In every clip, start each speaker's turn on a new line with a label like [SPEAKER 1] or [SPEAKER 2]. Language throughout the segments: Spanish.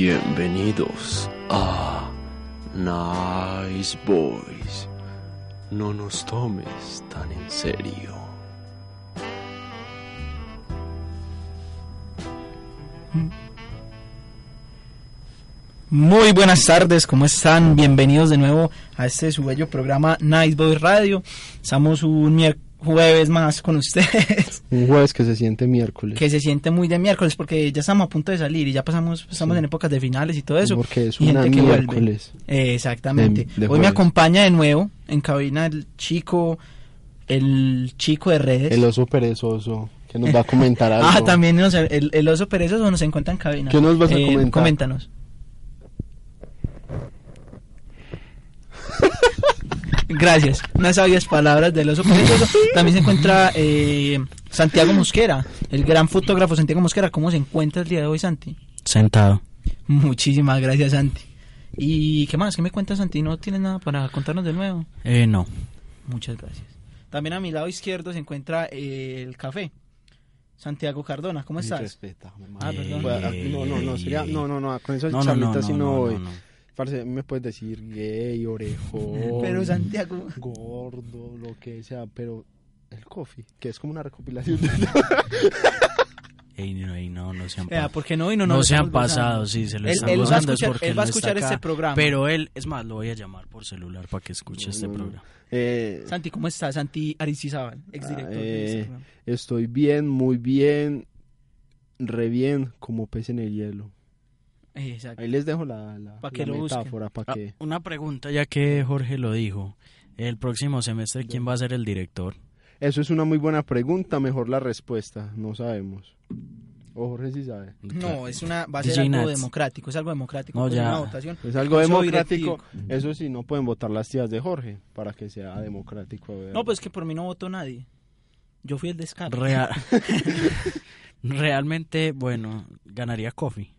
[SPEAKER 1] Bienvenidos a Nice Boys. No nos tomes tan en serio.
[SPEAKER 2] Muy buenas tardes, ¿cómo están? Bienvenidos de nuevo a este su bello programa Nice Boys Radio. Estamos un miércoles jueves más con ustedes.
[SPEAKER 3] Un jueves que se siente miércoles.
[SPEAKER 2] Que se siente muy de miércoles porque ya estamos a punto de salir y ya pasamos, estamos sí. en épocas de finales y todo eso.
[SPEAKER 3] Porque es una gente miércoles.
[SPEAKER 2] Que vuelve. exactamente. De, de Hoy jueves. me acompaña de nuevo en cabina el chico, el chico de redes.
[SPEAKER 3] El oso perezoso. Que nos va a comentar algo.
[SPEAKER 2] ah, también nos, el, el, oso perezoso nos encuentra en cabina.
[SPEAKER 3] ¿Qué nos vas a eh, comentar?
[SPEAKER 2] Coméntanos. Gracias. Unas sabias palabras del oso perezoso. También se encuentra eh, Santiago Mosquera, el gran fotógrafo Santiago Mosquera. ¿Cómo se encuentra el día de hoy, Santi?
[SPEAKER 4] Sentado.
[SPEAKER 2] Muchísimas gracias, Santi. ¿Y qué más? ¿Qué me cuentas, Santi? ¿No tienes nada para contarnos de nuevo?
[SPEAKER 4] Eh, no.
[SPEAKER 2] Muchas gracias. También a mi lado izquierdo se encuentra eh, el café. Santiago Cardona, ¿cómo estás?
[SPEAKER 3] Respeta, ah, perdón. No, no, no, sería, no, no, no, con eso no, charlita no, no, si no, voy. Parce, me puedes decir gay, orejón.
[SPEAKER 2] pero Santiago.
[SPEAKER 3] Gordo, lo que sea, pero el coffee, que es como una recopilación. De...
[SPEAKER 4] ey, no, ey, no, no sean
[SPEAKER 2] pasados. ¿Por qué no? Y Eh, no,
[SPEAKER 4] no, no sean pasados, sí, se lo están
[SPEAKER 2] él,
[SPEAKER 4] él
[SPEAKER 2] gozando. Escuchar,
[SPEAKER 4] es porque
[SPEAKER 2] él va a escuchar
[SPEAKER 4] acá,
[SPEAKER 2] este programa.
[SPEAKER 4] Pero él, es más, lo voy a llamar por celular para que escuche no, este no, programa.
[SPEAKER 2] Eh, Santi, ¿cómo estás? Santi Aristizábal, exdirector ah, eh, de Instagram.
[SPEAKER 3] Estoy bien, muy bien, re bien, como pez en el hielo.
[SPEAKER 2] Eh, Exacto.
[SPEAKER 3] Ahí les dejo la, la,
[SPEAKER 2] pa que
[SPEAKER 3] la
[SPEAKER 2] lo
[SPEAKER 3] metáfora para que...
[SPEAKER 4] Ah, una pregunta, ya que Jorge lo dijo. El próximo semestre, ¿quién va a ser el director?
[SPEAKER 3] Eso es una muy buena pregunta, mejor la respuesta, no sabemos. O Jorge sí sabe.
[SPEAKER 2] No, es una, va a ser algo Nuts. democrático, es algo democrático. Pues
[SPEAKER 4] No, ya.
[SPEAKER 2] Una votación.
[SPEAKER 3] Es algo democrático. Eso sí, no pueden votar las tías de Jorge para que sea democrático. ¿verdad?
[SPEAKER 2] No, pues que por mí no votó nadie. Yo fui el descaro.
[SPEAKER 4] Real... Realmente, bueno, ganaría Coffee.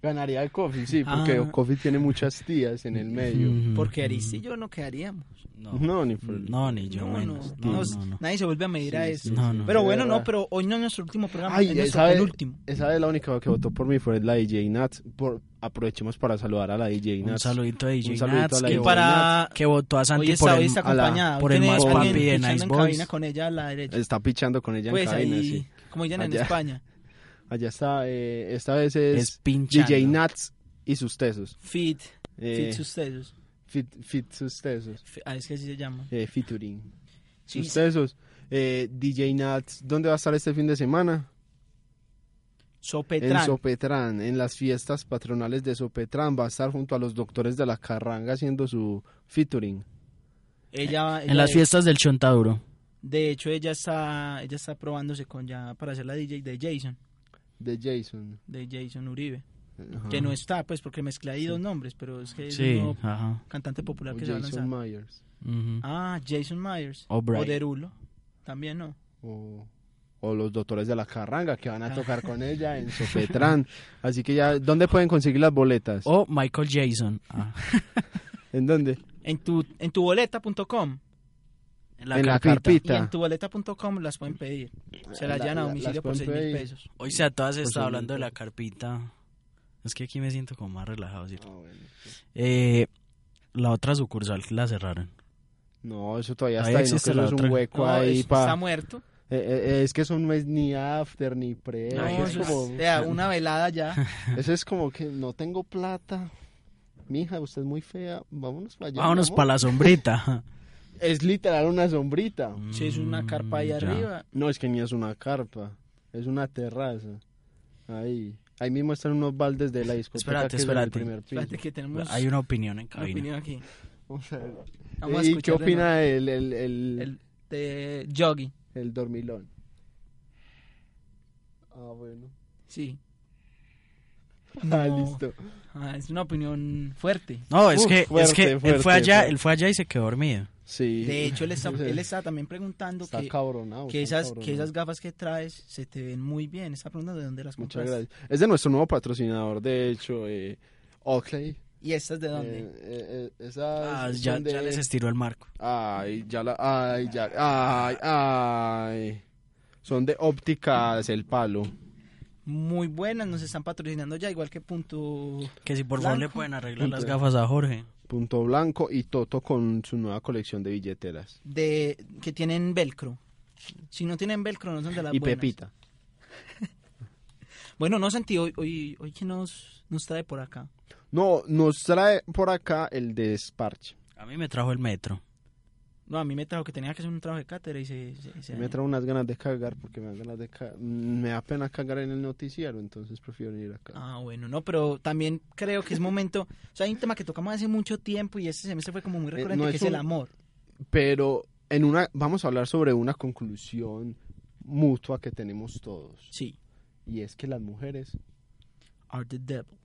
[SPEAKER 3] Ganaría el Coffee, sí, porque ah. Coffee tiene muchas tías en el medio.
[SPEAKER 4] Mm.
[SPEAKER 2] Porque Aris y yo no quedaríamos.
[SPEAKER 3] No, no ni, por...
[SPEAKER 4] no, ni yo.
[SPEAKER 2] No,
[SPEAKER 4] menos.
[SPEAKER 2] No, nadie se vuelve a medir sí, a eso. Sí, sí. pero bueno, no, pero hoy no es nuestro último programa. es
[SPEAKER 3] Ay, esa,
[SPEAKER 2] nuestro,
[SPEAKER 3] vez,
[SPEAKER 2] el último.
[SPEAKER 3] esa es la única que votó por mí, fue la DJ Nat. Por, aprovechemos para saludar a la DJ Nats.
[SPEAKER 4] Un saludito a DJ
[SPEAKER 3] Un saludito
[SPEAKER 4] Nats,
[SPEAKER 3] a la
[SPEAKER 4] que,
[SPEAKER 3] DJ
[SPEAKER 4] para...
[SPEAKER 3] Nats.
[SPEAKER 4] que votó a Santi
[SPEAKER 2] hoy
[SPEAKER 4] por
[SPEAKER 2] hoy
[SPEAKER 4] el,
[SPEAKER 2] está acompañada.
[SPEAKER 4] la, por el más papi de
[SPEAKER 2] pichando
[SPEAKER 4] Nice
[SPEAKER 2] en
[SPEAKER 4] Boys.
[SPEAKER 2] cabina con ella a la derecha.
[SPEAKER 3] Está pichando con ella
[SPEAKER 2] Pues
[SPEAKER 3] en cabina,
[SPEAKER 2] ahí,
[SPEAKER 3] sí.
[SPEAKER 2] como dicen en
[SPEAKER 3] Allá.
[SPEAKER 2] España.
[SPEAKER 3] Allá está, eh, esta vez es,
[SPEAKER 4] Es pinchando.
[SPEAKER 3] DJ Nats y sus tesos.
[SPEAKER 2] Fit,
[SPEAKER 3] Eh,
[SPEAKER 2] fit sus tesos.
[SPEAKER 3] fit, fit sus tesos.
[SPEAKER 2] Fi- Ah, es que así se llama.
[SPEAKER 3] Eh, featuring.
[SPEAKER 2] Sí,
[SPEAKER 3] Sus tesos. Eh, DJ Nats, ¿dónde va a estar este fin de semana? En
[SPEAKER 2] Sopetrán.
[SPEAKER 3] Sopetrán, en las fiestas patronales de Sopetrán. Va a estar junto a los doctores de la Carranga haciendo su featuring.
[SPEAKER 2] Ella, ella-
[SPEAKER 4] En las fiestas del Chontaduro.
[SPEAKER 2] De hecho, ella está, ella está probándose con ya para hacer la DJ de Jason,
[SPEAKER 3] De Jason.
[SPEAKER 2] de Jason Uribe.
[SPEAKER 3] Ajá.
[SPEAKER 2] Que no está, pues, porque mezcla ahí dos nombres, pero es que es
[SPEAKER 4] Sí,
[SPEAKER 2] un nuevo
[SPEAKER 4] ajá.
[SPEAKER 2] cantante popular
[SPEAKER 3] O
[SPEAKER 2] que se va a lanzar.
[SPEAKER 3] Jason Myers.
[SPEAKER 4] Ujú.
[SPEAKER 2] ah, Jason Myers.
[SPEAKER 4] O'Brien.
[SPEAKER 2] O Derulo. También no.
[SPEAKER 3] O, o los doctores de la Carranga que
[SPEAKER 2] Ah.
[SPEAKER 3] van a tocar con ella en Sopetrán. Así que ya, ¿dónde pueden conseguir las boletas?
[SPEAKER 2] Oh,
[SPEAKER 4] O Michael Jason. Ah.
[SPEAKER 3] ¿En dónde?
[SPEAKER 2] En tu, en tuboleta.com.
[SPEAKER 3] en la
[SPEAKER 2] Y
[SPEAKER 3] carpita.
[SPEAKER 2] en tuboleta.com las pueden pedir. Se las
[SPEAKER 3] La-
[SPEAKER 2] llevan a
[SPEAKER 3] la-
[SPEAKER 2] domicilio
[SPEAKER 3] las
[SPEAKER 2] por
[SPEAKER 3] pueden
[SPEAKER 2] 6 mil
[SPEAKER 3] pedir.
[SPEAKER 2] pesos.
[SPEAKER 4] Hoy sea, todas
[SPEAKER 3] Pues
[SPEAKER 4] estado hablando de la carpita. Es que aquí me siento como más relajado, ¿cierto?
[SPEAKER 3] Ah, bueno.
[SPEAKER 4] Eh, la otra sucursal la cerraron.
[SPEAKER 3] No, eso todavía está
[SPEAKER 4] Ahí
[SPEAKER 3] ahí, no,
[SPEAKER 4] existe
[SPEAKER 3] que eso
[SPEAKER 4] la
[SPEAKER 3] es un
[SPEAKER 4] otra.
[SPEAKER 3] hueco
[SPEAKER 2] No,
[SPEAKER 3] ahí
[SPEAKER 2] es-
[SPEAKER 3] pa-
[SPEAKER 2] Está muerto.
[SPEAKER 3] Eh, eh, eh, es que eso no es ni after ni pre.
[SPEAKER 2] No,
[SPEAKER 3] Eh,
[SPEAKER 2] eso
[SPEAKER 3] eso, es
[SPEAKER 2] es-
[SPEAKER 3] como,
[SPEAKER 2] vea, una velada ya.
[SPEAKER 3] eso es como que no tengo plata. Mija, usted es muy fea. Vámonos para allá.
[SPEAKER 4] Vámonos
[SPEAKER 3] mi
[SPEAKER 4] para
[SPEAKER 3] amor.
[SPEAKER 4] la sombrita.
[SPEAKER 3] Es literal una sombrita.
[SPEAKER 2] Si es una carpa ahí
[SPEAKER 4] Mm, ya.
[SPEAKER 2] arriba.
[SPEAKER 3] No, es que ni es una carpa. Es una terraza. Ahí. Ahí mismo están unos baldes de la discoteca.
[SPEAKER 4] Espérate,
[SPEAKER 3] que es en el
[SPEAKER 4] espérate.
[SPEAKER 3] primer piso.
[SPEAKER 2] Espérate que tenemos
[SPEAKER 4] Hay una opinión en
[SPEAKER 2] una
[SPEAKER 4] cabina.
[SPEAKER 2] opinión aquí.
[SPEAKER 3] Vamos a ver.
[SPEAKER 2] Vamos a
[SPEAKER 3] ¿Y
[SPEAKER 2] escuchar
[SPEAKER 3] qué
[SPEAKER 2] de nuevo.
[SPEAKER 3] opina el, el, el,
[SPEAKER 2] El de Yogi.
[SPEAKER 3] el dormilón? Ah, bueno.
[SPEAKER 2] Sí.
[SPEAKER 3] Ah,
[SPEAKER 2] No.
[SPEAKER 3] listo.
[SPEAKER 2] Ah, es una opinión fuerte.
[SPEAKER 4] No, es
[SPEAKER 3] Uf,
[SPEAKER 4] que,
[SPEAKER 3] fuerte,
[SPEAKER 4] es que él,
[SPEAKER 3] fuerte,
[SPEAKER 4] fue allá,
[SPEAKER 3] fuerte.
[SPEAKER 4] él fue allá y se quedó dormido.
[SPEAKER 3] Sí.
[SPEAKER 2] De hecho, él está,
[SPEAKER 3] Sí.
[SPEAKER 2] él está también preguntando
[SPEAKER 3] Está
[SPEAKER 2] que,
[SPEAKER 3] cabronado.
[SPEAKER 2] que,
[SPEAKER 3] está
[SPEAKER 2] esas, que
[SPEAKER 3] cabronado.
[SPEAKER 2] esas gafas que traes se te ven muy bien. Está preguntando de dónde las
[SPEAKER 3] Muchas
[SPEAKER 2] compraste.
[SPEAKER 3] gracias. Es de nuestro nuevo patrocinador, de hecho, eh, Oakley.
[SPEAKER 2] ¿Y estas de dónde?
[SPEAKER 3] Eh, eh, eh, esas
[SPEAKER 4] Ah,
[SPEAKER 3] son
[SPEAKER 4] ya,
[SPEAKER 3] de-
[SPEAKER 4] ya les estiró el marco.
[SPEAKER 3] Ay, ya la... Ay, ya... Ay, ay. Son de ópticas el palo.
[SPEAKER 2] Muy buenas, nos están patrocinando ya, igual que punto...
[SPEAKER 4] Que si por favor le
[SPEAKER 2] Blanco.
[SPEAKER 4] pueden arreglar las
[SPEAKER 3] Punto.
[SPEAKER 4] gafas a Jorge.
[SPEAKER 3] Punto Blanco y Toto con su nueva colección de billeteras.
[SPEAKER 2] De, que tienen velcro. Si no tienen velcro, no son de las
[SPEAKER 3] y
[SPEAKER 2] buenas.
[SPEAKER 3] Pepita.
[SPEAKER 2] Bueno, no, Santi, hoy, hoy, hoy que nos, nos trae por acá.
[SPEAKER 3] No, nos trae por acá el de Sparch.
[SPEAKER 4] A mí me trajo el metro.
[SPEAKER 2] No, a mí me trajo que tenía que hacer un trabajo de cátedra y se... se- se-
[SPEAKER 3] Me trae unas ganas de cagar porque me da ganas de ca- me da pena cagar en el noticiero, entonces prefiero ir acá.
[SPEAKER 2] Ah, bueno, no, pero también creo que es momento... o sea, hay un tema que tocamos hace mucho tiempo y este semestre fue como muy
[SPEAKER 3] Eh,
[SPEAKER 2] recurrente,
[SPEAKER 3] no
[SPEAKER 2] que
[SPEAKER 3] es
[SPEAKER 2] es el
[SPEAKER 3] un-
[SPEAKER 2] amor.
[SPEAKER 3] Pero en una vamos a hablar sobre una conclusión mutua que tenemos todos
[SPEAKER 2] Sí.
[SPEAKER 3] y es que las mujeres,
[SPEAKER 2] Are the devil.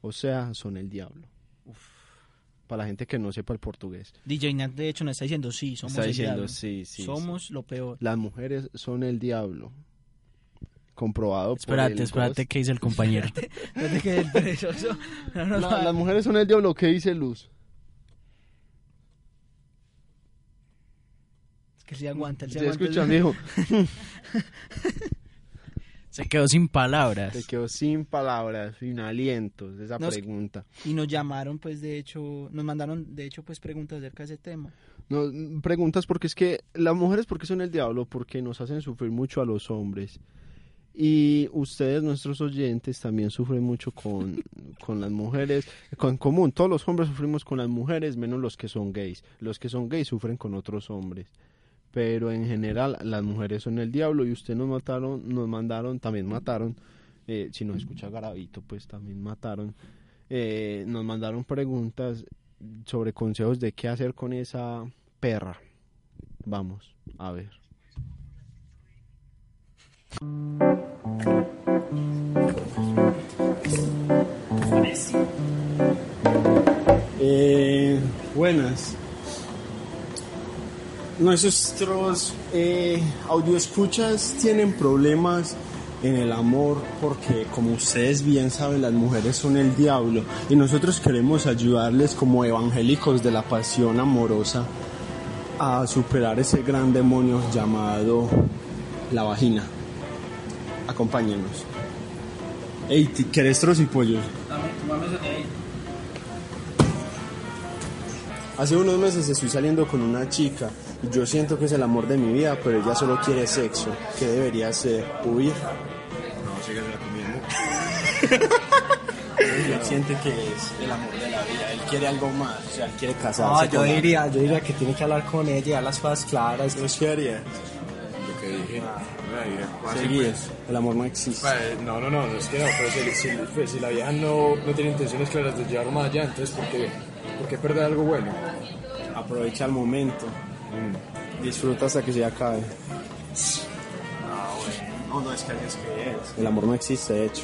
[SPEAKER 3] o sea, son el diablo. Para la gente que no sepa el portugués.
[SPEAKER 2] DJ Nat, de hecho, nos está diciendo sí, somos
[SPEAKER 3] Está
[SPEAKER 2] el
[SPEAKER 3] diciendo
[SPEAKER 2] diablo.
[SPEAKER 3] sí, sí.
[SPEAKER 2] somos lo peor.
[SPEAKER 3] sí. Las mujeres son el diablo. Comprobado por
[SPEAKER 4] Espérate,
[SPEAKER 3] el
[SPEAKER 4] espérate, ¿qué dice el compañero?
[SPEAKER 2] No te quedes perezoso. No, no,
[SPEAKER 3] La-
[SPEAKER 2] no.
[SPEAKER 3] las mujeres son el diablo, ¿qué dice Luz?
[SPEAKER 2] Es que se aguanta, él se
[SPEAKER 3] Te
[SPEAKER 2] aguanta.
[SPEAKER 3] escucha, mijo.
[SPEAKER 4] Se quedó sin
[SPEAKER 3] Te
[SPEAKER 4] palabras.
[SPEAKER 3] quedó sin palabras, sin alientos esa
[SPEAKER 2] No, es-
[SPEAKER 3] pregunta.
[SPEAKER 2] Y nos llamaron, pues, de hecho, nos mandaron, de hecho, pues, preguntas acerca de ese tema.
[SPEAKER 3] No, mm, preguntas porque es que las mujeres porque son el diablo, porque nos hacen sufrir mucho a los hombres. Y ustedes, nuestros oyentes, también sufren mucho con, con las mujeres. Con común, todos los hombres sufrimos con las mujeres, menos los que son gays. Los que son gays sufren con otros hombres. Pero en general, las mujeres son el diablo y ustedes nos mataron, nos mandaron, también mataron. eh, si nos escucha Garabito, pues también mataron. eh, nos mandaron preguntas sobre consejos de qué hacer con esa perra. Vamos, a ver.
[SPEAKER 5] Eh, buenas. Nuestros eh, escuchas tienen problemas en el amor porque como ustedes bien saben las mujeres son el diablo y nosotros queremos ayudarles como evangélicos de la pasión amorosa a superar ese gran demonio llamado la vagina. Acompáñenos. Ey, ti- ¿querés tros y pollos? Hace unos meses estoy saliendo con una chica y yo siento que es el amor de mi vida, pero ella solo quiere sexo. ¿Qué debería hacer? ¿Huir? No, sigue la Él siente que es el amor de la vida, él quiere algo más, o sea, él quiere casarse.
[SPEAKER 6] No, Ah, yo
[SPEAKER 5] con alguien.
[SPEAKER 6] diría, yo diría que tiene que hablar con ella, dar las cosas claras.
[SPEAKER 5] ¿Entonces qué haría?
[SPEAKER 7] Lo que dije. Bueno, y después,
[SPEAKER 5] Seguir.
[SPEAKER 7] pues,
[SPEAKER 5] El amor no existe.
[SPEAKER 7] pues, no, no, no, no es que no, pero si, si- pues, si la vieja no, no tiene intenciones claras de llevar más allá, entonces ¿por qué, por qué perder algo bueno?
[SPEAKER 5] Aprovecha el momento.
[SPEAKER 7] Mm.
[SPEAKER 5] Disfruta hasta que se acabe.
[SPEAKER 7] Ah,
[SPEAKER 5] No, no es que es que es. El amor no existe, de hecho.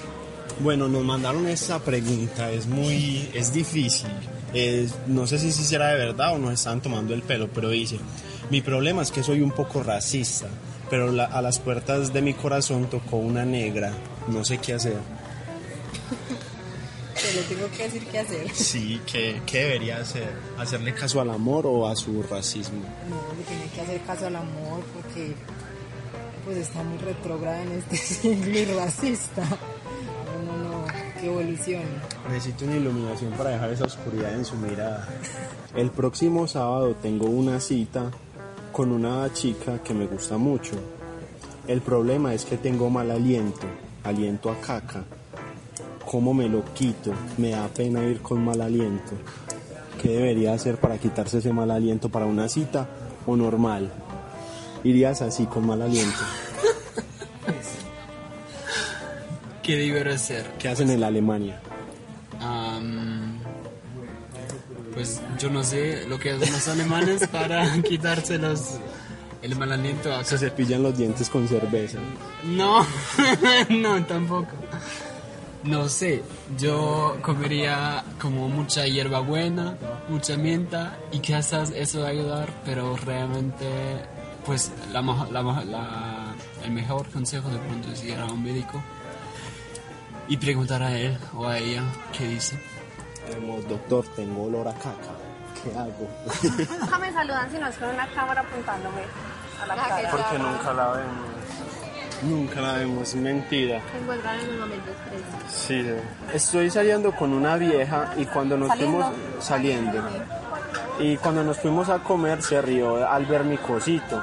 [SPEAKER 5] Bueno, nos mandaron esta pregunta, es muy, es difícil. Es- no sé si, si será de verdad o nos están tomando el pelo, pero dice, mi problema es que soy un poco racista, pero la- a las puertas de mi corazón tocó una negra, no sé qué hacer.
[SPEAKER 8] Te le tengo que decir qué hacer.
[SPEAKER 5] Sí, ¿qué, qué debería hacer? ¿Hacerle caso al amor o a su racismo?
[SPEAKER 8] No, le tiene que hacer caso al amor porque pues está muy retrógrada en este siglo y racista. No, no, no, que evolucione.
[SPEAKER 5] Necesito una iluminación para dejar esa oscuridad en su mirada. El próximo sábado tengo una cita con una chica que me gusta mucho. El problema es que tengo mal aliento, aliento a caca. ¿Cómo me lo quito? Me da pena ir con mal aliento. ¿Qué debería hacer para quitarse ese mal aliento para una cita o normal? Irías así con mal aliento.
[SPEAKER 6] ¿Qué debiera hacer?
[SPEAKER 5] ¿Qué hacen en la Alemania?
[SPEAKER 6] Am, pues yo no sé lo que hacen los alemanes para quitarse los, El mal aliento acá.
[SPEAKER 5] Se cepillan los dientes con cerveza.
[SPEAKER 6] No, no, tampoco. No sé, yo comería como mucha hierbabuena, mucha mienta y quizás eso va a ayudar, pero realmente, pues la, moja- la, moja- la- el mejor consejo de pronto es ir a un médico y preguntar a él o a ella qué dice.
[SPEAKER 5] Como, doctor, tengo olor a caca. ¿Qué hago?
[SPEAKER 9] Nunca me saludan si no es con una cámara apuntándome a la cara.
[SPEAKER 5] Porque nunca la vemos. Nunca la vemos, mentira.
[SPEAKER 9] Se encuentran en el momento estrés.
[SPEAKER 5] Sí. Estoy saliendo con una vieja y cuando nos
[SPEAKER 9] Saliendo.
[SPEAKER 5] fuimos saliendo. Y cuando nos fuimos a comer se rió al ver mi cosito.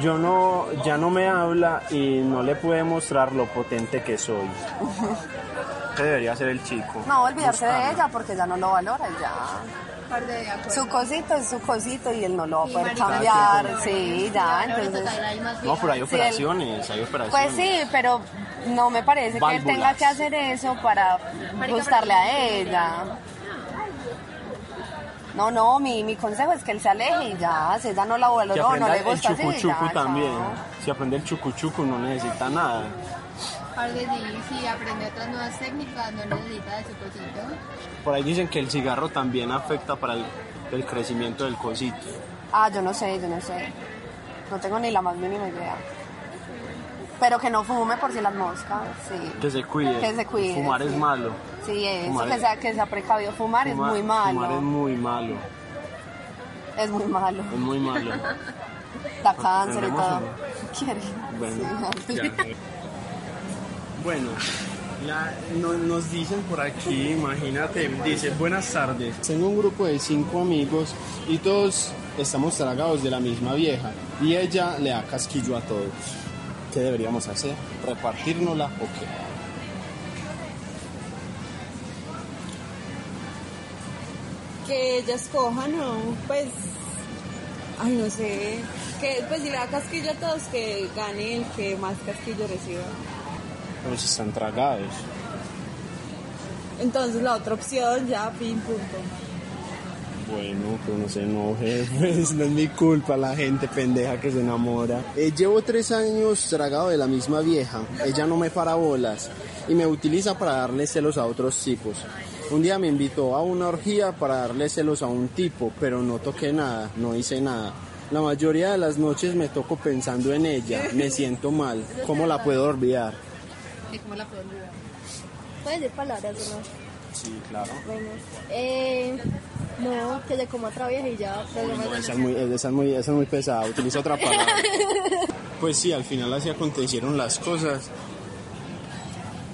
[SPEAKER 5] Yo no, ya no me habla y no le pude mostrar lo potente que soy. ¿Qué debería ser el chico?
[SPEAKER 10] No, olvidarse
[SPEAKER 5] Buscarlo.
[SPEAKER 10] de ella porque ya no lo valora y ya. Su cosito es su cosito y él no lo va a poder
[SPEAKER 9] marica,
[SPEAKER 10] cambiar.
[SPEAKER 9] sí,
[SPEAKER 10] Sí,
[SPEAKER 9] marica,
[SPEAKER 10] ya,
[SPEAKER 9] ahora
[SPEAKER 10] entonces.
[SPEAKER 9] total, hay más
[SPEAKER 5] No, pero hay
[SPEAKER 10] Si él-
[SPEAKER 5] operaciones, hay operaciones.
[SPEAKER 10] Pues sí, pero no me parece que él
[SPEAKER 5] Válvulas.
[SPEAKER 10] tenga que hacer eso para
[SPEAKER 9] pero
[SPEAKER 10] gustarle a
[SPEAKER 9] tiene que
[SPEAKER 10] ella. No, no, mi, mi consejo es que él se aleje y ya, si ella no la
[SPEAKER 5] Que
[SPEAKER 10] valoró, no
[SPEAKER 5] aprenda
[SPEAKER 10] le
[SPEAKER 5] el
[SPEAKER 10] gusta así,
[SPEAKER 5] chucu chucu
[SPEAKER 10] ya,
[SPEAKER 5] también.
[SPEAKER 10] chao.
[SPEAKER 5] Si aprende el chucu chucu no necesita nada.
[SPEAKER 9] Aparte, si, si aprende otras nuevas técnicas, no necesita de su cosito.
[SPEAKER 5] Por ahí dicen que el cigarro también afecta para el, el crecimiento del cosito.
[SPEAKER 10] Ah, yo no sé, yo no sé. No tengo ni la más mínima idea. Pero que no fume por si las moscas, sí.
[SPEAKER 5] Que se cuide.
[SPEAKER 10] Que se cuide,
[SPEAKER 5] Fumar
[SPEAKER 10] sí.
[SPEAKER 5] es malo.
[SPEAKER 10] Sí, eso,
[SPEAKER 5] Fumar
[SPEAKER 10] que
[SPEAKER 5] es-
[SPEAKER 10] sea, que sea precavido. Fumar,
[SPEAKER 5] Fuma-
[SPEAKER 10] es muy malo.
[SPEAKER 5] Fumar es muy malo.
[SPEAKER 10] Es muy malo.
[SPEAKER 5] Es muy malo.
[SPEAKER 10] Da cáncer y
[SPEAKER 5] ¿Tenemos
[SPEAKER 10] todo.
[SPEAKER 5] uno?
[SPEAKER 10] ¿Quiere?
[SPEAKER 5] Bueno.
[SPEAKER 10] Sí,
[SPEAKER 5] Ya. Bueno, la- no- nos dicen por aquí, imagínate, dice, buenas tardes. Tengo un grupo de cinco amigos y todos estamos tragados de la misma vieja y ella le da casquillo a todos. ¿Qué deberíamos hacer? ¿Repartirnosla o qué?
[SPEAKER 11] Que ella escoja, no, pues, ay, no sé, que pues si le da casquillo a todos, que gane el que más casquillo reciba.
[SPEAKER 5] Pero si están tragados.
[SPEAKER 11] Entonces la otra opción ya, fin, punto.
[SPEAKER 5] Bueno, pues no se enoje, pues no es mi culpa la gente pendeja que se enamora. Eh, llevo tres años tragado de la misma vieja, ella no me para bolas y me utiliza para darle celos a otros tipos. Un día me invitó a una orgía para darle celos a un tipo, pero no toqué nada, no hice nada. La mayoría de las noches me toco pensando en ella, me siento mal, ¿cómo la puedo olvidar?
[SPEAKER 9] ¿Y cómo la puedo olvidar? Puedes decir palabras, ¿no?
[SPEAKER 5] Sí, claro.
[SPEAKER 9] Bueno, eh, no, que le como otra vieja y ya.
[SPEAKER 5] esa es muy, esa es muy, esa es muy pesada, utiliza otra palabra. Pues sí, al final así acontecieron las cosas.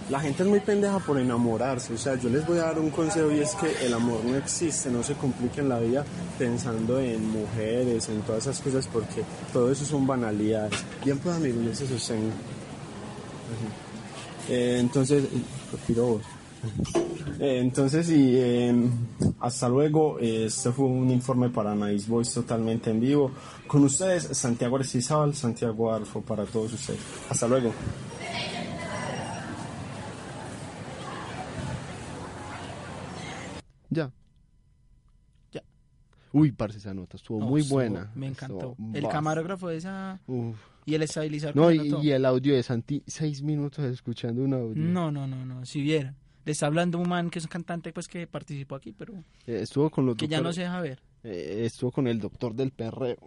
[SPEAKER 5] La gente es muy pendeja por enamorarse, o sea, yo les voy a dar un consejo y es que el amor no existe, no se compliquen la vida pensando en mujeres, en todas esas cosas, porque todo eso son banalidades. Bien, pues amigos, yo se sostengo. Ajá. Eh, entonces, respiro vos. Eh, entonces, y, eh, hasta luego. Eh, Este fue un informe para Nice Boys totalmente en vivo. Con ustedes, Santiago Arcizábal, Santiago Alfo, para todos ustedes. Hasta luego.
[SPEAKER 3] Ya. Ya. Uy, parce, esa nota estuvo
[SPEAKER 2] No,
[SPEAKER 3] muy
[SPEAKER 2] estuvo-
[SPEAKER 3] buena.
[SPEAKER 2] Me encantó.
[SPEAKER 3] Estuvo
[SPEAKER 2] El
[SPEAKER 3] bas-
[SPEAKER 2] camarógrafo de esa.
[SPEAKER 3] Uf.
[SPEAKER 2] Y el estabilizador.
[SPEAKER 3] No,
[SPEAKER 2] que
[SPEAKER 3] y,
[SPEAKER 2] anotó.
[SPEAKER 3] y el audio de Santi, seis minutos escuchando un audio.
[SPEAKER 2] No, no, no, no. Si viera. Le está hablando un man que es un cantante pues que participó aquí, pero
[SPEAKER 3] Eh, estuvo con los
[SPEAKER 2] que ya no
[SPEAKER 3] doctores-
[SPEAKER 2] se deja ver.
[SPEAKER 3] eh, estuvo con el doctor del perreo.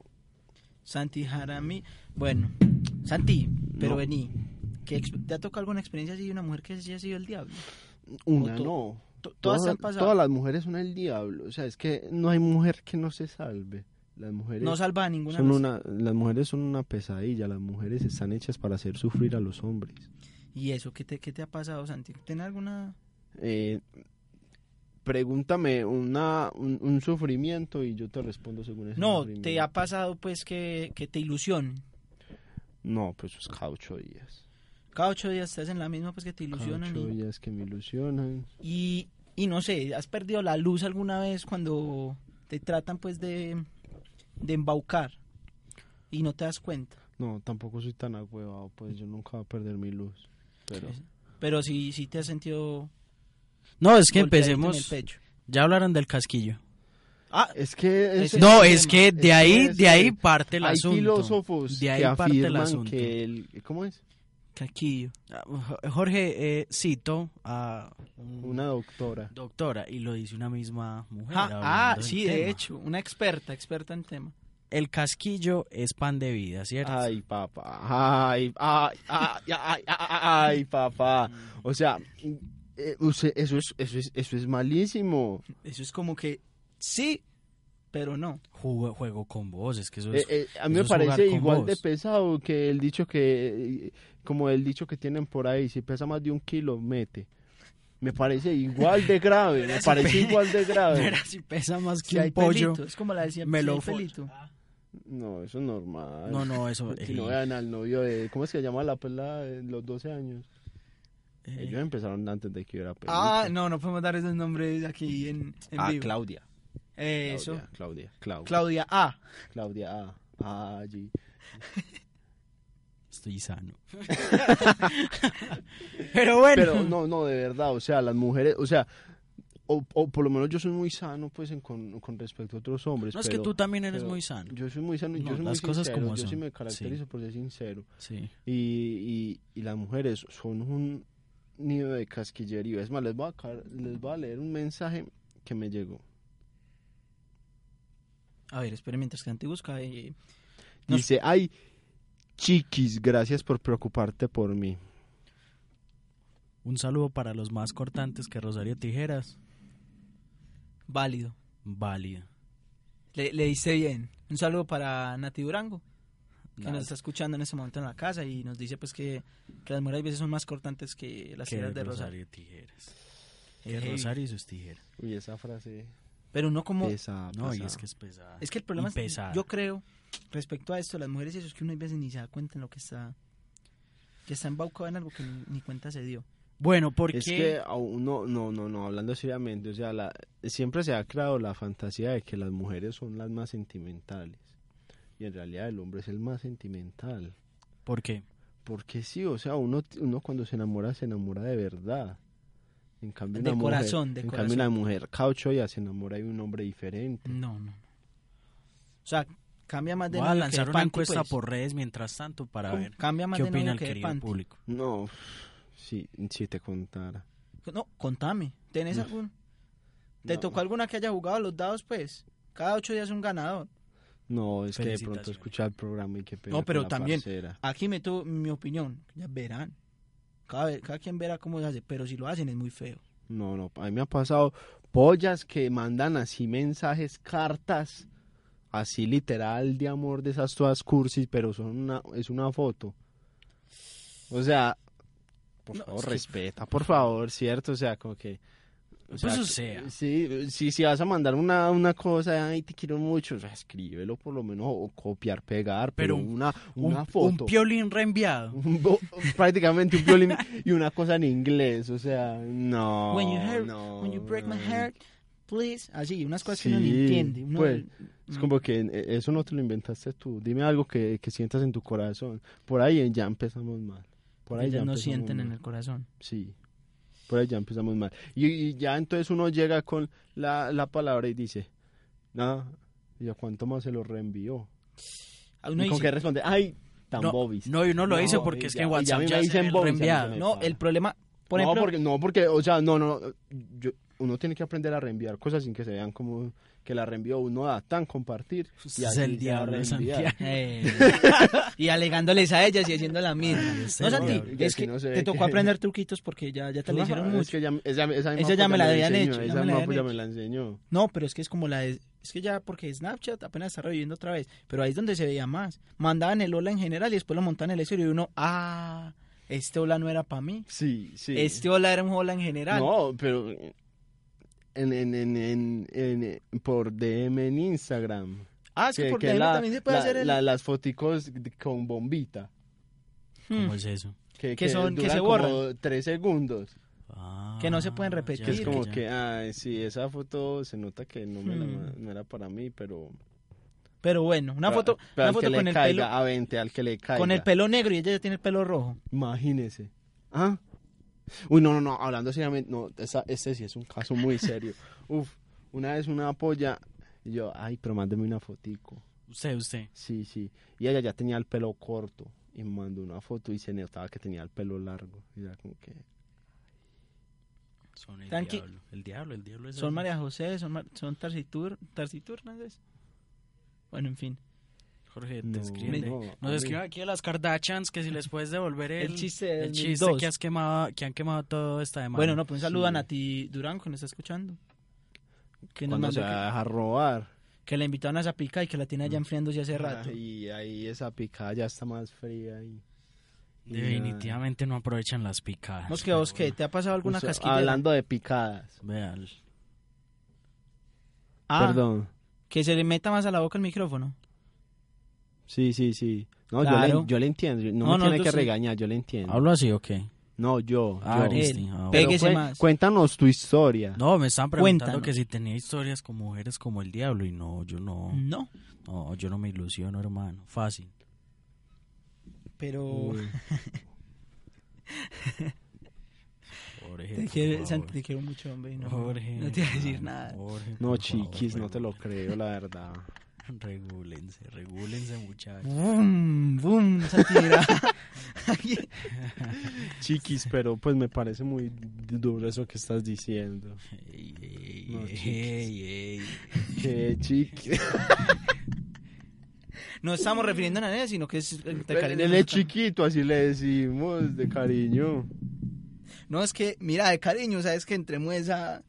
[SPEAKER 2] Santi Jarami. Bueno, Santi, pero
[SPEAKER 3] No.
[SPEAKER 2] vení. ¿Qué ex- ¿Te ha tocado alguna experiencia así de una mujer que sí ha sido el diablo?
[SPEAKER 3] Una
[SPEAKER 2] O to-
[SPEAKER 3] no.
[SPEAKER 2] to- todas te han pasado.
[SPEAKER 3] todas las mujeres son el diablo. O sea, es que no hay mujer que no se salve. Las mujeres
[SPEAKER 2] No salva a ninguna
[SPEAKER 3] Son
[SPEAKER 2] vez.
[SPEAKER 3] una, las mujeres son una pesadilla. Las mujeres están hechas para hacer sufrir a los hombres.
[SPEAKER 2] ¿Y eso qué te, qué te ha pasado, Santi? ¿Tienes alguna...?
[SPEAKER 3] Eh, pregúntame una, un, un sufrimiento y yo te respondo según ese
[SPEAKER 2] No,
[SPEAKER 3] sufrimiento.
[SPEAKER 2] te ha pasado pues que, que te ilusionen.
[SPEAKER 3] No, pues es cada ocho días.
[SPEAKER 2] Cada ocho días estás en la misma pues que te
[SPEAKER 3] Cada
[SPEAKER 2] ilusionan.
[SPEAKER 3] ocho
[SPEAKER 2] y-
[SPEAKER 3] días que me ilusionan.
[SPEAKER 2] Y, y no sé, ¿has perdido la luz alguna vez cuando te tratan pues de, de embaucar y no te das cuenta?
[SPEAKER 3] No, tampoco soy tan agüevado, pues yo nunca voy a perder mi luz. Pero...
[SPEAKER 2] Pero sí, sí te has sentido...
[SPEAKER 4] No, es que
[SPEAKER 2] golpeadito en
[SPEAKER 4] empecemos.
[SPEAKER 2] el pecho.
[SPEAKER 4] Ya hablaron del casquillo.
[SPEAKER 3] es que es-
[SPEAKER 4] No, es que de
[SPEAKER 3] es
[SPEAKER 4] ahí,
[SPEAKER 3] es
[SPEAKER 4] de ahí
[SPEAKER 3] que
[SPEAKER 4] parte el
[SPEAKER 3] hay
[SPEAKER 4] asunto.
[SPEAKER 3] filósofos
[SPEAKER 4] de ahí
[SPEAKER 3] que
[SPEAKER 4] parte el
[SPEAKER 3] afirman
[SPEAKER 4] asunto.
[SPEAKER 3] que el- ¿cómo es?
[SPEAKER 4] Caquillo. Jorge eh, citó a
[SPEAKER 3] una doctora.
[SPEAKER 4] Doctora, y lo dice una misma mujer.
[SPEAKER 2] Ah, ah,
[SPEAKER 4] hablando del
[SPEAKER 2] sí, de
[SPEAKER 4] tema.
[SPEAKER 2] hecho, una experta, experta en tema.
[SPEAKER 4] El casquillo es pan de vida, ¿cierto?
[SPEAKER 3] Ay, papá. Ay, ay, ay, ay, ay, ay, papá.
[SPEAKER 4] Mm.
[SPEAKER 3] O sea, eh, usted- eso es, eso es, eso es malísimo.
[SPEAKER 2] Eso es como que sí, pero no.
[SPEAKER 4] Juego, juego con vos, es que eso
[SPEAKER 3] Eh,
[SPEAKER 4] es.
[SPEAKER 3] eh, a mí
[SPEAKER 4] eso
[SPEAKER 3] me
[SPEAKER 4] es jugar
[SPEAKER 3] parece
[SPEAKER 4] con
[SPEAKER 3] igual
[SPEAKER 4] vos.
[SPEAKER 3] de pesado que el dicho que, eh, como el dicho que tienen por ahí, si pesa más de un kilo, mete. Me parece igual de grave, me
[SPEAKER 4] si
[SPEAKER 3] parece
[SPEAKER 4] pe-
[SPEAKER 3] igual de grave.
[SPEAKER 4] Verá si pesa más
[SPEAKER 2] Si
[SPEAKER 4] que
[SPEAKER 2] hay
[SPEAKER 4] un pollo.
[SPEAKER 2] pelito, es como la decía,
[SPEAKER 4] me
[SPEAKER 2] si
[SPEAKER 4] lo
[SPEAKER 2] hay
[SPEAKER 4] fo-
[SPEAKER 2] pelito.
[SPEAKER 3] No, eso es normal.
[SPEAKER 4] No, no, eso-
[SPEAKER 3] Que no
[SPEAKER 4] eh.
[SPEAKER 3] vean al novio de, ¿cómo es que se llama la pelada de los 12 años?
[SPEAKER 4] Eh.
[SPEAKER 3] Ellos empezaron antes de que yo era pelito.
[SPEAKER 2] Ah, no, no podemos dar esos nombres aquí en, en
[SPEAKER 3] Ah,
[SPEAKER 2] vivo.
[SPEAKER 3] Claudia.
[SPEAKER 2] Eh, Eso.
[SPEAKER 3] Claudia, Claudia.
[SPEAKER 2] Claudia A.
[SPEAKER 3] Claudia A. Ah, allí.
[SPEAKER 4] Estoy sano. Pero bueno.
[SPEAKER 3] Pero no, no, de verdad, o sea, las mujeres, o sea, o, o por lo menos yo soy muy sano, pues, en con, con respecto a otros hombres.
[SPEAKER 4] No, es
[SPEAKER 3] Pues pero-
[SPEAKER 4] que tú también eres
[SPEAKER 3] pero
[SPEAKER 4] muy sano.
[SPEAKER 3] Yo soy muy sano y
[SPEAKER 4] No,
[SPEAKER 3] yo soy
[SPEAKER 4] las
[SPEAKER 3] muy
[SPEAKER 4] cosas
[SPEAKER 3] sincero,
[SPEAKER 4] como
[SPEAKER 3] Yo sí
[SPEAKER 4] son,
[SPEAKER 3] me caracterizo por ser sincero.
[SPEAKER 4] Sí.
[SPEAKER 3] Y, y, y las mujeres son un nido de casquillería. Es más, les voy, a, car- les voy a leer un mensaje que me llegó.
[SPEAKER 2] A ver, espere mientras que Santi busca. eh, Nos-
[SPEAKER 3] Dice, ay, chiquis, gracias por preocuparte por mí.
[SPEAKER 4] Un saludo para los más cortantes que Rosario Tijeras.
[SPEAKER 2] válido.
[SPEAKER 4] Válido.
[SPEAKER 2] Le, le diste bien. Un saludo para Nati Durango, que
[SPEAKER 4] Nada.
[SPEAKER 2] nos está escuchando en este momento en la casa y nos dice pues que, que las mujeres a veces son más cortantes que las
[SPEAKER 4] Que
[SPEAKER 2] tijeras de Rosario.
[SPEAKER 4] Rosario Tijeras.
[SPEAKER 2] Qué
[SPEAKER 4] Que
[SPEAKER 2] heavy.
[SPEAKER 4] Rosario y sus tijeras.
[SPEAKER 3] Uy, esa frase.
[SPEAKER 2] Pero uno como...
[SPEAKER 3] Pesa,
[SPEAKER 4] No, y
[SPEAKER 3] pesa.
[SPEAKER 4] es que es pesada.
[SPEAKER 2] Es que el problema
[SPEAKER 4] Y
[SPEAKER 2] es,
[SPEAKER 4] pesada.
[SPEAKER 2] yo creo, respecto a esto, las mujeres eso es que uno a veces ni se da cuenta en lo que está... Que está embaucado en algo que ni, ni cuenta se dio.
[SPEAKER 4] Bueno, porque
[SPEAKER 3] Es que a uno, no, no, no, hablando seriamente, o sea, la, siempre se ha creado la fantasía de que las mujeres son las más sentimentales. Y en realidad el hombre es el más sentimental.
[SPEAKER 4] ¿Por qué?
[SPEAKER 3] Porque sí, o sea, uno, uno cuando se enamora, se enamora de verdad. En cambio,
[SPEAKER 2] De
[SPEAKER 3] una
[SPEAKER 2] corazón,
[SPEAKER 3] mujer,
[SPEAKER 2] de
[SPEAKER 3] en
[SPEAKER 2] corazón.
[SPEAKER 3] cambio una mujer caucho ya se enamora de un hombre diferente.
[SPEAKER 2] No, no. O sea, cambia más de
[SPEAKER 4] Voy a
[SPEAKER 2] novio que
[SPEAKER 4] lanzar
[SPEAKER 2] de
[SPEAKER 4] una
[SPEAKER 2] panty,
[SPEAKER 4] encuesta
[SPEAKER 2] pues.
[SPEAKER 4] por redes mientras tanto para
[SPEAKER 2] ¿Cómo?
[SPEAKER 4] ver
[SPEAKER 2] Cambia más
[SPEAKER 4] qué
[SPEAKER 2] de novio
[SPEAKER 4] opina el
[SPEAKER 2] que de
[SPEAKER 4] querido
[SPEAKER 2] panty.
[SPEAKER 4] público.
[SPEAKER 3] No, si, si te contara.
[SPEAKER 2] No, contame. ¿Tenés
[SPEAKER 3] No.
[SPEAKER 2] algún? ¿Te
[SPEAKER 3] No.
[SPEAKER 2] tocó alguna que haya jugado a los dados, pues? Cada ocho días un ganador.
[SPEAKER 3] No, es que de pronto
[SPEAKER 4] Felicitaciones.
[SPEAKER 3] escuchar el programa y que
[SPEAKER 2] no, pero también, aquí meto mi opinión. Ya verán. Cada, ve- cada quien verá cómo se hace, pero si lo hacen es muy feo.
[SPEAKER 3] No, no, a mí me ha pasado pollas que mandan así mensajes, cartas, así literal de amor de esas todas cursis, pero son una, es una foto. O sea, por
[SPEAKER 4] No,
[SPEAKER 3] favor,
[SPEAKER 4] es que-
[SPEAKER 3] respeta, por favor, ¿cierto? O sea, como que... o
[SPEAKER 4] Pues o sea.
[SPEAKER 3] Sí, sí, si vas a mandar una, una cosa, ay, te quiero mucho, o sea, escríbelo por lo menos, o copiar, pegar, pero,
[SPEAKER 4] Pero un-
[SPEAKER 3] una, una
[SPEAKER 4] un,
[SPEAKER 3] foto.
[SPEAKER 4] un piolín reenviado.
[SPEAKER 3] Un bo- prácticamente un violín y una cosa en inglés, o sea, no.
[SPEAKER 2] when you hurt-
[SPEAKER 3] no,
[SPEAKER 2] when you break my
[SPEAKER 3] no.
[SPEAKER 2] heart, please. Así, unas cosas
[SPEAKER 3] Sí,
[SPEAKER 2] que uno ni entiende. uno-
[SPEAKER 3] pues, es
[SPEAKER 2] Mm.
[SPEAKER 3] como que eh, eso no te lo inventaste tú. Dime algo que, que sientas en tu corazón. Por ahí ya empezamos mal. Por ahí
[SPEAKER 2] ellas
[SPEAKER 3] ya
[SPEAKER 2] no
[SPEAKER 3] empezamos
[SPEAKER 2] sienten
[SPEAKER 3] mal.
[SPEAKER 2] en el corazón.
[SPEAKER 3] Sí. Por ahí ya empezamos mal. Y, y ya entonces uno llega con la, la palabra y dice, nada, ¿y a cuánto más se lo reenvió?
[SPEAKER 2] Ah, uno
[SPEAKER 3] y con
[SPEAKER 2] dice-
[SPEAKER 3] que responde, ay, tan
[SPEAKER 4] No,
[SPEAKER 3] bobis.
[SPEAKER 4] no, y uno lo dice porque
[SPEAKER 3] y
[SPEAKER 4] es que en
[SPEAKER 3] y a
[SPEAKER 4] WhatsApp
[SPEAKER 3] mí
[SPEAKER 4] ya se ve el
[SPEAKER 3] bobis, a mí se
[SPEAKER 4] reenviado.
[SPEAKER 3] me
[SPEAKER 2] No,
[SPEAKER 3] para.
[SPEAKER 2] el problema, por
[SPEAKER 3] no,
[SPEAKER 2] ejemplo,
[SPEAKER 3] porque, no, porque, o sea, no, no, yo- uno tiene que aprender a reenviar cosas sin que se vean como que la reenvió uno da tan compartir
[SPEAKER 4] Usted es el diablo de Santiago.
[SPEAKER 2] Eh, y alegándoles a ellas y haciendo la misma.
[SPEAKER 4] sí,
[SPEAKER 2] No, Santi,
[SPEAKER 3] diablo.
[SPEAKER 2] es
[SPEAKER 3] Que
[SPEAKER 2] que
[SPEAKER 3] no se
[SPEAKER 2] te
[SPEAKER 3] ve
[SPEAKER 2] tocó
[SPEAKER 3] que-
[SPEAKER 2] aprender truquitos porque ya, ya te lo
[SPEAKER 3] Ah,
[SPEAKER 2] hicieron mucho.
[SPEAKER 3] esa, esa misma
[SPEAKER 2] Esa ya
[SPEAKER 3] polla
[SPEAKER 2] me la habían
[SPEAKER 3] enseñó,
[SPEAKER 2] hecho, ya
[SPEAKER 3] esa
[SPEAKER 2] me la
[SPEAKER 3] misma
[SPEAKER 2] habían
[SPEAKER 3] polla
[SPEAKER 2] hecho.
[SPEAKER 3] me la enseñó
[SPEAKER 2] No, pero es que es como la de- es que ya porque Snapchat apenas está reviviendo otra vez, pero ahí es donde se veía más. Mandaban el hola en general y después lo montaban en el exterior y uno, ah, este hola no era para mí.
[SPEAKER 3] sí sí
[SPEAKER 2] Este hola era un hola en general.
[SPEAKER 3] no pero en, en, en, en- en- por DM en Instagram
[SPEAKER 2] ah, es que, por DM
[SPEAKER 3] la-
[SPEAKER 2] también se puede
[SPEAKER 3] la-
[SPEAKER 2] hacer el
[SPEAKER 3] la- las foticos con bombita
[SPEAKER 2] Hmm.
[SPEAKER 4] ¿Cómo es eso?
[SPEAKER 3] que,
[SPEAKER 2] Que son- que
[SPEAKER 3] duran
[SPEAKER 2] se
[SPEAKER 3] como
[SPEAKER 2] borran.
[SPEAKER 3] tres segundos
[SPEAKER 2] que no se pueden repetir.
[SPEAKER 3] Que es como
[SPEAKER 4] Ah, ya.
[SPEAKER 3] que, ay, sí, esa foto se nota que no, me la
[SPEAKER 2] Hmm.
[SPEAKER 3] ma- no era para mí, pero...
[SPEAKER 2] Pero bueno, una
[SPEAKER 3] pero-
[SPEAKER 2] foto, una
[SPEAKER 3] pero al que
[SPEAKER 2] foto
[SPEAKER 3] le
[SPEAKER 2] con el
[SPEAKER 3] caiga,
[SPEAKER 2] pelo
[SPEAKER 3] a 20, al que le caiga.
[SPEAKER 2] con el pelo negro y ella ya tiene el pelo rojo.
[SPEAKER 3] Imagínese. ¿Ah? Uy, no, no, no, hablando seriamente, no, esa- este sí es un caso muy serio. Uf, una vez una polla Y yo, ay, pero mándeme una fotico.
[SPEAKER 4] Usted, usted.
[SPEAKER 3] Sí, sí. Y ella ya tenía el pelo corto y me mandó una foto y se notaba que tenía el pelo largo. Y ya como que...
[SPEAKER 4] Son el
[SPEAKER 2] Tranqui-
[SPEAKER 4] diablo. El diablo, el diablo es
[SPEAKER 2] Son
[SPEAKER 4] así.
[SPEAKER 2] María José, son, Mar- son Tarsitur, Tarsitur, ¿no es? Bueno, en fin.
[SPEAKER 4] Jorge,
[SPEAKER 2] No,
[SPEAKER 4] te escriben. de-
[SPEAKER 2] no, a
[SPEAKER 4] nos
[SPEAKER 2] mí-
[SPEAKER 4] escriben aquí a las Kardashians que si les puedes devolver el,
[SPEAKER 2] El chiste de
[SPEAKER 4] el chiste
[SPEAKER 2] 2002.
[SPEAKER 4] que, has quemado, que han quemado todo esta demanda.
[SPEAKER 2] Bueno, no, pues un saludo a
[SPEAKER 4] Sí.
[SPEAKER 2] Nati Durán que nos está escuchando. Que nos
[SPEAKER 3] Cuando
[SPEAKER 2] mandó
[SPEAKER 3] se
[SPEAKER 2] que-
[SPEAKER 3] va a dejar robar.
[SPEAKER 2] que la invitaron a esa pica y que la tiene
[SPEAKER 3] Mm.
[SPEAKER 2] allá enfriándose
[SPEAKER 3] Ah,
[SPEAKER 2] hace rato.
[SPEAKER 3] Y ahí esa picada ya está más fría. Y, y
[SPEAKER 4] Definitivamente no aprovechan las picadas.
[SPEAKER 2] Mosque, vos qué, ¿te ha pasado alguna
[SPEAKER 3] Justo
[SPEAKER 2] casquilla?
[SPEAKER 3] Hablando de picadas.
[SPEAKER 4] Vean.
[SPEAKER 2] Ah,
[SPEAKER 3] Perdón.
[SPEAKER 2] Que se le meta más a la boca el micrófono.
[SPEAKER 3] Sí, sí, sí. No, yo,
[SPEAKER 2] Claro.
[SPEAKER 3] le, yo le entiendo. No,
[SPEAKER 2] No,
[SPEAKER 3] me
[SPEAKER 2] no,
[SPEAKER 3] tiene
[SPEAKER 2] tú
[SPEAKER 3] que
[SPEAKER 2] sí.
[SPEAKER 3] regañar, yo le entiendo.
[SPEAKER 4] ¿Hablo así o qué?
[SPEAKER 3] No, yo.
[SPEAKER 4] Ah,
[SPEAKER 3] yo.
[SPEAKER 4] Aristi, ah,
[SPEAKER 3] Pero
[SPEAKER 4] Pégese
[SPEAKER 3] cuen-
[SPEAKER 4] más.
[SPEAKER 3] Cuéntanos tu historia.
[SPEAKER 4] No, me estaban preguntando
[SPEAKER 3] Cuéntanos.
[SPEAKER 4] que si tenía historias con mujeres como el diablo y no, yo no.
[SPEAKER 2] No.
[SPEAKER 4] No, yo no me ilusiono, hermano. Fácil.
[SPEAKER 2] Pero.
[SPEAKER 4] Uy. Jorge,
[SPEAKER 2] te,
[SPEAKER 4] por
[SPEAKER 2] quiero,
[SPEAKER 4] favor.
[SPEAKER 2] Santi, te quiero mucho, hombre. No,
[SPEAKER 4] Jorge,
[SPEAKER 2] no te voy a decir
[SPEAKER 4] hermano,
[SPEAKER 2] nada.
[SPEAKER 4] Jorge,
[SPEAKER 3] No,
[SPEAKER 4] por
[SPEAKER 3] chiquis,
[SPEAKER 4] favor,
[SPEAKER 3] no te lo creo, la verdad.
[SPEAKER 4] Regúlense, regúlense, muchachos.
[SPEAKER 2] Boom, boom, Santi Durán.
[SPEAKER 3] Chiquis, pero pues me parece muy duro eso que estás diciendo. No, chiquis. Qué chiquis.
[SPEAKER 2] No estamos refiriendo a nadie, sino que es entre cariño.
[SPEAKER 3] Él
[SPEAKER 2] nos
[SPEAKER 3] es
[SPEAKER 2] estamos-
[SPEAKER 3] chiquito, así le decimos, de cariño.
[SPEAKER 2] No, es que, mira, de cariño, sabes que entre muesa.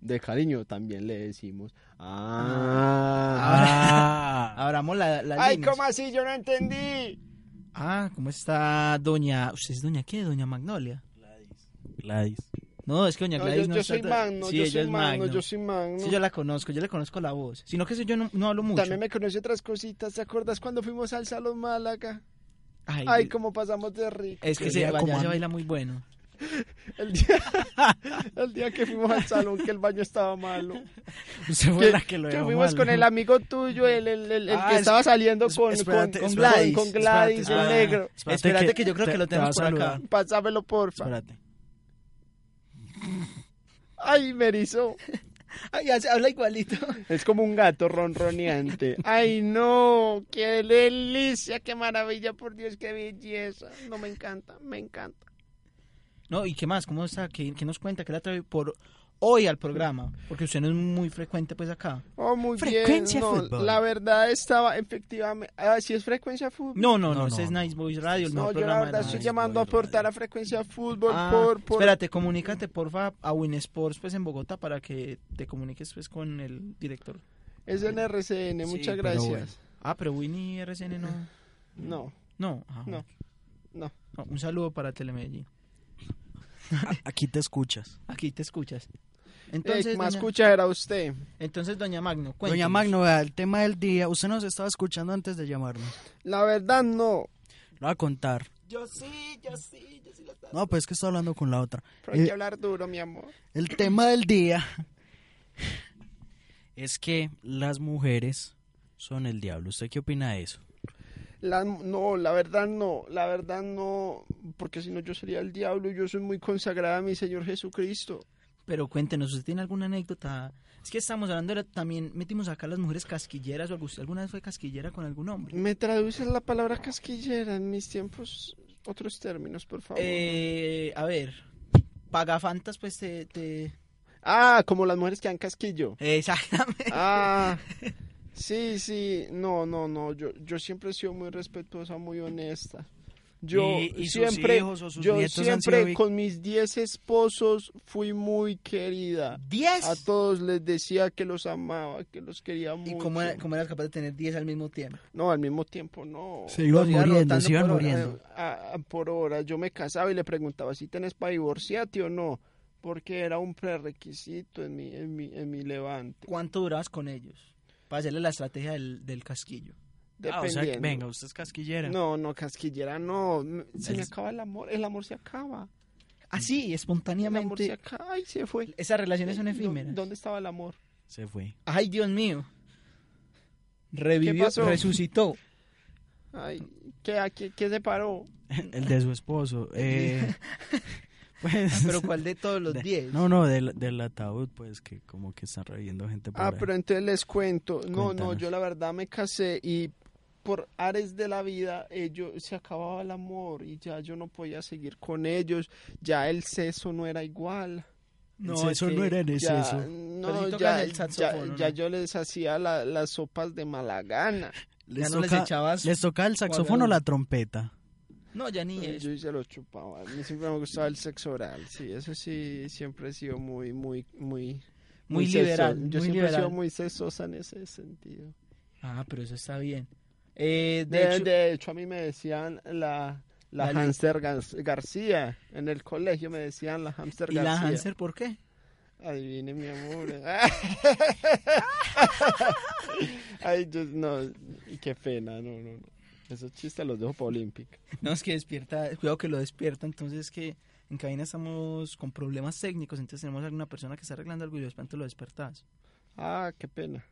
[SPEAKER 3] De cariño también le decimos.
[SPEAKER 2] Ah.
[SPEAKER 3] Ah.
[SPEAKER 2] Abramos la. las
[SPEAKER 3] Ay,
[SPEAKER 2] líneas.
[SPEAKER 3] ¿cómo así? Yo no entendí.
[SPEAKER 2] Ah, ¿cómo está doña. ¿Usted es doña qué? Doña Magnolia.
[SPEAKER 4] Gladys.
[SPEAKER 2] No, es que doña
[SPEAKER 3] No,
[SPEAKER 2] Gladys
[SPEAKER 3] yo-
[SPEAKER 2] no
[SPEAKER 3] yo
[SPEAKER 2] está
[SPEAKER 3] soy
[SPEAKER 2] to-
[SPEAKER 3] Magno,
[SPEAKER 2] Sí,
[SPEAKER 3] yo
[SPEAKER 2] ella
[SPEAKER 3] soy
[SPEAKER 2] es
[SPEAKER 3] Magno, yo soy Magno.
[SPEAKER 2] Sí, yo la conozco, yo le conozco la voz. Sino que eso yo no, no hablo mucho.
[SPEAKER 3] También me conocí otras cositas. ¿Te acuerdas cuando fuimos al Salón Málaga?
[SPEAKER 2] Ay,
[SPEAKER 3] Ay, cómo pasamos de rico.
[SPEAKER 2] Es que se, allá se baila muy bueno.
[SPEAKER 3] El día, el día que fuimos al salón, que el baño estaba malo.
[SPEAKER 4] Usted fue la que lo dejó
[SPEAKER 3] fuimos
[SPEAKER 4] mal,
[SPEAKER 3] con
[SPEAKER 4] ¿no?
[SPEAKER 3] el amigo tuyo, el, el, el, el
[SPEAKER 2] Ah,
[SPEAKER 3] que
[SPEAKER 2] es-
[SPEAKER 3] estaba saliendo
[SPEAKER 2] es-
[SPEAKER 3] con,
[SPEAKER 2] espérate,
[SPEAKER 3] con, con
[SPEAKER 2] espérate,
[SPEAKER 3] Gladys, con
[SPEAKER 2] espérate,
[SPEAKER 3] Gladys,
[SPEAKER 2] espérate.
[SPEAKER 3] el negro.
[SPEAKER 2] Ah, Espérate Espérate que- que yo creo que te- lo te tenemos va a por acá. saludar.
[SPEAKER 3] Pásamelo, porfa.
[SPEAKER 4] Espérate.
[SPEAKER 3] Ay, me erizó.
[SPEAKER 2] Ay, ya se habla igualito.
[SPEAKER 3] Es como un gato ronroneante. Ay, no, qué delicia, qué maravilla, por Dios, qué belleza. No me encanta, me encanta.
[SPEAKER 2] No, ¿y qué más? ¿Cómo está? ¿Qué, qué nos cuenta? ¿Qué la trae por hoy al programa? Porque usted no es muy frecuente, pues, acá.
[SPEAKER 3] Oh, muy
[SPEAKER 2] Frecuencia
[SPEAKER 3] bien. no,
[SPEAKER 2] fútbol.
[SPEAKER 3] La verdad estaba efectivamente. Ah, sí, es frecuencia fútbol.
[SPEAKER 2] No, no, no, ese es Nice Boys Radio, el
[SPEAKER 3] No,
[SPEAKER 2] mejor
[SPEAKER 3] yo
[SPEAKER 2] programa de
[SPEAKER 3] la verdad
[SPEAKER 2] la
[SPEAKER 3] estoy
[SPEAKER 2] radio.
[SPEAKER 3] llamando a aportar a frecuencia fútbol
[SPEAKER 2] Ah,
[SPEAKER 3] por, por-
[SPEAKER 2] Espérate, comunícate, porfa, a Winsports, pues, en Bogotá, para que te comuniques, pues, con el director.
[SPEAKER 3] Es en RCN, muchas
[SPEAKER 2] pero
[SPEAKER 3] gracias.
[SPEAKER 2] bueno. Ah, pero Winnie RCN no...
[SPEAKER 3] No, eh,
[SPEAKER 2] No, ah,
[SPEAKER 3] no,
[SPEAKER 2] ok.
[SPEAKER 3] no.
[SPEAKER 2] No, Un saludo para Telemedellín.
[SPEAKER 4] Aquí te escuchas.
[SPEAKER 2] Aquí te escuchas.
[SPEAKER 3] Entonces,
[SPEAKER 2] Entonces,
[SPEAKER 3] Eh, más
[SPEAKER 2] doña-
[SPEAKER 3] escucha era usted.
[SPEAKER 2] Entonces, doña Magno,
[SPEAKER 4] Doña
[SPEAKER 2] cuéntenos.
[SPEAKER 4] Magno, vea, el tema del día. Usted nos estaba escuchando antes de llamarnos.
[SPEAKER 3] La verdad, no.
[SPEAKER 4] Lo voy a contar.
[SPEAKER 3] Yo sí, yo sí, yo sí la estaba.
[SPEAKER 4] No, pues es que está hablando con la otra.
[SPEAKER 3] Pero hay
[SPEAKER 4] Eh,
[SPEAKER 3] que hablar duro, mi amor.
[SPEAKER 4] El tema del día es que las mujeres son el diablo. ¿Usted qué opina de eso?
[SPEAKER 3] La- no, la verdad no, la verdad no, porque si no yo sería el diablo, yo soy muy consagrada a mi Señor Jesucristo.
[SPEAKER 2] Pero cuéntenos, ¿usted tiene alguna anécdota? Es que estamos hablando, era- también metimos acá las mujeres casquilleras o algo. ¿Usted alguna vez fue casquillera con algún hombre?
[SPEAKER 3] ¿Me traduces la palabra casquillera en mis tiempos? Otros términos, por favor.
[SPEAKER 2] Eh, a ver, pagafantas, pues te. te...
[SPEAKER 3] Ah, como las mujeres que dan casquillo.
[SPEAKER 2] Exactamente.
[SPEAKER 3] Ah, sí, sí, no, no, no, yo, yo siempre he sido muy respetuosa, muy honesta. Yo
[SPEAKER 4] ¿Y- y sus
[SPEAKER 3] siempre,
[SPEAKER 4] hijos o sus
[SPEAKER 3] yo
[SPEAKER 4] nietos han
[SPEAKER 3] siempre
[SPEAKER 4] sido vic-
[SPEAKER 3] con mis 10 esposos fui muy querida.
[SPEAKER 2] ¿Diez?
[SPEAKER 3] A todos les decía que los amaba, que los quería mucho.
[SPEAKER 2] ¿Y cómo, era- cómo eras capaz de tener 10 al mismo tiempo?
[SPEAKER 3] No, al mismo tiempo no.
[SPEAKER 4] Se iban
[SPEAKER 3] Los
[SPEAKER 4] muriendo,
[SPEAKER 3] rotando
[SPEAKER 4] se iban
[SPEAKER 3] por hora, eh,
[SPEAKER 4] muriendo.
[SPEAKER 3] a- a- por hora, yo me casaba y le preguntaba si tenés para divorciarte o no, porque era un prerequisito en mi, en mi, en mi levante.
[SPEAKER 2] ¿Cuánto durabas con ellos? Para hacerle la estrategia del, del casquillo.
[SPEAKER 4] Ah, o sea, que-
[SPEAKER 3] Dependiendo.
[SPEAKER 4] venga, usted es casquillera.
[SPEAKER 3] No, no, casquillera, no. m- Se me
[SPEAKER 4] Es-
[SPEAKER 3] acaba el amor, el amor se acaba.
[SPEAKER 2] Así,
[SPEAKER 3] El amor se
[SPEAKER 2] espontáneamente.
[SPEAKER 3] acaba. Ay, se fue.
[SPEAKER 2] Esas relaciones son
[SPEAKER 3] ¿Dó-
[SPEAKER 2] efímeras.
[SPEAKER 3] ¿Dónde estaba el amor?
[SPEAKER 4] Se fue.
[SPEAKER 2] Ay, Dios mío. Revivió,
[SPEAKER 3] pasó?
[SPEAKER 2] resucitó.
[SPEAKER 3] Ay, ¿qué, a qué- qué se paró? Ah,
[SPEAKER 4] El de su esposo. eh, Pues,
[SPEAKER 2] Pero ¿cuál de todos los
[SPEAKER 4] de-
[SPEAKER 2] 10?
[SPEAKER 4] No, no, del, del ataúd, pues que como que están reviviendo gente por
[SPEAKER 3] Ah,
[SPEAKER 4] ahí.
[SPEAKER 3] pero entonces les cuento. No, no,
[SPEAKER 4] Cuéntanos.
[SPEAKER 3] yo la verdad me casé y por ares de la vida ellos se acababa el amor y ya yo no podía seguir con ellos. Ya el seso no era igual.
[SPEAKER 4] El No, sexo es no que era en el
[SPEAKER 3] ya-
[SPEAKER 4] seso.
[SPEAKER 2] Pero
[SPEAKER 3] No,
[SPEAKER 2] si tocan
[SPEAKER 3] ya,
[SPEAKER 2] el
[SPEAKER 3] ya-
[SPEAKER 2] saxofón, ¿o
[SPEAKER 3] ya
[SPEAKER 2] no?
[SPEAKER 3] yo les hacía la- las sopas de mala gana.
[SPEAKER 4] Les toca- ¿Les toca el saxofón o la trompeta?
[SPEAKER 2] No, ya ni
[SPEAKER 3] Yo ya lo chupaba. A mí siempre me gustaba el sexo oral. Sí, eso sí, siempre he sido muy, muy, muy...
[SPEAKER 2] Muy liberal,
[SPEAKER 3] sexo- Yo
[SPEAKER 2] muy
[SPEAKER 3] siempre he sido
[SPEAKER 2] liberal.
[SPEAKER 3] muy sexosa en ese sentido.
[SPEAKER 2] Ah, pero eso está bien. Eh,
[SPEAKER 3] De,
[SPEAKER 2] de, hecho,
[SPEAKER 3] de hecho, a mí me decían la, la,
[SPEAKER 2] La li-
[SPEAKER 3] hamster Gar- García. En el colegio me decían la hamster
[SPEAKER 2] ¿Y la
[SPEAKER 3] García.
[SPEAKER 2] hamster por qué?
[SPEAKER 3] Adivine, mi amor. Ay, yo- no, qué pena, no, no, no. Esos chistes los dejo para Olympic.
[SPEAKER 2] no, es que despierta, cuidado que lo despierta, entonces es que en cabina estamos con problemas técnicos, entonces tenemos a alguna persona que está arreglando algo y de pronto lo despertás.
[SPEAKER 3] Ah, qué pena.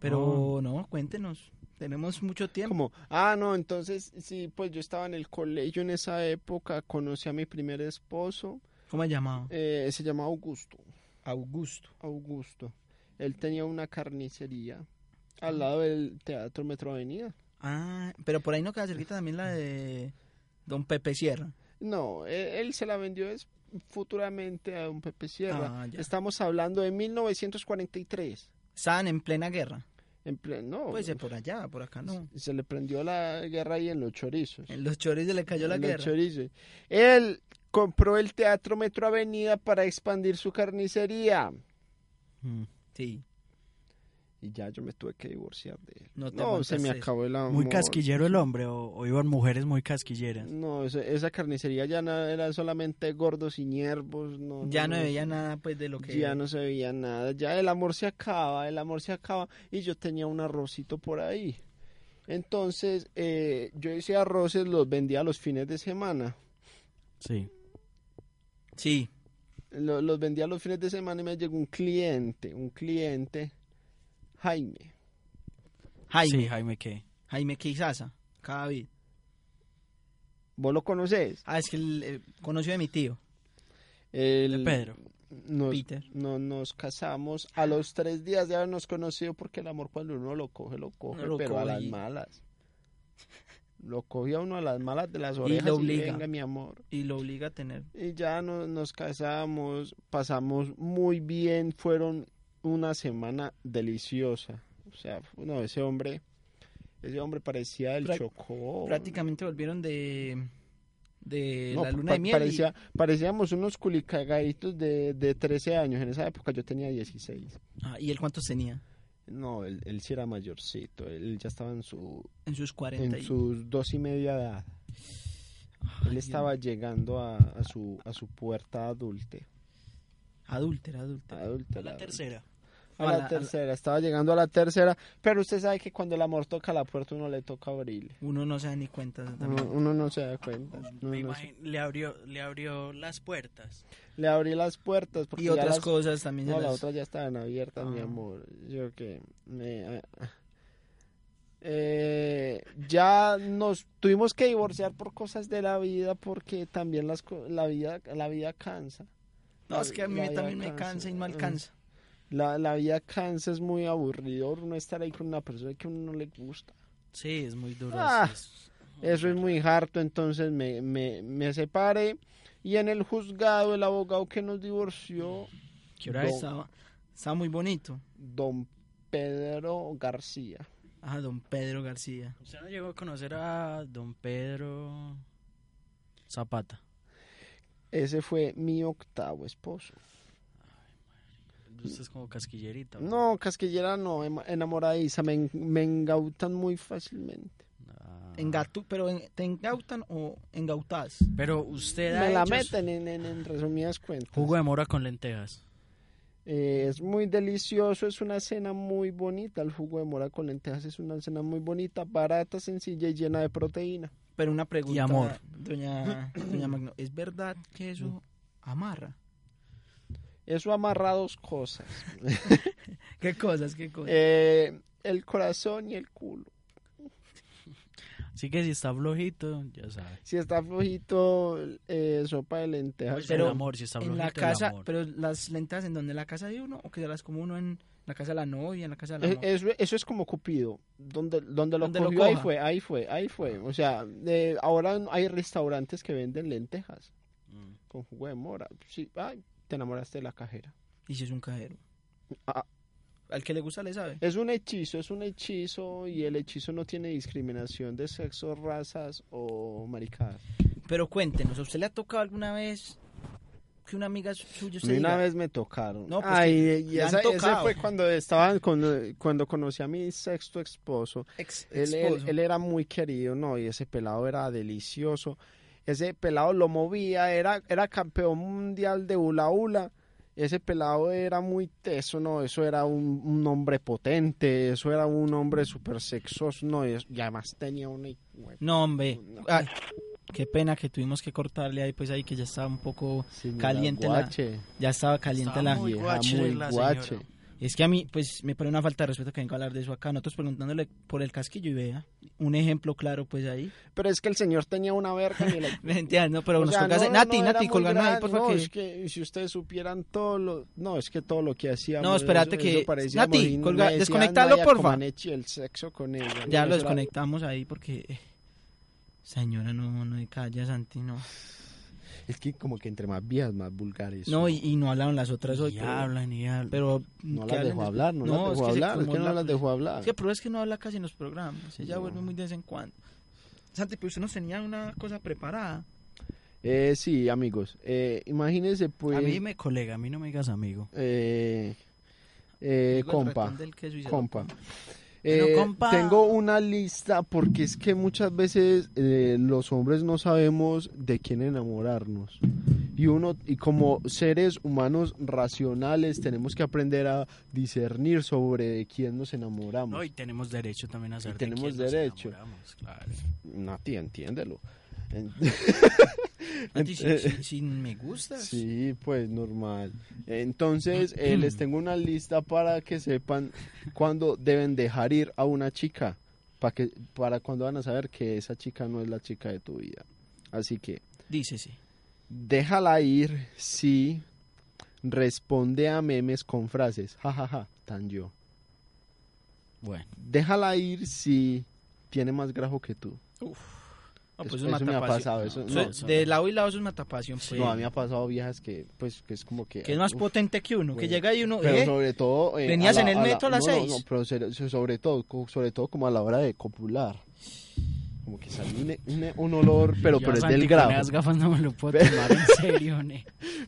[SPEAKER 2] Pero
[SPEAKER 3] Ah.
[SPEAKER 2] no, cuéntenos, tenemos mucho tiempo.
[SPEAKER 3] Como, ah, no, entonces, sí, pues yo estaba en el colegio en esa época, conocí a mi primer esposo.
[SPEAKER 2] ¿Cómo se llamaba?
[SPEAKER 3] Eh, se llama Augusto.
[SPEAKER 2] Augusto.
[SPEAKER 3] Augusto. Él tenía una carnicería al lado del Teatro Metro Avenida.
[SPEAKER 2] Ah, pero por ahí no queda cerquita también la de Don Pepe Sierra.
[SPEAKER 3] No, e- él, se la vendió es- futuramente a un Pepe Sierra.
[SPEAKER 2] Ah, ya.
[SPEAKER 3] Estamos hablando de 1943.
[SPEAKER 2] Estaban en plena guerra.
[SPEAKER 3] En ple- no,
[SPEAKER 2] Pues de por allá, por acá no.
[SPEAKER 3] se le prendió la guerra ahí en los chorizos.
[SPEAKER 2] En los chorizos se le cayó la
[SPEAKER 3] En los
[SPEAKER 2] guerra.
[SPEAKER 3] chorizos. Él compró el Teatro Metro Avenida para expandir su carnicería.
[SPEAKER 2] Sí.
[SPEAKER 3] Y ya yo me tuve que divorciar de él.
[SPEAKER 2] No te
[SPEAKER 3] se
[SPEAKER 2] aguantas
[SPEAKER 3] me
[SPEAKER 2] eso.
[SPEAKER 3] acabó el amor.
[SPEAKER 4] Muy casquillero el hombre, o, o iban mujeres muy casquilleras.
[SPEAKER 3] No, esa, esa carnicería ya no era solamente gordos y hierbos. No,
[SPEAKER 2] Ya no veía nada pues de lo que...
[SPEAKER 3] Oh, Ya no se veía nada. Ya el amor se acaba, el amor se acaba. Y yo tenía un arrocito por ahí. Entonces, eh, yo hice arroces, los vendía los fines de semana.
[SPEAKER 4] Sí.
[SPEAKER 2] Sí.
[SPEAKER 3] Lo- los vendía los fines de semana y me llegó un cliente, un cliente, Jaime.
[SPEAKER 2] Jaime.
[SPEAKER 4] Sí, Jaime qué.
[SPEAKER 2] Jaime Queizaza, cada vez.
[SPEAKER 3] ¿Vos lo conoces?
[SPEAKER 2] Ah, es que el, eh, conoció de mi tío.
[SPEAKER 3] El,
[SPEAKER 4] Pedro.
[SPEAKER 3] Nos,
[SPEAKER 2] Peter.
[SPEAKER 3] no- nos casamos a los tres días de habernos conocido porque el amor cuando uno lo coge, lo coge,
[SPEAKER 2] lo
[SPEAKER 3] pero a las
[SPEAKER 2] coge.
[SPEAKER 3] malas. Lo cogía uno a las malas de las
[SPEAKER 2] Y
[SPEAKER 3] orejas y,
[SPEAKER 2] lo obliga.
[SPEAKER 3] venga mi amor.
[SPEAKER 2] Y lo obliga a tener.
[SPEAKER 3] Y ya no- nos casamos, pasamos muy bien, fueron una semana deliciosa. O sea, no, ese hombre, ese hombre parecía el
[SPEAKER 2] Práct-
[SPEAKER 3] Chocó.
[SPEAKER 2] Prácticamente volvieron de, de
[SPEAKER 3] No,
[SPEAKER 2] la luna
[SPEAKER 3] pa-
[SPEAKER 2] de miel. y-
[SPEAKER 3] parecía- parecíamos unos culicagaditos de, de 13 años. En esa época yo tenía 16.
[SPEAKER 2] Ah, ¿Y él cuántos tenía?
[SPEAKER 3] No, él, él sí era mayorcito, él ya estaba en su
[SPEAKER 2] En sus 40.
[SPEAKER 3] en
[SPEAKER 2] y-
[SPEAKER 3] sus dos y media de edad. Él
[SPEAKER 2] Ay,
[SPEAKER 3] estaba llegando a, a su a su puerta adulte.
[SPEAKER 2] Adúltera, adúltera.
[SPEAKER 3] adulta,
[SPEAKER 4] La tercera.
[SPEAKER 3] A
[SPEAKER 2] A
[SPEAKER 3] la,
[SPEAKER 2] la- a la-
[SPEAKER 3] tercera, estaba llegando a la tercera, pero usted sabe que cuando el amor toca la puerta uno le toca abrirle.
[SPEAKER 2] Uno no se da ni cuenta.
[SPEAKER 3] Uno,
[SPEAKER 2] también.
[SPEAKER 3] uno no se da cuenta. uno
[SPEAKER 4] Me
[SPEAKER 3] no se-
[SPEAKER 4] imagino, le, abrió, le abrió las puertas.
[SPEAKER 3] Le abrí las puertas porque
[SPEAKER 2] Y
[SPEAKER 3] ya
[SPEAKER 2] otras
[SPEAKER 3] las-
[SPEAKER 2] cosas también. se
[SPEAKER 3] No, las
[SPEAKER 2] las-
[SPEAKER 3] otras ya estaban abiertas, mi
[SPEAKER 2] Ah.
[SPEAKER 3] amor. Yo que me- ah, ah. Eh, ya nos tuvimos que divorciar por cosas de la vida porque también las co- la vida la vida cansa.
[SPEAKER 2] No, es que a mí
[SPEAKER 3] La
[SPEAKER 2] me-
[SPEAKER 3] vida
[SPEAKER 2] también me cansa
[SPEAKER 3] Mm.
[SPEAKER 2] y no alcanza.
[SPEAKER 3] La, la vida cansa es muy aburridor uno estar ahí con una persona que a uno no le gusta.
[SPEAKER 4] Sí, es muy duro.
[SPEAKER 3] Ah,
[SPEAKER 4] sí, es-
[SPEAKER 3] eso es muy harto, entonces me, me, me separé y en el juzgado el abogado que nos divorció,
[SPEAKER 2] ¿Qué hora
[SPEAKER 3] No.
[SPEAKER 2] estaba? Estaba muy bonito.
[SPEAKER 3] don Pedro García.
[SPEAKER 2] Ah, don Pedro García.
[SPEAKER 3] Ah.
[SPEAKER 4] Usted no llegó a conocer a don Pedro Zapata.
[SPEAKER 3] Ese fue mi octavo esposo.
[SPEAKER 4] Usted es como casquillerita. ¿o
[SPEAKER 3] No, casquillera no, em- enamoradiza, me, en- me engautan muy fácilmente.
[SPEAKER 4] Ah.
[SPEAKER 2] Engatu- pero en- ¿te engautan o engautás?
[SPEAKER 4] Pero usted ha
[SPEAKER 3] Me la
[SPEAKER 4] hecho su-
[SPEAKER 3] meten en, en- en resumidas cuentas.
[SPEAKER 4] jugo de mora con lentejas.
[SPEAKER 3] Eh, es muy delicioso, es una cena muy bonita. El jugo de mora con lentejas es una cena muy bonita, barata, sencilla y llena de proteína.
[SPEAKER 2] Pero una pregunta,
[SPEAKER 4] amor. Mm.
[SPEAKER 2] Doña, doña Magno, ¿es verdad que eso amarra?
[SPEAKER 3] Eso amarra dos cosas.
[SPEAKER 2] ¿Qué cosas, qué cosas?
[SPEAKER 3] Eh, el corazón y el culo.
[SPEAKER 4] Así que si está flojito, ya sabe.
[SPEAKER 3] Si está flojito, eh, de sopa de lentejas.
[SPEAKER 2] pero en la casa, pero las lentejas en donde en la casa de uno o que las como uno en la casa de la novia, en la casa de la
[SPEAKER 3] Es-
[SPEAKER 2] mamá?
[SPEAKER 3] Eso, eso es como Cupido, donde, donde lo
[SPEAKER 2] Donde lo
[SPEAKER 3] cogió, ahí
[SPEAKER 2] coja.
[SPEAKER 3] fue, ahí fue, ahí fue. O sea, eh, ahora hay restaurantes que venden lentejas
[SPEAKER 2] Mm.
[SPEAKER 3] con jugo de mora. Sí, ay, te enamoraste de la cajera.
[SPEAKER 2] Y si es un cajero.
[SPEAKER 3] Ah,
[SPEAKER 2] Al que le gusta le sabe.
[SPEAKER 3] es un hechizo, es un hechizo y el hechizo no tiene discriminación de sexo, razas o maricadas.
[SPEAKER 2] Pero cuéntenos, ¿a usted le ha tocado alguna vez que una amiga su- suya
[SPEAKER 3] A mí
[SPEAKER 2] usted
[SPEAKER 3] una
[SPEAKER 2] diga,
[SPEAKER 3] vez me tocaron.
[SPEAKER 2] No, pues
[SPEAKER 3] Ay,
[SPEAKER 2] que
[SPEAKER 3] y
[SPEAKER 2] le han
[SPEAKER 3] esa- ese
[SPEAKER 2] tocado.
[SPEAKER 3] fue cuando estaban con, eh, cuando conocí a mi sexto esposo.
[SPEAKER 2] Ex-
[SPEAKER 3] él, él-
[SPEAKER 2] esposo.
[SPEAKER 3] él era muy querido, no, y ese pelado era delicioso. Ese pelado lo movía, era, era campeón mundial de hula hula. Ese pelado era muy teso, no, eso era un, un hombre potente, eso era un hombre súper sexoso, no, y, es- y además tenía una...
[SPEAKER 2] No, hombre. Ay, qué pena que tuvimos que cortarle ahí, pues ahí que ya estaba un poco caliente la.
[SPEAKER 3] guache.
[SPEAKER 2] Ya estaba caliente
[SPEAKER 3] Estaba
[SPEAKER 2] la.
[SPEAKER 3] muy Vieja, guache muy la señora. guache.
[SPEAKER 2] Es que a mí, pues, me parece una falta de respeto que venga a hablar de eso acá. Nosotros preguntándole por el casquillo y vea. Un ejemplo claro, pues ahí.
[SPEAKER 3] Pero es que el señor tenía una verga y le...
[SPEAKER 2] Mentira, no, pero
[SPEAKER 3] O
[SPEAKER 2] nos
[SPEAKER 3] sea,
[SPEAKER 2] colgase-
[SPEAKER 3] no,
[SPEAKER 2] Nati,
[SPEAKER 3] no, era
[SPEAKER 2] Nati,
[SPEAKER 3] muy
[SPEAKER 2] colgarnos ahí,
[SPEAKER 3] grande,
[SPEAKER 2] por favor.
[SPEAKER 3] No,
[SPEAKER 2] que-
[SPEAKER 3] es que si ustedes supieran todo lo... No, es que todo lo que hacíamos...
[SPEAKER 2] No, espérate
[SPEAKER 3] eso-
[SPEAKER 2] que-
[SPEAKER 3] eso parecíamos
[SPEAKER 2] Nati,
[SPEAKER 3] in-
[SPEAKER 2] colga-
[SPEAKER 3] me decían,
[SPEAKER 2] desconectalo,
[SPEAKER 3] "Ay,
[SPEAKER 2] porfa".
[SPEAKER 3] Acomanechi, el sexo con ella.
[SPEAKER 2] Ya
[SPEAKER 3] No,
[SPEAKER 2] lo
[SPEAKER 3] eso era-
[SPEAKER 2] desconectamos ahí porque. eh, Señora, no, no me callas, Santi, no.
[SPEAKER 3] Es que como que entre más vías, más vulgares.
[SPEAKER 2] No, y, y no hablaron las otras hoy.
[SPEAKER 3] Y
[SPEAKER 2] pero-
[SPEAKER 3] hablan,
[SPEAKER 4] y hablan.
[SPEAKER 2] Pero, que
[SPEAKER 3] No las
[SPEAKER 2] hablen
[SPEAKER 3] dejó
[SPEAKER 2] de-
[SPEAKER 3] hablar, no, las dejó
[SPEAKER 2] es que se
[SPEAKER 3] hablar, es que
[SPEAKER 2] acumula,
[SPEAKER 3] no las
[SPEAKER 2] pues.
[SPEAKER 3] dejó hablar.
[SPEAKER 2] Es que, pero es que no habla casi en los programas. Ella vuelve muy de vez en cuando. Santi, pues usted nos tenía una cosa preparada.
[SPEAKER 3] Eh, sí, amigos, eh, imagínense pues...
[SPEAKER 4] A mí me colega, a mí no me digas amigo.
[SPEAKER 3] Eh, eh,
[SPEAKER 4] Digo, el
[SPEAKER 3] compa,
[SPEAKER 4] ratón del queso y se lo
[SPEAKER 3] compa.
[SPEAKER 4] Pero,
[SPEAKER 3] Eh,
[SPEAKER 4] compa.
[SPEAKER 3] Tengo una lista porque es que muchas veces eh, los hombres no sabemos de quién enamorarnos. Y uno y como seres humanos racionales tenemos que aprender a discernir sobre de quién nos enamoramos.
[SPEAKER 4] No, y tenemos derecho también a
[SPEAKER 3] y
[SPEAKER 4] saber de
[SPEAKER 3] tenemos
[SPEAKER 4] quién nos
[SPEAKER 3] derecho.
[SPEAKER 4] enamoramos, claro.
[SPEAKER 3] Nati, entiéndelo. En-
[SPEAKER 2] Nati, si- si- si me gustas.
[SPEAKER 3] Eh, Sí, pues normal. Entonces, eh, les tengo una lista para que sepan cuándo deben dejar ir a una chica. Para, que, para cuando van a saber que esa chica no es la chica de tu vida. Así que,
[SPEAKER 2] Dice, sí.
[SPEAKER 3] déjala ir si responde a memes con frases. jajaja, tan yo.
[SPEAKER 4] Bueno.
[SPEAKER 3] Déjala ir si tiene más grajo que tú.
[SPEAKER 2] Uf. No, pues
[SPEAKER 3] Eso-
[SPEAKER 2] eso, es
[SPEAKER 3] eso me ha
[SPEAKER 2] matapasión.
[SPEAKER 3] pasado, eso-
[SPEAKER 2] Eso-
[SPEAKER 3] no, eso-
[SPEAKER 2] de lado y lado eso es matapasión. Pues.
[SPEAKER 3] No, a mí me ha pasado viejas que, pues, que es como que...
[SPEAKER 2] Que es más
[SPEAKER 3] uf,
[SPEAKER 2] potente que uno, que
[SPEAKER 3] güey.
[SPEAKER 2] llega y uno,
[SPEAKER 3] Pero
[SPEAKER 2] eh,
[SPEAKER 3] sobre todo... eh,
[SPEAKER 2] venías
[SPEAKER 3] la-
[SPEAKER 2] en el metro a las
[SPEAKER 3] no, no,
[SPEAKER 2] seis.
[SPEAKER 3] No, pero se- se- sobre todo, co- sobre todo como a la hora de copular. Como que sale un, un- un olor, pero,
[SPEAKER 4] Yo
[SPEAKER 3] pero
[SPEAKER 4] a
[SPEAKER 3] es
[SPEAKER 4] Santi
[SPEAKER 3] del
[SPEAKER 4] con
[SPEAKER 3] grajo.
[SPEAKER 4] esas gafas no me lo puedo tomar en serio, ne.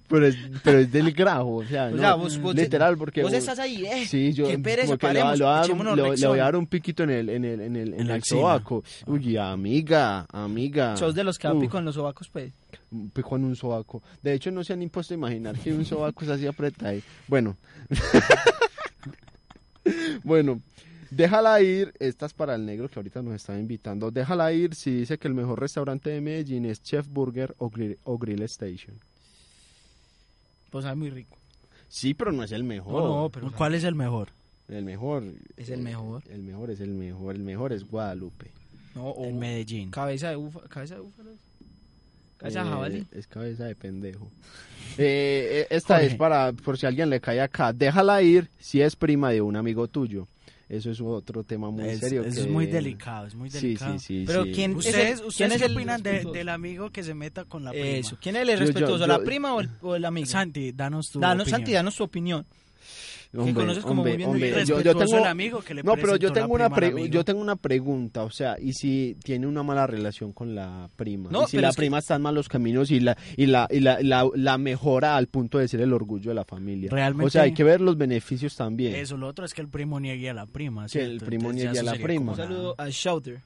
[SPEAKER 3] Pero es, pero es del grajo, o sea,
[SPEAKER 4] O
[SPEAKER 3] no,
[SPEAKER 4] sea, vos- vos-
[SPEAKER 3] literal, porque...
[SPEAKER 4] vos estás ahí, eh,
[SPEAKER 3] Sí, yo
[SPEAKER 4] qué pereza,
[SPEAKER 3] como que le,
[SPEAKER 4] paremos,
[SPEAKER 3] voy a dar un-
[SPEAKER 4] echémonos
[SPEAKER 3] le voy- le voy a
[SPEAKER 4] Rexona.
[SPEAKER 3] dar un piquito en el, en el, en el, en
[SPEAKER 4] la
[SPEAKER 3] el
[SPEAKER 4] axila.
[SPEAKER 3] sobaco. Uy, amiga, amiga.
[SPEAKER 2] sos de los que va
[SPEAKER 3] Uf.
[SPEAKER 2] con los sobacos, pues.
[SPEAKER 3] un pico en un sobaco. De hecho, no se han impuesto a imaginar que un sobaco es así apretado. Bueno. bueno, déjala ir. Esta es para el negro que ahorita nos está invitando. Déjala ir si dice que el mejor restaurante de Medellín es Chef Burger o Grill, o Grill Station.
[SPEAKER 2] Pues sabe muy rico.
[SPEAKER 3] Sí, pero no es el mejor.
[SPEAKER 2] No, no, pero-
[SPEAKER 4] ¿Cuál es el mejor?
[SPEAKER 3] El mejor.
[SPEAKER 2] Es el mejor.
[SPEAKER 3] El mejor es el mejor. El mejor es Guadalupe.
[SPEAKER 2] No, o
[SPEAKER 4] En Medellín.
[SPEAKER 2] cabeza de ufa, cabeza de búfalo. Cabeza de
[SPEAKER 3] Eh,
[SPEAKER 2] jabalí.
[SPEAKER 3] Es cabeza de pendejo. Eh, eh, esta
[SPEAKER 2] Jorge.
[SPEAKER 3] es para, por si alguien le cae acá, déjala ir si es prima de un amigo tuyo. Eso es otro tema muy
[SPEAKER 4] Es-
[SPEAKER 3] serio.
[SPEAKER 4] eso
[SPEAKER 3] que-
[SPEAKER 4] es muy delicado, es muy
[SPEAKER 3] Sí,
[SPEAKER 4] delicado.
[SPEAKER 3] Sí, sí, sí.
[SPEAKER 4] ¿Ustedes,
[SPEAKER 2] ese-
[SPEAKER 4] ustedes
[SPEAKER 2] quién es
[SPEAKER 4] qué
[SPEAKER 2] el-
[SPEAKER 4] opinan de-
[SPEAKER 2] punto?
[SPEAKER 4] del amigo que se meta con la prima?
[SPEAKER 2] Eso. ¿Quién es el respetuoso, la prima o el, o el amigo?
[SPEAKER 4] Santi, danos tu
[SPEAKER 2] Danos,
[SPEAKER 4] opinión.
[SPEAKER 2] Santi, danos tu opinión.
[SPEAKER 3] Hombre,
[SPEAKER 2] que conoces como
[SPEAKER 3] hombre,
[SPEAKER 2] muy bien.
[SPEAKER 3] hombre,
[SPEAKER 4] y
[SPEAKER 3] yo- yo
[SPEAKER 4] respetuoso
[SPEAKER 3] tengo-
[SPEAKER 4] el amigo que le
[SPEAKER 3] no, pero yo
[SPEAKER 4] presentó la
[SPEAKER 3] tengo una
[SPEAKER 4] prima al
[SPEAKER 3] pre-
[SPEAKER 4] amigo.
[SPEAKER 3] yo tengo una pregunta, o sea, y si tiene una mala relación con la prima,
[SPEAKER 4] No,
[SPEAKER 3] y si
[SPEAKER 4] pero
[SPEAKER 3] la
[SPEAKER 4] es que-
[SPEAKER 3] prima está en malos caminos y la y la y la, la- la mejora al punto de ser el orgullo de la familia.
[SPEAKER 4] Realmente-
[SPEAKER 3] O sea, hay que ver los beneficios también.
[SPEAKER 4] Eso, lo otro es que el primo niegue a la prima.
[SPEAKER 3] Que el
[SPEAKER 4] ¿cierto?
[SPEAKER 3] primo
[SPEAKER 4] Entonces, ya
[SPEAKER 3] niegue a la
[SPEAKER 4] eso sería
[SPEAKER 3] prima.
[SPEAKER 4] como
[SPEAKER 2] Un
[SPEAKER 4] una-
[SPEAKER 2] saludo a Shouter.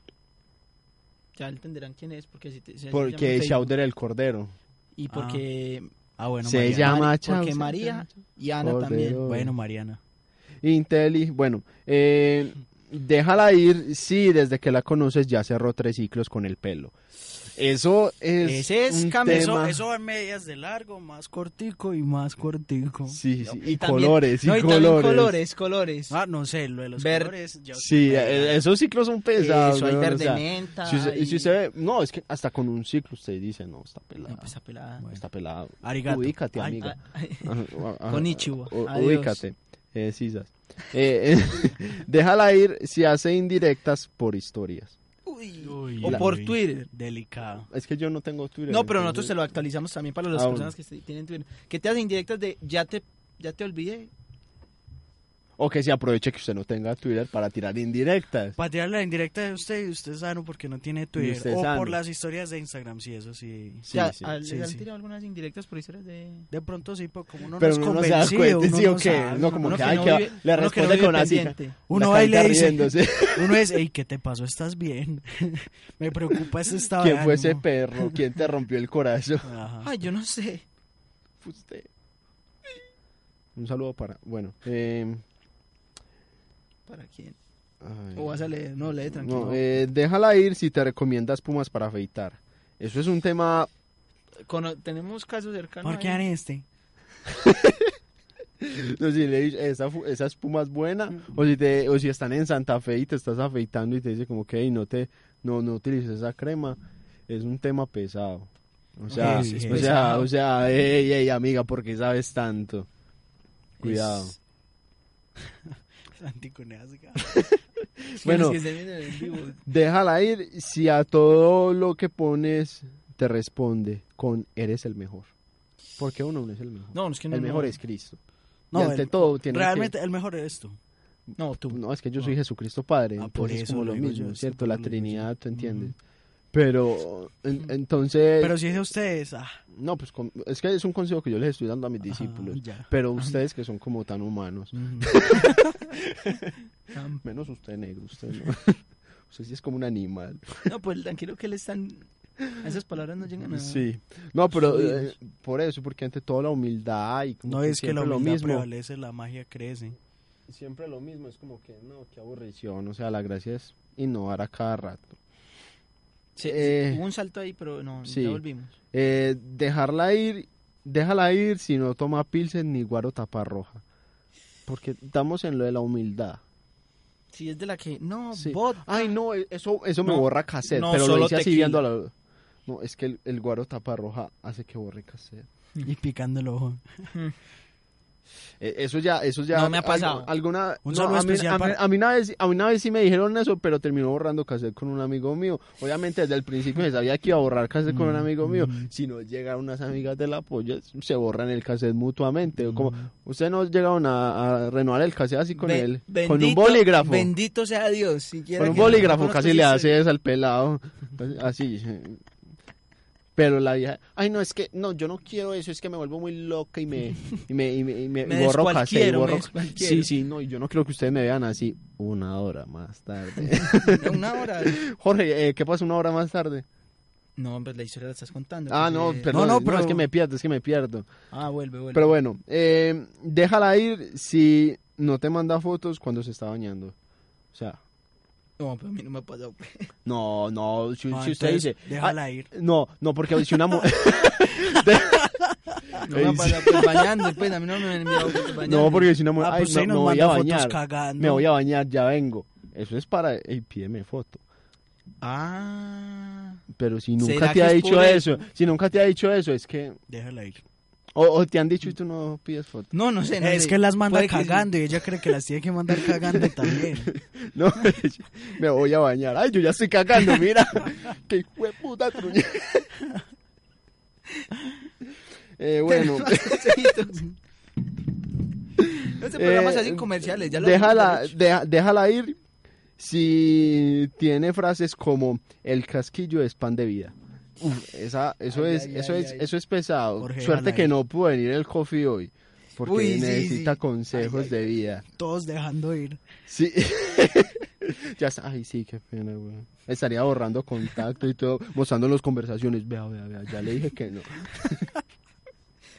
[SPEAKER 2] Ya entenderán quién es, porque si te, se llama
[SPEAKER 3] Porque
[SPEAKER 2] Facebook.
[SPEAKER 3] Chowder el Cordero.
[SPEAKER 2] Y porque.
[SPEAKER 4] Ah, bueno,
[SPEAKER 3] Se
[SPEAKER 4] Mariana.
[SPEAKER 3] llama
[SPEAKER 2] Mari-
[SPEAKER 3] Chao,
[SPEAKER 2] Porque
[SPEAKER 3] se
[SPEAKER 2] María y Ana
[SPEAKER 3] Cordero.
[SPEAKER 2] también.
[SPEAKER 4] Bueno, Mariana.
[SPEAKER 3] Inteli, bueno, eh, déjala ir si desde que la conoces ya cerró tres ciclos con el pelo. Eso es.
[SPEAKER 4] Ese es
[SPEAKER 3] un
[SPEAKER 4] cambio. Eso,
[SPEAKER 3] tema.
[SPEAKER 4] eso va en medias de largo, más cortico y más cortico.
[SPEAKER 3] Sí, sí, y
[SPEAKER 4] también-
[SPEAKER 3] colores, y
[SPEAKER 4] no,
[SPEAKER 2] también
[SPEAKER 3] colores.
[SPEAKER 2] colores, colores.
[SPEAKER 4] Ah, no sé, lo de los
[SPEAKER 2] Ver-
[SPEAKER 4] colores. ya-
[SPEAKER 3] Sí, eh, esos ciclos son pesados.
[SPEAKER 2] Eso, hay
[SPEAKER 3] weón, o
[SPEAKER 2] verde
[SPEAKER 3] sea,
[SPEAKER 2] menta,
[SPEAKER 3] Si usted,
[SPEAKER 2] hay-
[SPEAKER 3] si usted ve- no, es que hasta con un ciclo usted dice, no, está pelado.
[SPEAKER 4] pues,
[SPEAKER 2] está pelada.
[SPEAKER 3] Está pelado. Ah,
[SPEAKER 2] Arigato.
[SPEAKER 3] Ubícate,
[SPEAKER 2] Ay,
[SPEAKER 3] amiga.
[SPEAKER 4] ah,
[SPEAKER 2] ay.
[SPEAKER 3] Ajá, ajá.
[SPEAKER 2] Konnichiwa.
[SPEAKER 3] U-
[SPEAKER 2] Adiós.
[SPEAKER 3] ah, Ubícate. Eh, sisas. Eh, eh, déjala ir si hace indirectas por historias.
[SPEAKER 4] Uy,
[SPEAKER 2] O
[SPEAKER 4] uy,
[SPEAKER 2] por
[SPEAKER 4] uy,
[SPEAKER 2] Twitter.
[SPEAKER 4] Delicado.
[SPEAKER 3] Es que yo no tengo Twitter.
[SPEAKER 2] No, pero nosotros
[SPEAKER 3] entonces-
[SPEAKER 2] se lo actualizamos también para las
[SPEAKER 3] Ah,
[SPEAKER 2] personas que se- tienen Twitter. Que te hacen indirectas de ya te, ya te olvidé.
[SPEAKER 3] O que se aproveche que usted no tenga Twitter para tirar indirectas.
[SPEAKER 4] Para tirar la indirecta de usted y usted es sano porque no tiene
[SPEAKER 3] Y
[SPEAKER 4] Twitter.
[SPEAKER 3] usted es
[SPEAKER 4] O
[SPEAKER 3] sano.
[SPEAKER 4] por las historias de Instagram, sí, eso sí.
[SPEAKER 3] Sí, Ya, sí. al-
[SPEAKER 4] Sí,
[SPEAKER 2] ¿Le han
[SPEAKER 4] sí.
[SPEAKER 2] tirado algunas indirectas por historias de...?
[SPEAKER 4] De pronto sí, pero como uno
[SPEAKER 3] pero
[SPEAKER 4] no es
[SPEAKER 3] uno no se da
[SPEAKER 4] convencido,
[SPEAKER 3] cuenta,
[SPEAKER 4] uno
[SPEAKER 3] sí, o
[SPEAKER 4] no
[SPEAKER 3] qué,
[SPEAKER 4] sabe.
[SPEAKER 3] no, como
[SPEAKER 4] Uno
[SPEAKER 3] que,
[SPEAKER 4] que
[SPEAKER 3] ay,
[SPEAKER 4] no
[SPEAKER 3] que va-
[SPEAKER 4] vive-
[SPEAKER 3] le
[SPEAKER 4] uno que no
[SPEAKER 3] responde
[SPEAKER 4] vive
[SPEAKER 3] con así,
[SPEAKER 4] pendiente.
[SPEAKER 3] la
[SPEAKER 4] Uno ahí
[SPEAKER 3] carita
[SPEAKER 4] le dice,
[SPEAKER 3] riéndose.
[SPEAKER 4] uno es, ey, ¿qué te pasó? ¿Estás bien? Me preocupa ese estado de
[SPEAKER 3] ¿Quién fue ese
[SPEAKER 4] ánimo".
[SPEAKER 3] perro? ¿Quién te rompió el corazón?
[SPEAKER 2] Ay, yo no sé.
[SPEAKER 3] Usted. Un saludo para. Bueno, eh,
[SPEAKER 2] ¿Para quién?
[SPEAKER 3] ay.
[SPEAKER 2] O vas a leer. No, lee tranquilo.
[SPEAKER 3] No, eh, déjala ir si te recomiendas pumas para afeitar. Eso es un tema.
[SPEAKER 2] Cono- tenemos casos cercanos.
[SPEAKER 4] ¿Por qué
[SPEAKER 2] ahí.
[SPEAKER 4] haré este?
[SPEAKER 3] No, si le dice, esa, fu- esa espuma es buena. O si, te, o si están en Santa Fe y te estás afeitando y te dice, como que "Ey, no, te, no, no utilices esa crema. Es un tema pesado. O sea,
[SPEAKER 4] Sí, es
[SPEAKER 3] o sea,
[SPEAKER 4] pesado.
[SPEAKER 3] o sea, ey, ey, amiga, ¿por qué sabes tanto? Cuidado.
[SPEAKER 4] Es- Santi Coneasga.
[SPEAKER 2] los pues,
[SPEAKER 3] Bueno,
[SPEAKER 2] que se vienen en vivo.
[SPEAKER 3] déjala ir si a todo lo que pones te responde con eres el mejor. Porque uno no es el mejor.
[SPEAKER 2] No, es que no,
[SPEAKER 3] el mejor
[SPEAKER 2] no.
[SPEAKER 3] es Cristo.
[SPEAKER 4] No,
[SPEAKER 3] y ante
[SPEAKER 4] el-
[SPEAKER 3] todo tiene
[SPEAKER 4] Realmente el mejor eres tú.
[SPEAKER 2] No, tú.
[SPEAKER 3] No, es que yo soy Jesucristo Padre,
[SPEAKER 4] Ah, por
[SPEAKER 3] entonces es
[SPEAKER 4] eso
[SPEAKER 3] como
[SPEAKER 4] lo
[SPEAKER 3] lo
[SPEAKER 4] digo
[SPEAKER 3] mismo,
[SPEAKER 4] yo, es
[SPEAKER 3] ¿cierto?
[SPEAKER 4] por
[SPEAKER 3] La
[SPEAKER 4] lo que
[SPEAKER 3] Trinidad, ¿tú entiendes? Pero en- entonces
[SPEAKER 4] Pero si es de ustedes, ah,
[SPEAKER 3] no, pues con- es que es un consejo que yo les estoy dando a mis discípulos,
[SPEAKER 4] ya.
[SPEAKER 3] pero ustedes que son como tan humanos. Menos usted negro, usted no. Usted sí es como un animal.
[SPEAKER 4] Ah.
[SPEAKER 2] No, pues tranquilo que él están... Esas palabras no llegan a...
[SPEAKER 3] Sí. No, pero
[SPEAKER 2] Subidos.
[SPEAKER 3] eh, por eso, porque ante toda la humildad y como
[SPEAKER 4] no es que la
[SPEAKER 3] siempre
[SPEAKER 4] humildad
[SPEAKER 3] lo mismo.
[SPEAKER 4] prevalece, la magia crece.
[SPEAKER 3] Siempre lo mismo, es como que no, qué aburrición, o sea, la gracia es innovar a cada rato.
[SPEAKER 2] Sí,
[SPEAKER 3] Eh,
[SPEAKER 2] hubo un salto ahí, pero no,
[SPEAKER 3] Sí.
[SPEAKER 2] ya volvimos.
[SPEAKER 3] Eh, dejarla ir, déjala ir si no toma pilsen ni guaro taparroja. Porque estamos en lo de la humildad.
[SPEAKER 2] Sí, es de la que... No,
[SPEAKER 3] Sí.
[SPEAKER 2] bot.
[SPEAKER 3] Ay, no, e-, eso, eso me
[SPEAKER 2] No,
[SPEAKER 3] borra cassette,
[SPEAKER 2] no,
[SPEAKER 3] pero lo
[SPEAKER 2] solo
[SPEAKER 3] hice así
[SPEAKER 2] tequila.
[SPEAKER 3] viendo a la... No, es que el, el guaro taparroja hace que borre cassette.
[SPEAKER 4] Y picando el ojo.
[SPEAKER 3] Eh, Eso ya, eso ya.
[SPEAKER 2] No me ha pasado.
[SPEAKER 3] algo- alguna,
[SPEAKER 4] Un
[SPEAKER 3] no,
[SPEAKER 4] saludo
[SPEAKER 3] a mí,
[SPEAKER 4] especial
[SPEAKER 3] a mí-
[SPEAKER 4] para-
[SPEAKER 3] a mí una vez, a mí una vez sí me dijeron eso, pero terminó borrando cassette con un amigo mío. Obviamente desde el principio se sabía que iba a borrar cassette con un
[SPEAKER 2] Mm.
[SPEAKER 3] amigo mío. Si no llegaron unas amigas de la polla, se borran el cassette mutuamente. O como, ustedes no llegaron a, a renovar el cassette así con
[SPEAKER 2] Mm. Be-
[SPEAKER 3] él, con un
[SPEAKER 2] bendito-
[SPEAKER 3] bolígrafo.
[SPEAKER 2] Bendito sea Dios. siquiera
[SPEAKER 3] Con un
[SPEAKER 2] que no
[SPEAKER 3] bolígrafo
[SPEAKER 2] conozco
[SPEAKER 3] casi
[SPEAKER 2] esa
[SPEAKER 3] le
[SPEAKER 2] historia.
[SPEAKER 3] haces al pelado. Pues, Así. Pero la vieja, ay no, es que, no, yo no quiero eso, es que me vuelvo muy loca y me, y me, y me, y me-
[SPEAKER 2] Me
[SPEAKER 3] y borro
[SPEAKER 2] descualquiero,
[SPEAKER 3] cassette,
[SPEAKER 2] me
[SPEAKER 3] borro-
[SPEAKER 2] descualquiero.
[SPEAKER 3] Sí, sí, no, y yo no creo que ustedes me vean así una hora más tarde.
[SPEAKER 2] Ya Una hora.
[SPEAKER 3] Jorge, eh, ¿qué pasa una hora más tarde?
[SPEAKER 2] No, hombre, la historia la estás contando. pues,
[SPEAKER 3] Ah, no,
[SPEAKER 2] porque-
[SPEAKER 3] perdón, no,
[SPEAKER 4] no, pero-
[SPEAKER 3] es que me pierdo, es que me pierdo.
[SPEAKER 2] Ah, vuelve, vuelve.
[SPEAKER 3] Pero bueno, eh, déjala ir si no te manda fotos cuando se está bañando. O sea,
[SPEAKER 2] No, pero a mí no me ha pasado. pues.
[SPEAKER 3] no, no, si,
[SPEAKER 4] No,
[SPEAKER 3] si usted
[SPEAKER 4] entonces,
[SPEAKER 3] dice...
[SPEAKER 4] déjala
[SPEAKER 3] "Ah,
[SPEAKER 4] ir".
[SPEAKER 3] No, no, porque si una mujer...
[SPEAKER 2] No me ha pasado, pues bañando, pues a mí no me han enviado fotos bañando.
[SPEAKER 3] No, porque si una mujer,
[SPEAKER 4] Ah,
[SPEAKER 3] ay,
[SPEAKER 4] pues
[SPEAKER 3] me,
[SPEAKER 4] ahí nos
[SPEAKER 3] me voy a
[SPEAKER 4] manda fotos
[SPEAKER 3] bañar,
[SPEAKER 4] cagando.
[SPEAKER 3] me voy a bañar, ya vengo. Eso es para, ey, pídeme foto.
[SPEAKER 2] Ah.
[SPEAKER 3] Pero si
[SPEAKER 2] ¿Será
[SPEAKER 3] nunca
[SPEAKER 2] que
[SPEAKER 3] te ha
[SPEAKER 2] es
[SPEAKER 3] dicho
[SPEAKER 2] por el-
[SPEAKER 3] eso, si nunca te ha dicho eso, es que,
[SPEAKER 4] Déjala ir.
[SPEAKER 3] o, o te han dicho y tú no pides foto.
[SPEAKER 2] No, no sé. No
[SPEAKER 4] es
[SPEAKER 2] sé.
[SPEAKER 4] que las manda
[SPEAKER 2] Puede que sí.
[SPEAKER 4] cagando y ella cree que las tiene que mandar cagando también.
[SPEAKER 3] No, me voy a bañar. Ay, yo ya estoy cagando, mira. Qué hijo de puta truñe. Eh, bueno,
[SPEAKER 2] No sé, programas
[SPEAKER 3] Eh,
[SPEAKER 2] así comerciales. Ya lo
[SPEAKER 3] déjala,
[SPEAKER 2] habíamos dicho.
[SPEAKER 3] deja- déjala ir si tiene frases como el casquillo es pan de vida. Uf, esa, eso
[SPEAKER 2] Ay,
[SPEAKER 3] es,
[SPEAKER 2] ay,
[SPEAKER 3] eso
[SPEAKER 2] ay,
[SPEAKER 3] es,
[SPEAKER 2] ay.
[SPEAKER 3] eso es pesado.
[SPEAKER 4] Jorge,
[SPEAKER 3] Suerte
[SPEAKER 4] déjala
[SPEAKER 3] que
[SPEAKER 4] ir.
[SPEAKER 3] no pudo venir el coffee hoy, porque
[SPEAKER 2] Uy, sí,
[SPEAKER 3] necesita
[SPEAKER 2] sí.
[SPEAKER 3] consejos de vida.
[SPEAKER 4] Todos dejando ir.
[SPEAKER 3] Sí. ya está. Ay, sí, qué pena, güey. Estaría borrando contacto y todo, mostrando las conversaciones. Vea, vea, vea. Ya le dije que no.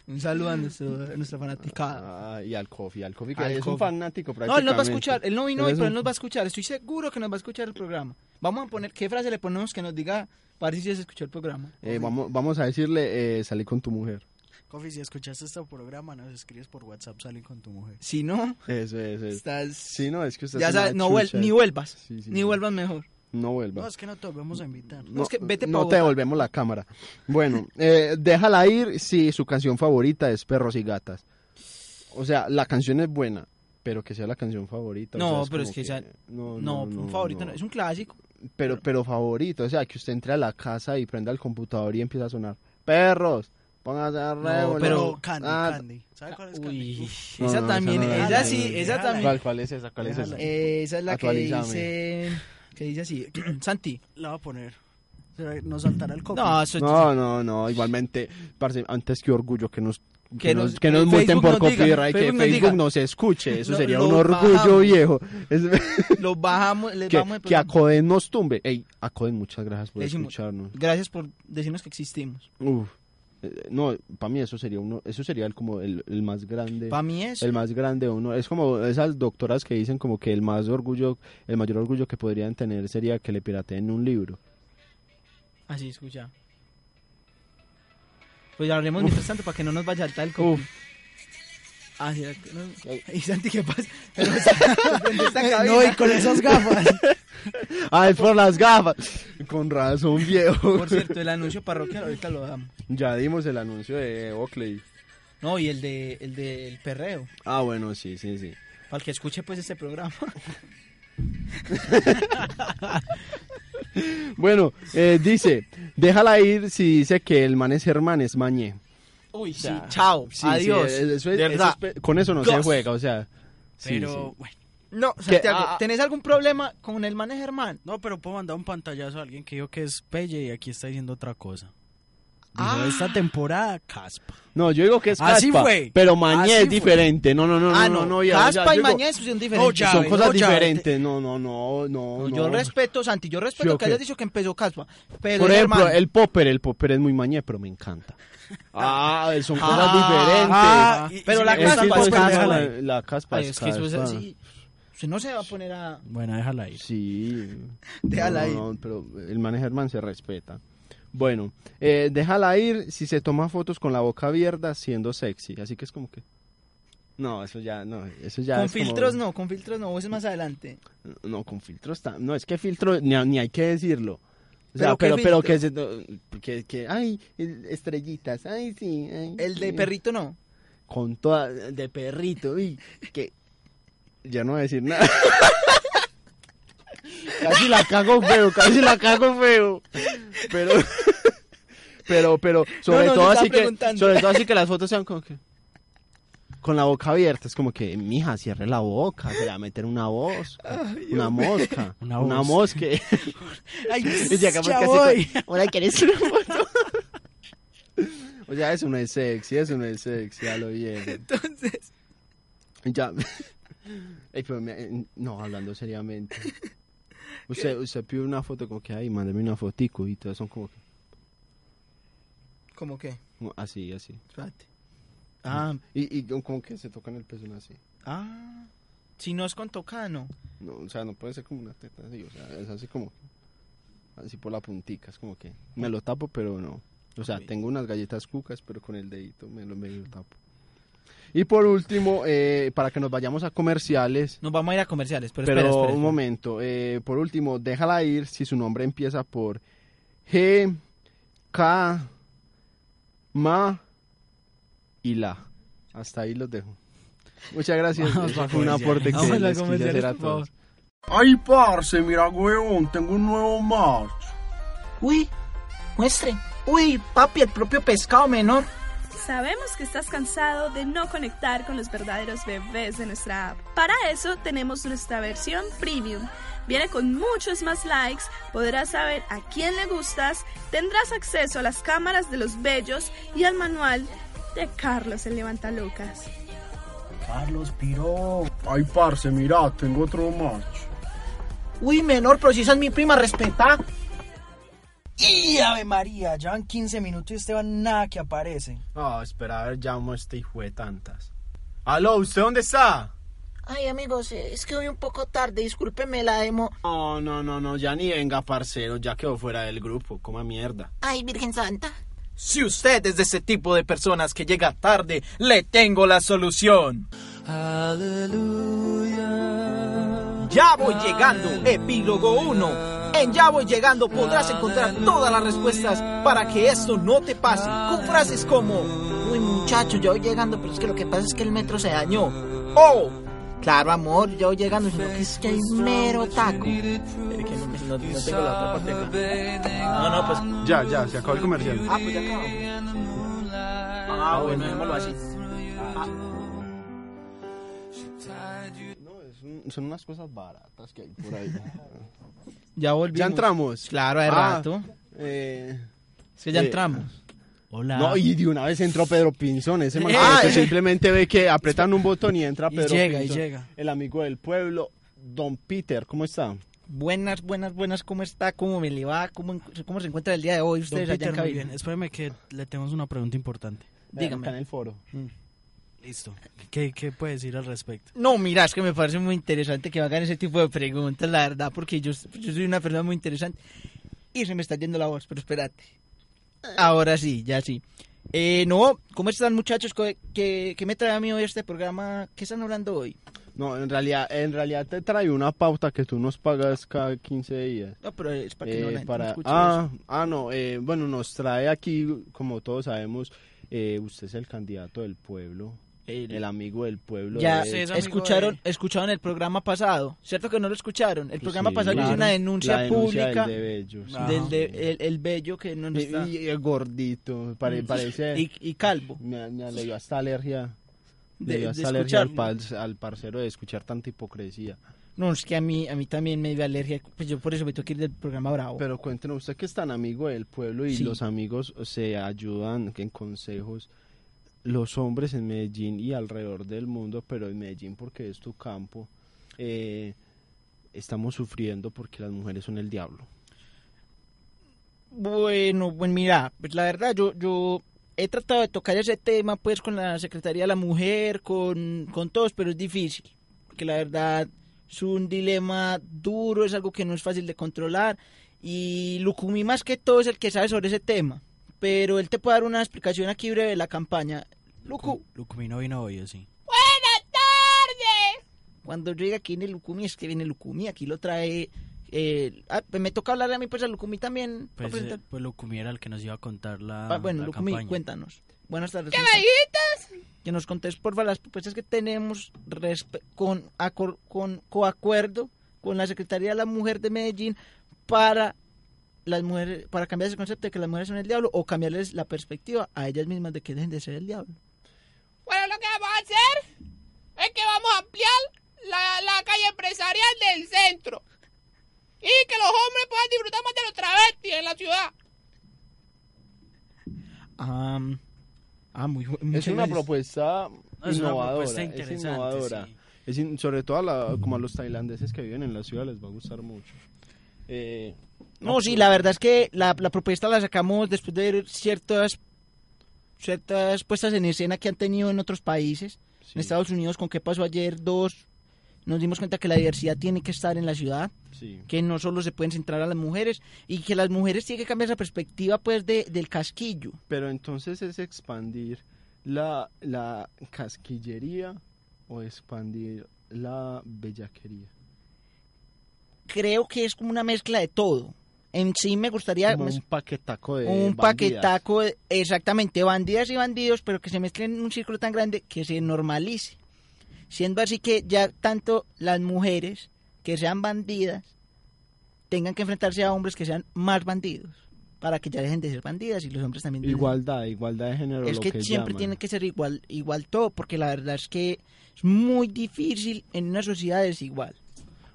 [SPEAKER 2] Un saludo a, nuestro- a nuestra fanaticada.
[SPEAKER 3] Ah, y al coffee, al coffee que
[SPEAKER 2] Al
[SPEAKER 3] es un
[SPEAKER 2] Coffee.
[SPEAKER 3] fanático
[SPEAKER 2] No,
[SPEAKER 3] prácticamente.
[SPEAKER 2] él nos va a escuchar. Él no vino hoy,
[SPEAKER 3] es
[SPEAKER 2] pero
[SPEAKER 3] un-
[SPEAKER 2] él nos va a escuchar. Estoy seguro que nos va a escuchar el programa. Vamos a poner, ¿qué frase le ponemos que nos diga Parece si se escuchó el programa.
[SPEAKER 3] Eh, vamos, vamos a decirle, eh, salí con tu mujer.
[SPEAKER 12] Cofi, si escuchaste este programa, nos escribes por WhatsApp, salen con tu mujer.
[SPEAKER 2] Si no,
[SPEAKER 3] Eso es. es.
[SPEAKER 2] Estás-
[SPEAKER 3] Sí, no, es que usted
[SPEAKER 2] ya
[SPEAKER 3] es una
[SPEAKER 2] sabes, no vuel-
[SPEAKER 3] chucha.
[SPEAKER 2] ni vuelvas.
[SPEAKER 3] Sí, sí,
[SPEAKER 2] ni
[SPEAKER 3] sí.
[SPEAKER 2] vuelvas mejor.
[SPEAKER 3] No
[SPEAKER 12] No,
[SPEAKER 3] vuelvas.
[SPEAKER 12] es que no te volvemos a invitar.
[SPEAKER 3] No,
[SPEAKER 2] es que vete pa'
[SPEAKER 3] no te
[SPEAKER 2] Bogotá.
[SPEAKER 3] devolvemos la cámara. Bueno, eh, déjala ir si su canción favorita es Perros y Gatas. O sea, la canción es buena, pero que sea la canción favorita. o sea,
[SPEAKER 2] No, pero
[SPEAKER 3] como
[SPEAKER 2] es que, esa-
[SPEAKER 3] no,
[SPEAKER 2] no,
[SPEAKER 3] no,
[SPEAKER 2] un favorito no,
[SPEAKER 3] no.
[SPEAKER 2] es un clásico.
[SPEAKER 3] Pero, pero favorito, o sea, que usted entre a la casa y prenda el computador y empieza a sonar. Perros, pónganse a
[SPEAKER 12] No,
[SPEAKER 3] revolar".
[SPEAKER 12] pero Candy,
[SPEAKER 3] Ah,
[SPEAKER 12] Candy. ¿Sabe cuál es Candy? Uf.
[SPEAKER 3] no,
[SPEAKER 2] esa
[SPEAKER 3] no,
[SPEAKER 2] también,
[SPEAKER 3] no, no,
[SPEAKER 2] esa
[SPEAKER 3] no,
[SPEAKER 2] sí,
[SPEAKER 3] no, no.
[SPEAKER 2] esa también.
[SPEAKER 3] ¿Cuál, cuál es esa? ¿Cuál es esa?
[SPEAKER 2] Eh, esa es la que
[SPEAKER 3] Actualízame.
[SPEAKER 2] dice, que dice así, Santi.
[SPEAKER 12] La va a poner. Se va- Nos saltará el copo.
[SPEAKER 2] No, eso-
[SPEAKER 3] No, no, no, igualmente, parce, antes que orgullo que nos que,
[SPEAKER 2] Que
[SPEAKER 3] nos,
[SPEAKER 2] nos-
[SPEAKER 3] que nos
[SPEAKER 2] Facebook
[SPEAKER 3] multen por
[SPEAKER 2] nos diga,
[SPEAKER 3] copyright,
[SPEAKER 2] Facebook
[SPEAKER 3] que
[SPEAKER 2] nos
[SPEAKER 3] Facebook
[SPEAKER 2] diga.
[SPEAKER 3] nos escuche, eso
[SPEAKER 2] No,
[SPEAKER 3] sería
[SPEAKER 2] lo
[SPEAKER 3] un orgullo
[SPEAKER 2] bajamos.
[SPEAKER 3] viejo. Es-
[SPEAKER 2] Los bajamos, les
[SPEAKER 3] que,
[SPEAKER 2] vamos el
[SPEAKER 3] que
[SPEAKER 2] programa.
[SPEAKER 3] Acoden nos tumbe. Ey, Acoden, muchas gracias por
[SPEAKER 2] Le decimos,
[SPEAKER 3] escucharnos.
[SPEAKER 2] Gracias por decirnos que existimos.
[SPEAKER 3] Uf. Eh, No, para mí eso sería uno, eso sería el, como el, el más grande.
[SPEAKER 2] Pa' mí eso.
[SPEAKER 3] El más grande uno. Es como esas doctoras que dicen como que el más orgullo, el mayor orgullo que podrían tener sería que le pirateen un libro.
[SPEAKER 2] Así, escucha. Pues hablaremos mientras tanto para que no nos vaya a saltar el copo. Así, y Santi, ¿qué pasa? Eh, Pero,
[SPEAKER 12] No, y con esas gafas.
[SPEAKER 3] Ah, es por las gafas. Con razón, viejo.
[SPEAKER 2] Por cierto, el anuncio parroquial ahorita lo damos.
[SPEAKER 3] Ya dimos el anuncio de Oakley.
[SPEAKER 2] No, y el de el del perreo.
[SPEAKER 3] Ah, bueno, sí, sí, sí.
[SPEAKER 2] Para el que escuche pues este programa.
[SPEAKER 3] Bueno, eh, dice, déjala ir si dice que el man es Germán, es mañé.
[SPEAKER 2] Uy, sí,
[SPEAKER 3] Ya.
[SPEAKER 2] chao.
[SPEAKER 3] Sí, sí,
[SPEAKER 2] adiós.
[SPEAKER 3] eso es- eso es-
[SPEAKER 2] De verdad.
[SPEAKER 3] pe- con eso no se
[SPEAKER 2] Dios.
[SPEAKER 3] juega, o sea. sí,
[SPEAKER 12] Pero,
[SPEAKER 3] sí.
[SPEAKER 12] bueno.
[SPEAKER 2] No,
[SPEAKER 3] Que-
[SPEAKER 2] Santiago,
[SPEAKER 3] ah, ah.
[SPEAKER 2] ¿tenés algún problema con el man de Germán?
[SPEAKER 12] No, pero puedo mandar un pantallazo a alguien que dijo que es Pelle y aquí está diciendo otra cosa. Dijo,
[SPEAKER 2] Ah.
[SPEAKER 12] esta temporada, caspa.
[SPEAKER 3] No, yo digo que es
[SPEAKER 12] Así
[SPEAKER 3] caspa,
[SPEAKER 12] fue.
[SPEAKER 3] pero mañé
[SPEAKER 12] Así
[SPEAKER 3] es
[SPEAKER 12] fue.
[SPEAKER 3] diferente. No, no, no,
[SPEAKER 2] Ah,
[SPEAKER 3] no,
[SPEAKER 2] no,
[SPEAKER 3] no, ya,
[SPEAKER 2] caspa y
[SPEAKER 3] ya, yo digo-
[SPEAKER 2] mañé son diferentes.
[SPEAKER 3] No,
[SPEAKER 2] Oh, ya
[SPEAKER 3] son
[SPEAKER 2] ves,
[SPEAKER 3] cosas
[SPEAKER 2] no, ya ves.
[SPEAKER 3] diferentes. No, no, no, no, no.
[SPEAKER 2] Yo respeto, Santi, yo respeto
[SPEAKER 3] ¿Sí o
[SPEAKER 2] que
[SPEAKER 3] qué?
[SPEAKER 2] hayas dicho que empezó Caspa. Pero
[SPEAKER 3] Por
[SPEAKER 2] es
[SPEAKER 3] ejemplo,
[SPEAKER 2] Germán.
[SPEAKER 3] el popper, el popper es muy mañé, pero me encanta. Ah, son
[SPEAKER 2] Ah,
[SPEAKER 3] cosas diferentes.
[SPEAKER 2] ah, y- y
[SPEAKER 3] pero
[SPEAKER 2] si
[SPEAKER 3] la
[SPEAKER 2] le gusta
[SPEAKER 3] caspa
[SPEAKER 2] el
[SPEAKER 3] es
[SPEAKER 2] popper,
[SPEAKER 3] caspa.
[SPEAKER 2] déjala
[SPEAKER 3] La,
[SPEAKER 2] ahí.
[SPEAKER 3] caspa
[SPEAKER 2] Ay,
[SPEAKER 3] es,
[SPEAKER 2] es que eso es
[SPEAKER 3] caspa.
[SPEAKER 2] así. Usted no se va a poner a...
[SPEAKER 12] Bueno, déjala ir.
[SPEAKER 3] Sí.
[SPEAKER 2] Déjala
[SPEAKER 3] No,
[SPEAKER 2] ir.
[SPEAKER 3] no, pero el man Germán se respeta. Bueno, eh, déjala ir si se toma fotos con la boca abierta siendo sexy. Así que es como que. No, eso ya, no, eso ya.
[SPEAKER 2] con
[SPEAKER 3] es como-
[SPEAKER 2] filtros no, con filtros no, vos es más adelante.
[SPEAKER 3] No, con filtros tam- No, es que filtro ni, ni hay que decirlo. O sea,
[SPEAKER 2] ¿Pero qué
[SPEAKER 3] pero, pero, que, se,
[SPEAKER 2] filtro?
[SPEAKER 3] que, que- Ay, estrellitas. Ay, sí. ay,
[SPEAKER 2] El de
[SPEAKER 3] sí.
[SPEAKER 2] perrito no.
[SPEAKER 3] Con toda. De perrito. Uy, que. Ya no voy a decir nada. casi la cago feo, casi la cago feo. Pero. Pero, pero, sobre
[SPEAKER 2] No, no,
[SPEAKER 3] todo
[SPEAKER 2] se
[SPEAKER 3] así
[SPEAKER 2] está
[SPEAKER 3] que.
[SPEAKER 2] preguntando.
[SPEAKER 3] Sobre todo así que las fotos sean como que. Con la boca abierta, es como que, mija, cierre la boca, se le va a meter una voz, una mosca, una,
[SPEAKER 12] Una voz.
[SPEAKER 3] mosca.
[SPEAKER 2] Ay,
[SPEAKER 3] Y llegamos
[SPEAKER 2] ya
[SPEAKER 3] casi
[SPEAKER 2] voy.
[SPEAKER 3] con- Ahora quieres una foto. o sea, eso no es sexy, eso no es sexy, ya lo bien.
[SPEAKER 2] Entonces,
[SPEAKER 3] Ya. Ey, pero me- eh, no, hablando seriamente. Usted, usted pide una foto como que, ay, mándame una fotico y todas son como que,
[SPEAKER 2] ¿cómo qué?
[SPEAKER 3] como así, así.
[SPEAKER 2] Espérate. Ah,
[SPEAKER 3] Y, y como que se tocan el pezón así.
[SPEAKER 2] ah. Si no es con tocano.
[SPEAKER 3] No, o sea, no puede ser como una teta así, o sea, es así como, así por la puntica, es como que me lo tapo, pero no. O sea, tengo unas galletas cucas, pero con el dedito me lo, me lo tapo. Y por último, eh, para que nos vayamos a comerciales,
[SPEAKER 2] Nos vamos a ir a comerciales, pero,
[SPEAKER 3] Pero
[SPEAKER 2] espera, espera,
[SPEAKER 3] un
[SPEAKER 2] espera.
[SPEAKER 3] momento, eh, por último, déjala ir si su nombre empieza por G, K, Ma y La. Hasta ahí los dejo. Muchas gracias.
[SPEAKER 12] Vamos
[SPEAKER 3] Eso
[SPEAKER 12] pa'
[SPEAKER 3] fue un
[SPEAKER 12] comerciales.
[SPEAKER 3] aporte
[SPEAKER 12] Vamos
[SPEAKER 3] que
[SPEAKER 12] a
[SPEAKER 3] les quise
[SPEAKER 12] comerciales,
[SPEAKER 3] hacer a
[SPEAKER 12] por favor.
[SPEAKER 3] todos.
[SPEAKER 13] Ay, parce, mira, huevón, tengo un nuevo match.
[SPEAKER 14] Uy, muestre. Uy, papi, el propio pescado menor.
[SPEAKER 15] Sabemos que estás cansado de no conectar con los verdaderos bebés de nuestra app. Para eso tenemos nuestra versión premium. Viene con muchos más likes, podrás saber a quién le gustas, tendrás acceso a las cámaras de los bellos y al manual de Carlos el Levantalucas.
[SPEAKER 13] Carlos Piro. Ay, parce, mira, tengo otro match.
[SPEAKER 14] Uy, menor, pero si esa es mi prima, respeta.
[SPEAKER 12] Y Ave María, ya van 15 minutos y Esteban nada que aparece.
[SPEAKER 3] Ah, espera, a ver, llamo a este hijo de tantas. Aló, ¿usted dónde está?
[SPEAKER 14] Ay, amigos, eh, es que voy un poco tarde, discúlpeme la demo.
[SPEAKER 3] No, no, no, no, ya ni venga, parcero, ya quedó fuera del grupo, coma mierda.
[SPEAKER 14] Ay, Virgen Santa.
[SPEAKER 16] Si usted es de ese tipo de personas que llega tarde, le tengo la solución. Aleluya. Ya voy llegando, epílogo 1. En Ya voy llegando podrás encontrar todas las respuestas para que esto no te pase. Con frases como,
[SPEAKER 14] Uy, muchacho, ya voy llegando, pero es que lo que pasa es que el metro se dañó.
[SPEAKER 16] oh,
[SPEAKER 14] Claro, amor, ya voy llegando, sino que es que hay mero taco. no, tengo la otra parte
[SPEAKER 3] No, no, pues. Ya, ya, se acabó el comercial.
[SPEAKER 14] Ah, pues ya acabó.
[SPEAKER 16] Ah, bueno, démoslo así.
[SPEAKER 3] Son unas cosas baratas que hay por ahí.
[SPEAKER 2] Ya volvimos.
[SPEAKER 3] ya entramos.
[SPEAKER 2] Claro, de
[SPEAKER 3] Ah,
[SPEAKER 2] rato.
[SPEAKER 3] eh,
[SPEAKER 2] Es que ya
[SPEAKER 3] eh,
[SPEAKER 2] entramos. Hola.
[SPEAKER 3] No, y de una vez entró Pedro Pinzón, ese man
[SPEAKER 2] Ah,
[SPEAKER 3] que pues,
[SPEAKER 2] eh.
[SPEAKER 3] simplemente ve que apretan un botón y entra
[SPEAKER 2] Y
[SPEAKER 3] Pedro
[SPEAKER 2] llega, y
[SPEAKER 3] Pinzón,
[SPEAKER 2] llega.
[SPEAKER 3] El amigo del pueblo, Don Peter, ¿cómo está?
[SPEAKER 2] Buenas, buenas, buenas. ¿Cómo está? ¿Cómo me le va? ¿Cómo, en- cómo se encuentra el día de hoy
[SPEAKER 4] Don
[SPEAKER 2] ustedes allá en
[SPEAKER 4] Peter, muy
[SPEAKER 2] cabina?
[SPEAKER 4] bien. Espérame que le tenemos una pregunta importante.
[SPEAKER 2] Dígame.
[SPEAKER 3] Está en el foro.
[SPEAKER 4] Listo. ¿Qué, qué puede decir al respecto?
[SPEAKER 2] No, mira, es que me parece muy interesante que me hagan ese tipo de preguntas, la verdad, porque yo, yo soy una persona muy interesante. Y se me está yendo la voz, pero espérate. Ahora sí, ya sí. Eh, no, ¿cómo están muchachos? ¿Qué, qué, qué me trae a mí hoy este programa? ¿Qué están hablando hoy?
[SPEAKER 3] No, en realidad, en realidad te trae una pauta que tú nos pagas cada 15 días.
[SPEAKER 2] No, pero es para que no
[SPEAKER 3] Eh,
[SPEAKER 2] la gente
[SPEAKER 3] para-
[SPEAKER 2] no escuche
[SPEAKER 3] ah, ah, no, eh, bueno, nos trae aquí, como todos sabemos, eh, usted es el candidato del pueblo, el, amigo del pueblo.
[SPEAKER 2] Ya
[SPEAKER 3] de-
[SPEAKER 2] escucharon, escucharon el programa pasado, ¿cierto Pues que no lo escucharon? El programa
[SPEAKER 3] Pues sí,
[SPEAKER 2] pasado hizo
[SPEAKER 3] claro.
[SPEAKER 2] una denuncia,
[SPEAKER 3] La denuncia
[SPEAKER 2] pública
[SPEAKER 3] del de Bello, sí.
[SPEAKER 2] del de- el, el bello que no nos
[SPEAKER 3] Y,
[SPEAKER 2] está.
[SPEAKER 3] y- y gordito, pare-
[SPEAKER 2] Y-
[SPEAKER 3] parece.
[SPEAKER 2] y- calvo.
[SPEAKER 3] Me, me- le dio hasta alergia.
[SPEAKER 2] De-
[SPEAKER 3] Le dio hasta
[SPEAKER 2] de
[SPEAKER 3] alergia al,
[SPEAKER 2] escucharlo.
[SPEAKER 3] par- al parcero de escuchar tanta hipocresía.
[SPEAKER 2] No, es que a mí, a mí también me dio alergia, pues yo por eso me tengo que ir del programa Bravo.
[SPEAKER 3] Pero cuéntenos, usted que es tan amigo del pueblo y
[SPEAKER 2] Sí.
[SPEAKER 3] los amigos se ayudan en consejos. Los hombres en Medellín y alrededor del mundo, pero en Medellín porque es tu campo, eh, estamos sufriendo porque las mujeres son el diablo.
[SPEAKER 2] Bueno, bueno, mira, pues la verdad, yo, yo he tratado de tocar ese tema pues con la Secretaría de la Mujer, con, con todos, pero es difícil, porque la verdad es un dilema duro, es algo que no es fácil de controlar, y Lucumí más que todo es el que sabe sobre ese tema, pero él te puede dar una explicación aquí breve de la campaña. Lucu,
[SPEAKER 4] Lucumi no vino hoy, así.
[SPEAKER 2] cuando yo diga que viene Lucumi, es que viene Lucumi, aquí lo trae... eh, ah, pues me toca hablar a mí pues a Lucumi también. para
[SPEAKER 4] Pues,
[SPEAKER 2] presentar.
[SPEAKER 4] eh, pues Lucumi era el que nos iba a contar la.
[SPEAKER 2] Ah, bueno,
[SPEAKER 4] la
[SPEAKER 2] Lucumi,
[SPEAKER 4] campaña.
[SPEAKER 2] cuéntanos. Buenas tardes. ¿cómo estás? Que nos contes, porfa, las propuestas que tenemos respe- con, acor- con coacuerdo con la Secretaría de la Mujer de Medellín para las mujeres para cambiar ese concepto de que las mujeres son el diablo o cambiarles la perspectiva a ellas mismas de que dejen de ser el diablo.
[SPEAKER 17] Bueno, lo que vamos a hacer es que vamos a ampliar la, la calle empresarial del centro. Y que los hombres puedan disfrutar más de los travestis en la ciudad.
[SPEAKER 2] Ah, ah, muy, bu-
[SPEAKER 3] Es
[SPEAKER 2] muchas
[SPEAKER 3] una
[SPEAKER 2] gracias.
[SPEAKER 3] propuesta
[SPEAKER 2] Es una
[SPEAKER 3] innovadora.
[SPEAKER 2] propuesta
[SPEAKER 3] es
[SPEAKER 2] interesante,
[SPEAKER 3] innovadora.
[SPEAKER 2] sí.
[SPEAKER 3] Es in- sobre todo a la- como a los tailandeses que viven en la ciudad les va a gustar mucho. Eh,
[SPEAKER 2] No, sí, la verdad es que la, la propuesta la sacamos después de ver ciertas, ciertas puestas en escena que han tenido en otros países. En Estados Unidos, con qué pasó ayer, dos, nos dimos cuenta que la diversidad tiene que estar en la ciudad,
[SPEAKER 3] Sí.
[SPEAKER 2] que no solo se pueden centrar a las mujeres y que las mujeres tienen que cambiar esa perspectiva pues de- del casquillo.
[SPEAKER 3] Pero entonces es expandir la, la casquillería o expandir la bellaquería.
[SPEAKER 2] Creo que es como una mezcla de todo. En sí me gustaría...
[SPEAKER 3] Como
[SPEAKER 2] me-
[SPEAKER 3] un paquetaco de
[SPEAKER 2] un
[SPEAKER 3] bandidas.
[SPEAKER 2] paquetaco, de- exactamente, bandidas y bandidos, pero que se mezclen en un círculo tan grande que se normalice. Siendo así que ya tanto las mujeres que sean bandidas tengan que enfrentarse a hombres que sean más bandidos para que ya dejen de ser bandidas y los hombres también. dejen-
[SPEAKER 3] Igualdad, igualdad de género.
[SPEAKER 2] Es
[SPEAKER 3] lo
[SPEAKER 2] que,
[SPEAKER 3] que
[SPEAKER 2] siempre
[SPEAKER 3] llaman.
[SPEAKER 2] tiene que ser igual, igual todo, porque la verdad es que es muy difícil en una sociedad desigual.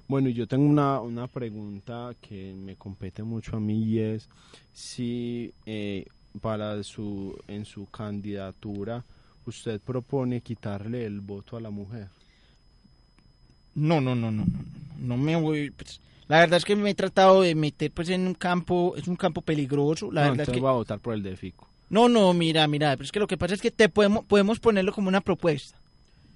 [SPEAKER 3] Bueno, y yo tengo una, una pregunta que me compete mucho a mí y es si eh, para su en su candidatura usted propone quitarle el voto a la mujer.
[SPEAKER 2] No, no, no, no, no, no me voy. pues, la verdad es que me he tratado de meter pues en un campo, es un campo peligroso. La verdad
[SPEAKER 3] No,
[SPEAKER 2] es
[SPEAKER 3] entonces
[SPEAKER 2] que
[SPEAKER 3] va a votar por el de Fico.
[SPEAKER 2] No, no, mira, mira, pero es que lo que pasa es que te podemos, podemos ponerlo como una propuesta.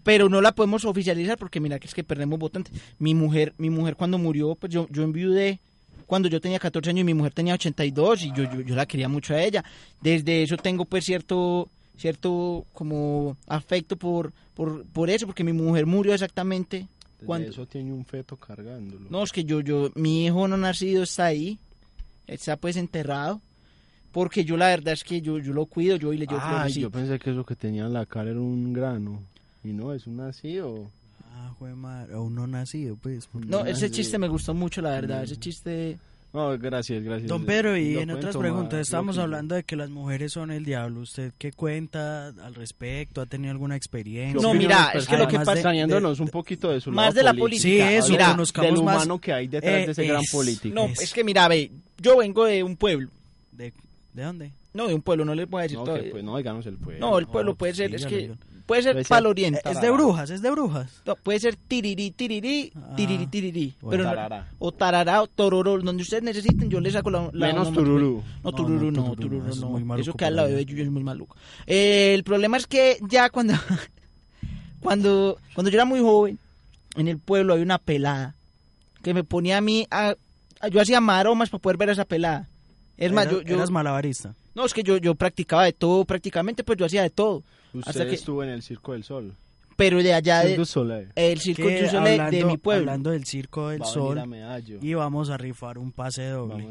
[SPEAKER 2] pero no la podemos oficializar porque mira que es que perdemos votantes. Mi mujer, mi mujer cuando murió, pues yo, yo enviudé cuando yo tenía 14 años y mi mujer tenía 82 y yo, yo, yo la quería mucho a ella. Desde eso tengo pues cierto cierto como afecto por por, por eso porque mi mujer murió exactamente
[SPEAKER 3] Desde
[SPEAKER 2] cuando
[SPEAKER 3] eso tiene un feto cargándolo.
[SPEAKER 2] no es que yo yo mi hijo no nacido está ahí está pues enterrado porque yo la verdad es que yo yo lo cuido yo y le llevo
[SPEAKER 3] Ay, yo
[SPEAKER 2] florecitas.
[SPEAKER 3] pensé que eso que tenía en la cara era un grano. Y no, es un nacido.
[SPEAKER 4] Ah, jue madre, o un no nacido, pues. porque-
[SPEAKER 2] no ese chiste me gustó mucho la verdad ese chiste
[SPEAKER 3] No, gracias, gracias.
[SPEAKER 4] Don Pedro, y
[SPEAKER 3] Lo
[SPEAKER 4] en
[SPEAKER 3] cuento,
[SPEAKER 4] otras
[SPEAKER 3] ma,
[SPEAKER 4] preguntas,
[SPEAKER 3] lo
[SPEAKER 4] estábamos
[SPEAKER 3] que-
[SPEAKER 4] hablando de que las mujeres son el diablo. ¿Usted qué cuenta al respecto? ¿Ha tenido alguna experiencia?
[SPEAKER 2] No, mira, es que lo que
[SPEAKER 4] Además
[SPEAKER 2] pasa-
[SPEAKER 4] de-
[SPEAKER 3] Saliéndonos un poquito de su
[SPEAKER 2] más
[SPEAKER 3] lado
[SPEAKER 2] de la política.
[SPEAKER 4] Sí, eso,
[SPEAKER 2] mira,
[SPEAKER 4] conozcamos
[SPEAKER 3] del
[SPEAKER 4] más. Eh,
[SPEAKER 3] humano que hay detrás de ese gran político.
[SPEAKER 2] No, es que mira, ve, yo vengo de un pueblo.
[SPEAKER 4] ¿De, dónde?
[SPEAKER 2] No, de un pueblo, no les voy a decir
[SPEAKER 3] No,
[SPEAKER 2] todo.
[SPEAKER 3] que, pues, no, díganos el pueblo.
[SPEAKER 2] No, el pueblo
[SPEAKER 3] No,
[SPEAKER 2] puede ser, es
[SPEAKER 3] dígalo,
[SPEAKER 2] que
[SPEAKER 3] dígalo.
[SPEAKER 2] puede ser
[SPEAKER 3] Puede ser-
[SPEAKER 2] palo oriental.
[SPEAKER 4] Eh, Es de brujas, es de brujas.
[SPEAKER 2] No, puede ser tiriri, tiriri, tiriri, tiriri.
[SPEAKER 4] o
[SPEAKER 2] pero no-
[SPEAKER 4] tarara.
[SPEAKER 2] o tarará, o tororó, donde ustedes necesiten, yo les saco la. la
[SPEAKER 3] Menos
[SPEAKER 2] onomatopeya. No,
[SPEAKER 3] tururú. No,
[SPEAKER 2] tururú,
[SPEAKER 3] no,
[SPEAKER 2] no,
[SPEAKER 3] tururú,
[SPEAKER 2] tururú,
[SPEAKER 3] eso es
[SPEAKER 2] no.
[SPEAKER 3] muy maluco
[SPEAKER 2] Eso que al
[SPEAKER 3] por
[SPEAKER 2] lado de
[SPEAKER 3] allá.
[SPEAKER 2] Bello es muy maluco. Eh, el problema es que ya cuando, cuando, cuando yo era muy joven, en el pueblo había una pelada que me ponía a mí a. a- yo hacía maromas para poder ver a esa pelada. Es más,
[SPEAKER 4] Era-
[SPEAKER 2] yo. yo
[SPEAKER 4] Eras malabarista.
[SPEAKER 2] no, es que yo, yo practicaba de todo, prácticamente, pues yo hacía de todo.
[SPEAKER 3] Usted
[SPEAKER 2] Hasta que, Ah, eh,
[SPEAKER 3] estuvo en el Circo del Sol.
[SPEAKER 2] pero de allá
[SPEAKER 3] Cirque
[SPEAKER 2] de-
[SPEAKER 3] du Soleil.
[SPEAKER 2] el circo
[SPEAKER 4] Que
[SPEAKER 2] du Soleil de
[SPEAKER 4] hablando-
[SPEAKER 2] mi pueblo.
[SPEAKER 4] Hablando del Circo del
[SPEAKER 3] Va a venir
[SPEAKER 4] Sol.
[SPEAKER 3] a Medallo.
[SPEAKER 4] Y vamos a rifar un pase doble.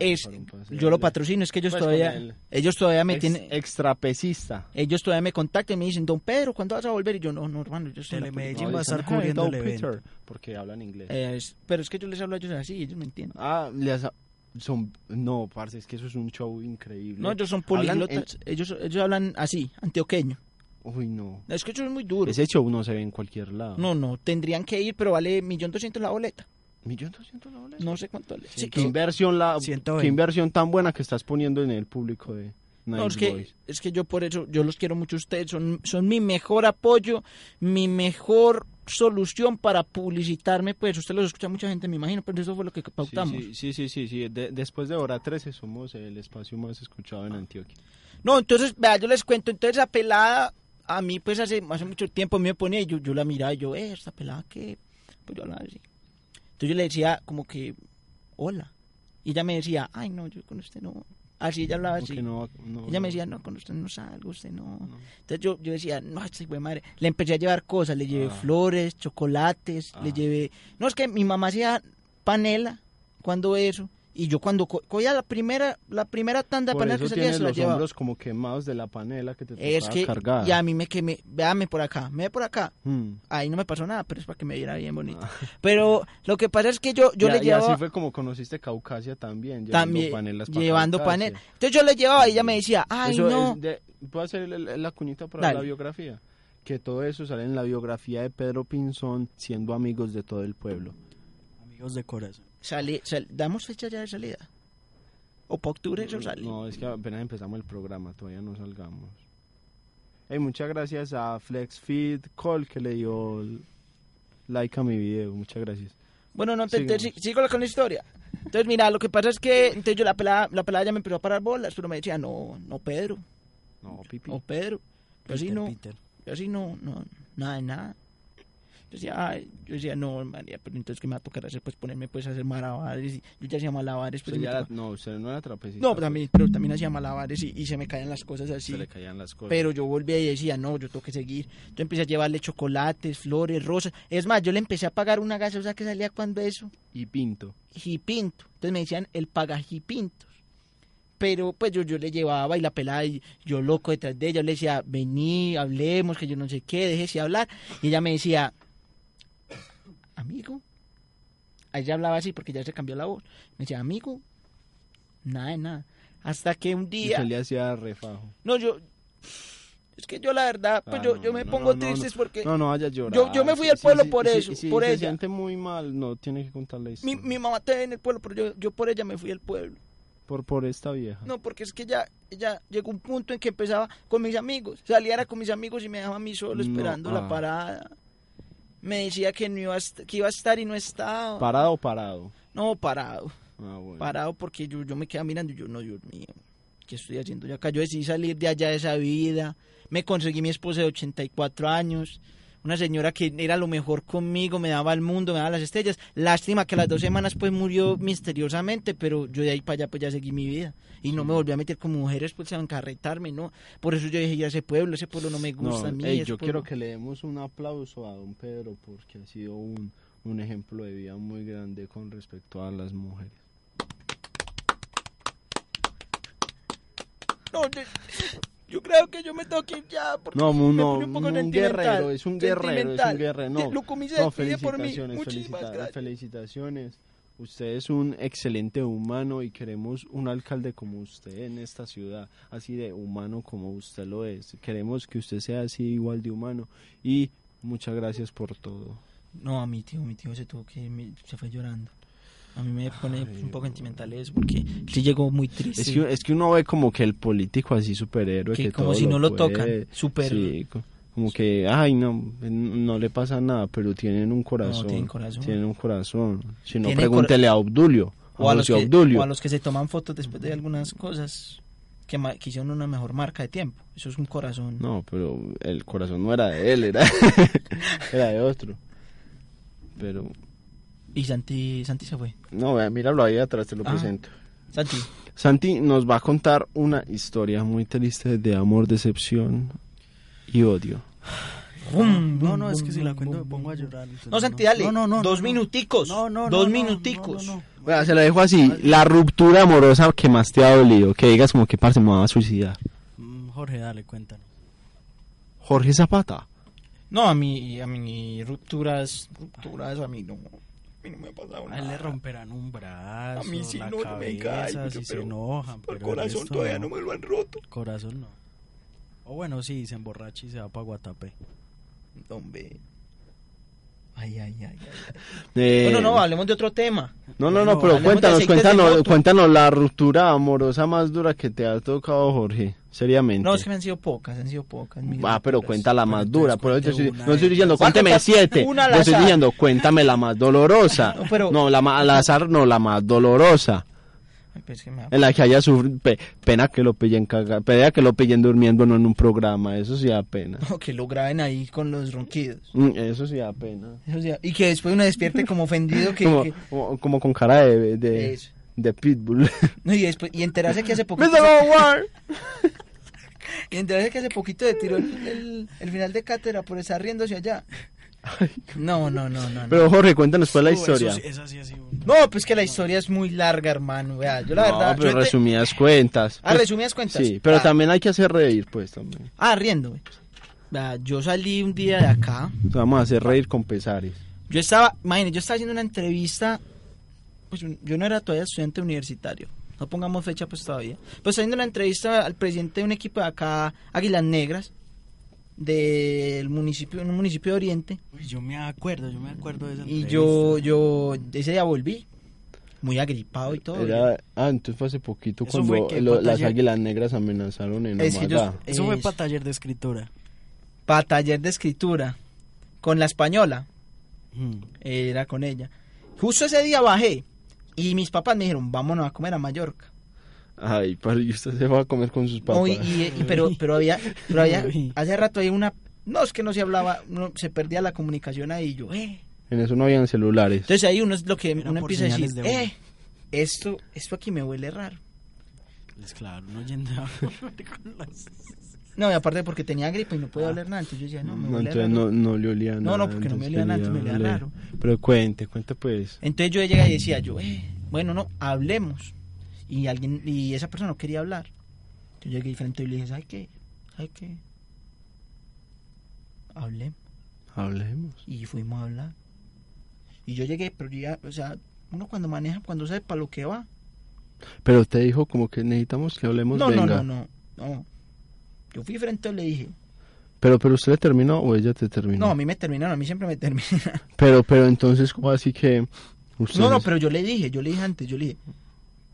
[SPEAKER 2] Es, yo lo patrocino, es que ellos
[SPEAKER 3] Pues,
[SPEAKER 2] todavía,
[SPEAKER 3] con el-
[SPEAKER 2] ellos todavía me
[SPEAKER 3] Ex-
[SPEAKER 2] tienen, eh,
[SPEAKER 3] Extrapecista.
[SPEAKER 2] ellos todavía me contactan y me dicen, don Pedro, ¿cuándo vas a volver? Y yo, no, no, hermano, yo estoy en la
[SPEAKER 4] Telemedellín
[SPEAKER 2] política".
[SPEAKER 4] va a estar
[SPEAKER 3] dicen, "Hey,
[SPEAKER 4] cubriendo
[SPEAKER 3] Don
[SPEAKER 4] el evento.
[SPEAKER 3] Peter, Porque hablan inglés.
[SPEAKER 2] Eh, es- pero es que yo les hablo a ellos así, ellos me entienden.
[SPEAKER 3] Ah, les ha- son... No, parce, es que eso es un show increíble.
[SPEAKER 2] No, ellos son
[SPEAKER 3] Hablan en-
[SPEAKER 2] políglotas, ellos, ellos hablan así, antioqueño.
[SPEAKER 3] Uy, no.
[SPEAKER 2] Es que eso es muy duro.
[SPEAKER 3] Ese show no se ve en cualquier lado.
[SPEAKER 2] No, no, tendrían que ir, pero vale millón doscientos la boleta.
[SPEAKER 3] ¿Millón doscientos la boleta?
[SPEAKER 2] No sé cuánto vale. Sí,
[SPEAKER 3] ¿Qué inversión, la, qué inversión tan buena que estás poniendo en el público de Nice
[SPEAKER 2] No, es que,
[SPEAKER 3] Boys.
[SPEAKER 2] es que yo por eso, yo los quiero mucho a ustedes, son, son mi mejor apoyo, mi mejor solución para publicitarme, pues usted los escucha mucha gente, me imagino, pero eso fue lo que pautamos.
[SPEAKER 3] Sí, sí, sí, sí, sí. De- después de Hora 13 somos el espacio más escuchado en
[SPEAKER 2] Ah,
[SPEAKER 3] Antioquia.
[SPEAKER 2] No, entonces, vea, yo les cuento, entonces la pelada, a mí pues hace, hace mucho tiempo a mí me ponía y yo, yo la miraba y yo, eh, esta pelada que, pues yo hablaba así. Entonces yo le decía como que, hola. Y ella me decía, ay no, yo con usted no. Así ella hablaba
[SPEAKER 3] Como
[SPEAKER 2] así.
[SPEAKER 3] que no- no-
[SPEAKER 2] ella
[SPEAKER 3] no.
[SPEAKER 2] me decía, no, con usted no salgo, usted no. Entonces yo, yo decía, no, este hijo de madre. Le empecé a llevar cosas, le llevé
[SPEAKER 3] Ah.
[SPEAKER 2] flores, chocolates, le llevé... No, es que mi mamá hacía panela, cuando eso. Y yo cuando co- cogía la primera, la primera tanda de
[SPEAKER 3] Por
[SPEAKER 2] panela
[SPEAKER 3] eso
[SPEAKER 2] que salía,
[SPEAKER 3] tienes
[SPEAKER 2] se la
[SPEAKER 3] los
[SPEAKER 2] llevaba.
[SPEAKER 3] hombros como quemados de la panela que te tocaba
[SPEAKER 2] Es que
[SPEAKER 3] cargar.
[SPEAKER 2] y a mí me quemé, véame por acá, me ve por acá.
[SPEAKER 3] Hmm.
[SPEAKER 2] Ahí no me pasó nada, pero es para que me viera bien bonito. Pero lo que pasa es que yo, yo
[SPEAKER 3] Ah. Y a-
[SPEAKER 2] le
[SPEAKER 3] y así
[SPEAKER 2] llevaba
[SPEAKER 3] fue como conociste Caucasia también, llevando
[SPEAKER 2] también
[SPEAKER 3] panelas pa'
[SPEAKER 2] llevando
[SPEAKER 3] Caucasia.
[SPEAKER 2] panel. Entonces yo le llevaba y ella me decía, ay
[SPEAKER 3] Eso
[SPEAKER 2] no.
[SPEAKER 3] es de- ¿Puedo hacer el- el- la cuñita para
[SPEAKER 2] Dale.
[SPEAKER 3] la biografía? Que todo eso sale en la biografía de Pedro Pinzón, siendo amigos de todo el pueblo.
[SPEAKER 4] Amigos de corazón.
[SPEAKER 2] Sale, sal- damos fecha ya de salida. O para octubre eso sale.
[SPEAKER 3] No, es que apenas empezamos el programa, todavía no salgamos. Hey, muchas gracias a FlexFeed Call que le dio l- like a mi video, muchas gracias.
[SPEAKER 2] Bueno, no, entonces
[SPEAKER 3] Sigamos.
[SPEAKER 2] sig- sigo con la historia. Entonces, mira, lo que pasa es que entonces yo la pelada, la pelada ya me empezó a parar bolas, pero me decía, no, no, Pedro.
[SPEAKER 3] No, Pipi.
[SPEAKER 2] No, Pedro. Yo así
[SPEAKER 4] Peter,
[SPEAKER 2] no,
[SPEAKER 4] Peter.
[SPEAKER 2] yo así no, no, nada, de nada. Yo decía, ay, yo decía, no, María, pero entonces que me va a tocar hacer, pues ponerme pues a hacer malabares. Y yo ya hacía malabares,
[SPEAKER 3] Usted
[SPEAKER 2] pues, y me
[SPEAKER 3] ya era-
[SPEAKER 2] tocaba-
[SPEAKER 3] no, usted no era trapecista.
[SPEAKER 2] No, pero también, pero también hacía malabares y, y se me caían las cosas así.
[SPEAKER 3] Se le caían las cosas.
[SPEAKER 2] Pero yo volvía y decía, no, yo tengo que seguir. Yo empecé a llevarle chocolates, flores, rosas. Es más, yo le empecé a pagar una gaseosa que salía cuando eso,
[SPEAKER 3] Y Pinto.
[SPEAKER 2] jipinto. Entonces me decían, el paga jipintos. Pero pues yo, yo le llevaba y la pelada, y yo loco detrás de ella, yo le decía, vení, hablemos, que yo no sé qué, déjese hablar. Y ella me decía, amigo. Ahí ya hablaba así porque ya se cambió la voz. Me decía, amigo, nada de nada. Hasta que un
[SPEAKER 3] Y
[SPEAKER 2] día...
[SPEAKER 3] usted le hacía refajo.
[SPEAKER 2] No, yo. Es que yo, la verdad, pues
[SPEAKER 3] Ah,
[SPEAKER 2] yo,
[SPEAKER 3] no,
[SPEAKER 2] yo me
[SPEAKER 3] no,
[SPEAKER 2] pongo
[SPEAKER 3] no, no,
[SPEAKER 2] triste es porque.
[SPEAKER 3] No, no vayas a llorar. Ah,
[SPEAKER 2] Yo, yo me fui
[SPEAKER 3] Sí,
[SPEAKER 2] al
[SPEAKER 3] sí,
[SPEAKER 2] pueblo
[SPEAKER 3] sí,
[SPEAKER 2] por
[SPEAKER 3] sí,
[SPEAKER 2] eso,
[SPEAKER 3] sí,
[SPEAKER 2] por
[SPEAKER 3] se
[SPEAKER 2] ella.
[SPEAKER 3] siente muy mal, no, tiene que contar la
[SPEAKER 2] Mi,
[SPEAKER 3] historia.
[SPEAKER 2] mi mamá está en el pueblo, pero yo, yo por ella me fui al pueblo.
[SPEAKER 3] Por, por esta vieja.
[SPEAKER 2] No, porque es que ya, ya llegó un punto en que empezaba con mis amigos. Salía era con mis amigos y me dejaba a mí solo
[SPEAKER 3] No,
[SPEAKER 2] esperando la
[SPEAKER 3] ah.
[SPEAKER 2] parada. Me decía que, no iba a, est- que iba a estar y no estaba.
[SPEAKER 3] ¿Parado o parado?
[SPEAKER 2] No, parado.
[SPEAKER 3] Ah, bueno.
[SPEAKER 2] Parado porque yo, yo me quedaba mirando y yo, no, Dios mío, ¿qué estoy haciendo yo acá? Yo decidí salir de allá de esa vida. Me conseguí mi esposa de 84 años. una señora que era lo mejor conmigo, me daba el mundo, me daba las estrellas. Lástima que a las dos semanas pues murió misteriosamente, pero yo de ahí para allá pues ya seguí mi vida. Y no me volví a meter con mujeres pues a encarretarme, ¿no? Por eso yo dije, ya ese pueblo, ese pueblo no me gusta a mí.
[SPEAKER 3] ey,
[SPEAKER 2] ese
[SPEAKER 3] yo
[SPEAKER 2] pueblo-
[SPEAKER 3] quiero que le demos un aplauso a don Pedro porque ha sido un, un ejemplo de vida muy grande con respecto a las mujeres.
[SPEAKER 2] No, yo, yo creo que yo me tengo que ir ya. Porque
[SPEAKER 3] No, mu-
[SPEAKER 2] me
[SPEAKER 3] no,
[SPEAKER 2] pone un, poco
[SPEAKER 3] un
[SPEAKER 2] sentimental,
[SPEAKER 3] guerrero, es un guerrero, es un
[SPEAKER 2] sentimental.
[SPEAKER 3] guerrero. No,
[SPEAKER 2] Luco Mises
[SPEAKER 3] no,
[SPEAKER 2] pide por mí.
[SPEAKER 3] felicitaciones,
[SPEAKER 2] Muchísimas
[SPEAKER 3] felicita-
[SPEAKER 2] gracias.
[SPEAKER 3] felicitaciones. Usted es un excelente humano y queremos un alcalde como usted en esta ciudad, así de humano como usted lo es. Queremos que usted sea así igual de humano y muchas gracias por todo.
[SPEAKER 2] No, a mi tío, mi tío se tuvo que ir, mi- se fue llorando. A mí me pone un poco sentimental eso porque sí llegó muy triste.
[SPEAKER 3] Es que, es que uno ve como que el político así superhéroe
[SPEAKER 2] Que
[SPEAKER 3] que,
[SPEAKER 2] como
[SPEAKER 3] todo
[SPEAKER 2] si no lo
[SPEAKER 3] puede.
[SPEAKER 2] tocan, super-
[SPEAKER 3] Sí, co- como que ay no no le pasa nada pero tienen un corazón
[SPEAKER 2] tienen corazón.
[SPEAKER 3] tienen un corazón si no
[SPEAKER 2] Tienen
[SPEAKER 3] pregúntele
[SPEAKER 2] cora-
[SPEAKER 3] a Obdulio
[SPEAKER 2] o a, los
[SPEAKER 3] José
[SPEAKER 2] que,
[SPEAKER 3] Obdulio
[SPEAKER 2] o a los que se toman fotos después de algunas cosas que, ma- que hicieron una mejor marca de tiempo. Eso es un corazón.
[SPEAKER 3] no pero el corazón no era de él era era de otro pero
[SPEAKER 2] Y Santi, Santi se fue.
[SPEAKER 3] no vea, míralo ahí atrás te lo
[SPEAKER 2] Ah.
[SPEAKER 3] presento
[SPEAKER 2] Santi,
[SPEAKER 3] Santi nos va a contar una historia muy triste de amor decepción y odio
[SPEAKER 4] No, no, es que si la cuento me pongo a llorar.
[SPEAKER 2] No, Santi, dale.
[SPEAKER 4] No, no, no,
[SPEAKER 2] dos
[SPEAKER 4] no, no.
[SPEAKER 2] minuticos. dos minuticos.
[SPEAKER 3] Vea, se la dejo así la ruptura amorosa que más te ha dolido que digas como que parce me va a suicidar
[SPEAKER 4] Mm, Jorge, dale, cuéntanos.
[SPEAKER 3] Jorge Zapata
[SPEAKER 2] No, a mí, a mí rupturas, rupturas, a mí no. A mí no me ha pasado
[SPEAKER 4] A él le
[SPEAKER 2] nada.
[SPEAKER 4] romperán un brazo,
[SPEAKER 2] A mí sí,
[SPEAKER 4] la
[SPEAKER 2] no, yo me
[SPEAKER 4] cabeza,
[SPEAKER 2] caigo, yo,
[SPEAKER 4] si se
[SPEAKER 2] pero
[SPEAKER 4] enojan.
[SPEAKER 2] por
[SPEAKER 4] pero el
[SPEAKER 2] corazón
[SPEAKER 4] resto
[SPEAKER 2] todavía no me lo han roto.
[SPEAKER 4] Corazón no. O bueno, sí, se emborracha y se va para Guatapé.
[SPEAKER 2] Hombre. Ay, ay, ay.
[SPEAKER 3] Eh,
[SPEAKER 2] Bueno, no, hablemos de otro tema.
[SPEAKER 3] no, no, no, pero
[SPEAKER 2] hablemos de
[SPEAKER 3] cuéntanos,
[SPEAKER 2] aceites de
[SPEAKER 3] cuéntanos,
[SPEAKER 2] moto.
[SPEAKER 3] cuéntanos la ruptura amorosa más dura que te ha tocado, Jorge, seriamente.
[SPEAKER 2] No, es que me han sido pocas, han sido pocas. mis
[SPEAKER 3] Ah, pero
[SPEAKER 2] rupturas.
[SPEAKER 3] cuenta la más dura, pero yo estoy-
[SPEAKER 2] una.
[SPEAKER 3] no estoy diciendo,
[SPEAKER 2] Voy a
[SPEAKER 3] cuénteme
[SPEAKER 2] contar
[SPEAKER 3] siete,
[SPEAKER 2] una al
[SPEAKER 3] yo estoy
[SPEAKER 2] azar.
[SPEAKER 3] diciendo, cuéntame la más dolorosa. No, la más al azar, no, la más dolorosa,
[SPEAKER 2] Ay, pues, es que me da-
[SPEAKER 3] en la que haya sufrido, pena que lo pillen caga- pena que lo pillen durmiendo, no en un programa, eso sí da pena.
[SPEAKER 2] No, que lo graben ahí con los ronquidos.
[SPEAKER 3] Mm, Eso sí da pena.
[SPEAKER 2] Eso sí, y que después uno despierte como ofendido que...
[SPEAKER 3] Como,
[SPEAKER 2] que-
[SPEAKER 3] como- como con cara de, de,
[SPEAKER 2] Eso.
[SPEAKER 3] de pitbull.
[SPEAKER 2] No, y, después, y enterarse que hace poquito...
[SPEAKER 3] Mr. Howard.
[SPEAKER 2] y enterarse que hace poquito de tiró el, el- el final de cátedra por estar riéndose allá. No, no, no, no. no.
[SPEAKER 3] Pero Jorge, cuéntanos cuál es la
[SPEAKER 2] Uh, eso
[SPEAKER 3] historia.
[SPEAKER 2] sí, esa sí ha sido una- No, pues que la historia es muy larga, hermano. vea, yo la
[SPEAKER 3] no,
[SPEAKER 2] verdad...
[SPEAKER 3] pero
[SPEAKER 2] yo ente-
[SPEAKER 3] resumidas cuentas. pues,
[SPEAKER 2] Ah, resumidas cuentas.
[SPEAKER 3] Sí, pero
[SPEAKER 2] Ah.
[SPEAKER 3] también hay que hacer reír, pues, también.
[SPEAKER 2] Ah, riéndome. Vea, yo salí un día de acá.
[SPEAKER 3] O sea, vamos a hacer reír con pesares.
[SPEAKER 2] Yo estaba, imagínate, yo estaba haciendo una entrevista, pues un- yo no era todavía estudiante universitario, no pongamos fecha pues todavía, pues haciendo una entrevista al presidente de un equipo de acá, Águilas Negras, del municipio, en un municipio de Oriente,
[SPEAKER 4] Uy, yo me acuerdo, yo me acuerdo de esa
[SPEAKER 2] y
[SPEAKER 4] entrevista.
[SPEAKER 2] yo, yo, ese día volví, muy agripado y todo.
[SPEAKER 3] Era- ah, entonces fue hace poquito
[SPEAKER 2] Eso
[SPEAKER 3] cuando
[SPEAKER 2] fue que
[SPEAKER 3] lo-
[SPEAKER 2] fue
[SPEAKER 3] las
[SPEAKER 2] taller.
[SPEAKER 3] águilas negras amenazaron en
[SPEAKER 2] Es que
[SPEAKER 3] Amagá.
[SPEAKER 2] ellos-
[SPEAKER 4] Eso fue
[SPEAKER 2] Es-
[SPEAKER 4] para taller de escritura.
[SPEAKER 2] Para taller de escritura, con la española,
[SPEAKER 4] Mm.
[SPEAKER 2] era con ella. Justo ese día bajé, y mis papás me dijeron, vámonos a comer a Mallorca.
[SPEAKER 3] Ay, pero y usted se va a comer con sus papás.
[SPEAKER 2] No, y, y- y- pero, pero había, pero había, hace rato había una, no, es que no se hablaba, no, se perdía la comunicación ahí, yo, eh.
[SPEAKER 3] En eso no habían celulares.
[SPEAKER 2] Entonces ahí uno es lo que uno
[SPEAKER 4] por
[SPEAKER 2] empieza a decir,
[SPEAKER 4] señales de humo.
[SPEAKER 2] eh, esto, esto aquí me huele raro. Pues
[SPEAKER 4] Es claro, no yendo a con las...
[SPEAKER 2] No, y aparte porque tenía gripa y no
[SPEAKER 4] Ah.
[SPEAKER 2] podía oler nada, entonces yo decía, no, me
[SPEAKER 3] No,
[SPEAKER 2] huele
[SPEAKER 3] entonces
[SPEAKER 2] raro.
[SPEAKER 3] no, no le olía
[SPEAKER 2] No,
[SPEAKER 3] nada.
[SPEAKER 2] no, porque no me
[SPEAKER 3] entonces
[SPEAKER 2] olía nada,
[SPEAKER 3] quería
[SPEAKER 2] me olía
[SPEAKER 3] oler.
[SPEAKER 2] raro.
[SPEAKER 3] Pero cuente, cuente pues.
[SPEAKER 2] Entonces yo llegaba y decía, yo, eh, bueno, no, hablemos. Y alguien, y esa persona no quería hablar. Yo llegué diferente y le dije, ¿sabes qué? ¿Sabes qué? Hablemos.
[SPEAKER 3] Hablemos.
[SPEAKER 2] Y fuimos a hablar. Y yo llegué, pero ya, o sea, uno cuando maneja, cuando sabe para lo que va.
[SPEAKER 3] Pero usted dijo como que necesitamos que hablemos,
[SPEAKER 2] No, no, no,
[SPEAKER 3] venga.
[SPEAKER 2] no, no. Yo fui frente y le dije,
[SPEAKER 3] Pero, pero usted le terminó o ella te terminó.
[SPEAKER 2] no, a mí me terminaron, a mí siempre me terminan.
[SPEAKER 3] Pero, pero entonces, ¿cómo así que usted
[SPEAKER 2] No, no, pero yo le dije, yo le dije antes, yo le dije,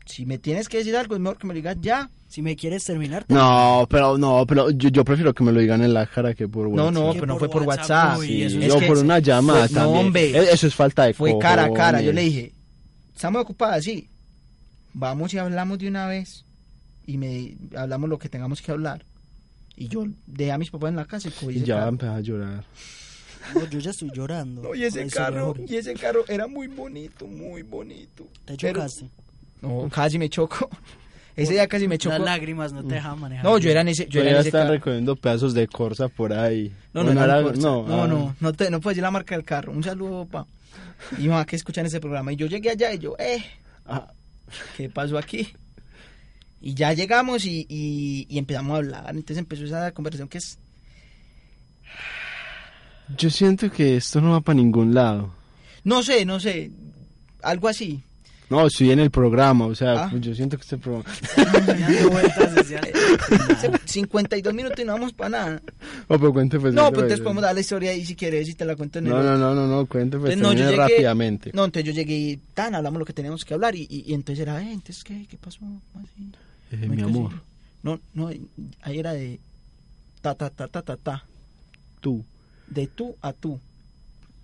[SPEAKER 2] si me tienes que decir algo, es mejor que me lo digas ya.
[SPEAKER 4] Si me quieres terminar,
[SPEAKER 3] No, pero no, pero yo, yo prefiero que me lo digan en la cara que por
[SPEAKER 2] No,
[SPEAKER 3] WhatsApp.
[SPEAKER 2] no, pero no fue por WhatsApp.
[SPEAKER 3] Sí,
[SPEAKER 2] Es
[SPEAKER 3] no,
[SPEAKER 2] que
[SPEAKER 3] por una llamada
[SPEAKER 2] fue-
[SPEAKER 3] también.
[SPEAKER 2] No, hombre.
[SPEAKER 3] E- Eso es falta de
[SPEAKER 2] Fue cara a cara.
[SPEAKER 3] cojones.
[SPEAKER 2] Yo le dije, estamos ocupadas, sí. Vamos y hablamos de una vez. Y me hablamos lo que tengamos que hablar. Y yo dejé a mis papás en la casa y cogí
[SPEAKER 3] Y
[SPEAKER 2] ese
[SPEAKER 3] ya
[SPEAKER 2] carro.
[SPEAKER 3] empezó a llorar.
[SPEAKER 4] No, yo ya estoy llorando.
[SPEAKER 2] No, y ese
[SPEAKER 4] Ay,
[SPEAKER 2] carro,
[SPEAKER 4] sorry.
[SPEAKER 2] y ese carro era muy bonito, muy bonito.
[SPEAKER 4] Te
[SPEAKER 2] Pero-
[SPEAKER 4] chocaste.
[SPEAKER 2] No, casi me choco. Ese día casi me chocó.
[SPEAKER 4] Las lágrimas no te
[SPEAKER 2] Mm.
[SPEAKER 4] dejan manejar.
[SPEAKER 2] No, yo era en ese, yo era en ese
[SPEAKER 3] están
[SPEAKER 2] carro.
[SPEAKER 3] recogiendo pedazos de corsa por ahí.
[SPEAKER 2] No, no,
[SPEAKER 3] Bueno,
[SPEAKER 2] no,
[SPEAKER 3] ahora-
[SPEAKER 2] no, Corsa. no,
[SPEAKER 3] ah.
[SPEAKER 2] no, no, te, no puedo decir la marca del carro. Un saludo, papá. Y mamá que escuchan ese programa. Y yo llegué allá y yo, eh,
[SPEAKER 3] ah,
[SPEAKER 2] ¿qué pasó aquí? Y ya llegamos y, y- y empezamos a hablar. Entonces empezó esa conversación que es,
[SPEAKER 3] Yo siento que esto no va para ningún lado.
[SPEAKER 2] no sé, no sé, algo así.
[SPEAKER 3] No, estoy en el programa, o sea,
[SPEAKER 2] Ah.
[SPEAKER 3] pues yo siento que este programa...
[SPEAKER 2] Se- 52 minutos y no vamos para nada.
[SPEAKER 3] Oh, pero cuente pues.
[SPEAKER 2] No,
[SPEAKER 3] cuente,
[SPEAKER 2] pues entonces
[SPEAKER 3] pues.
[SPEAKER 2] podemos dar la historia ahí si quieres y te la cuento en el
[SPEAKER 3] No,
[SPEAKER 2] otro.
[SPEAKER 3] no, no, no, no, cuente pues
[SPEAKER 2] Entonces, no, yo
[SPEAKER 3] termine
[SPEAKER 2] llegué-
[SPEAKER 3] rápidamente.
[SPEAKER 2] No, entonces yo llegué y tan, hablamos lo que teníamos que hablar y, y- y entonces era, eh, entonces, ¿qué, qué pasó? ¿Cómo así?
[SPEAKER 3] Eh,
[SPEAKER 2] No hay
[SPEAKER 3] mi
[SPEAKER 2] que
[SPEAKER 3] amor.
[SPEAKER 2] decir. No, no, ahí era de ta, ta, ta, ta, ta, ta.
[SPEAKER 3] Tú.
[SPEAKER 2] De tú a tú,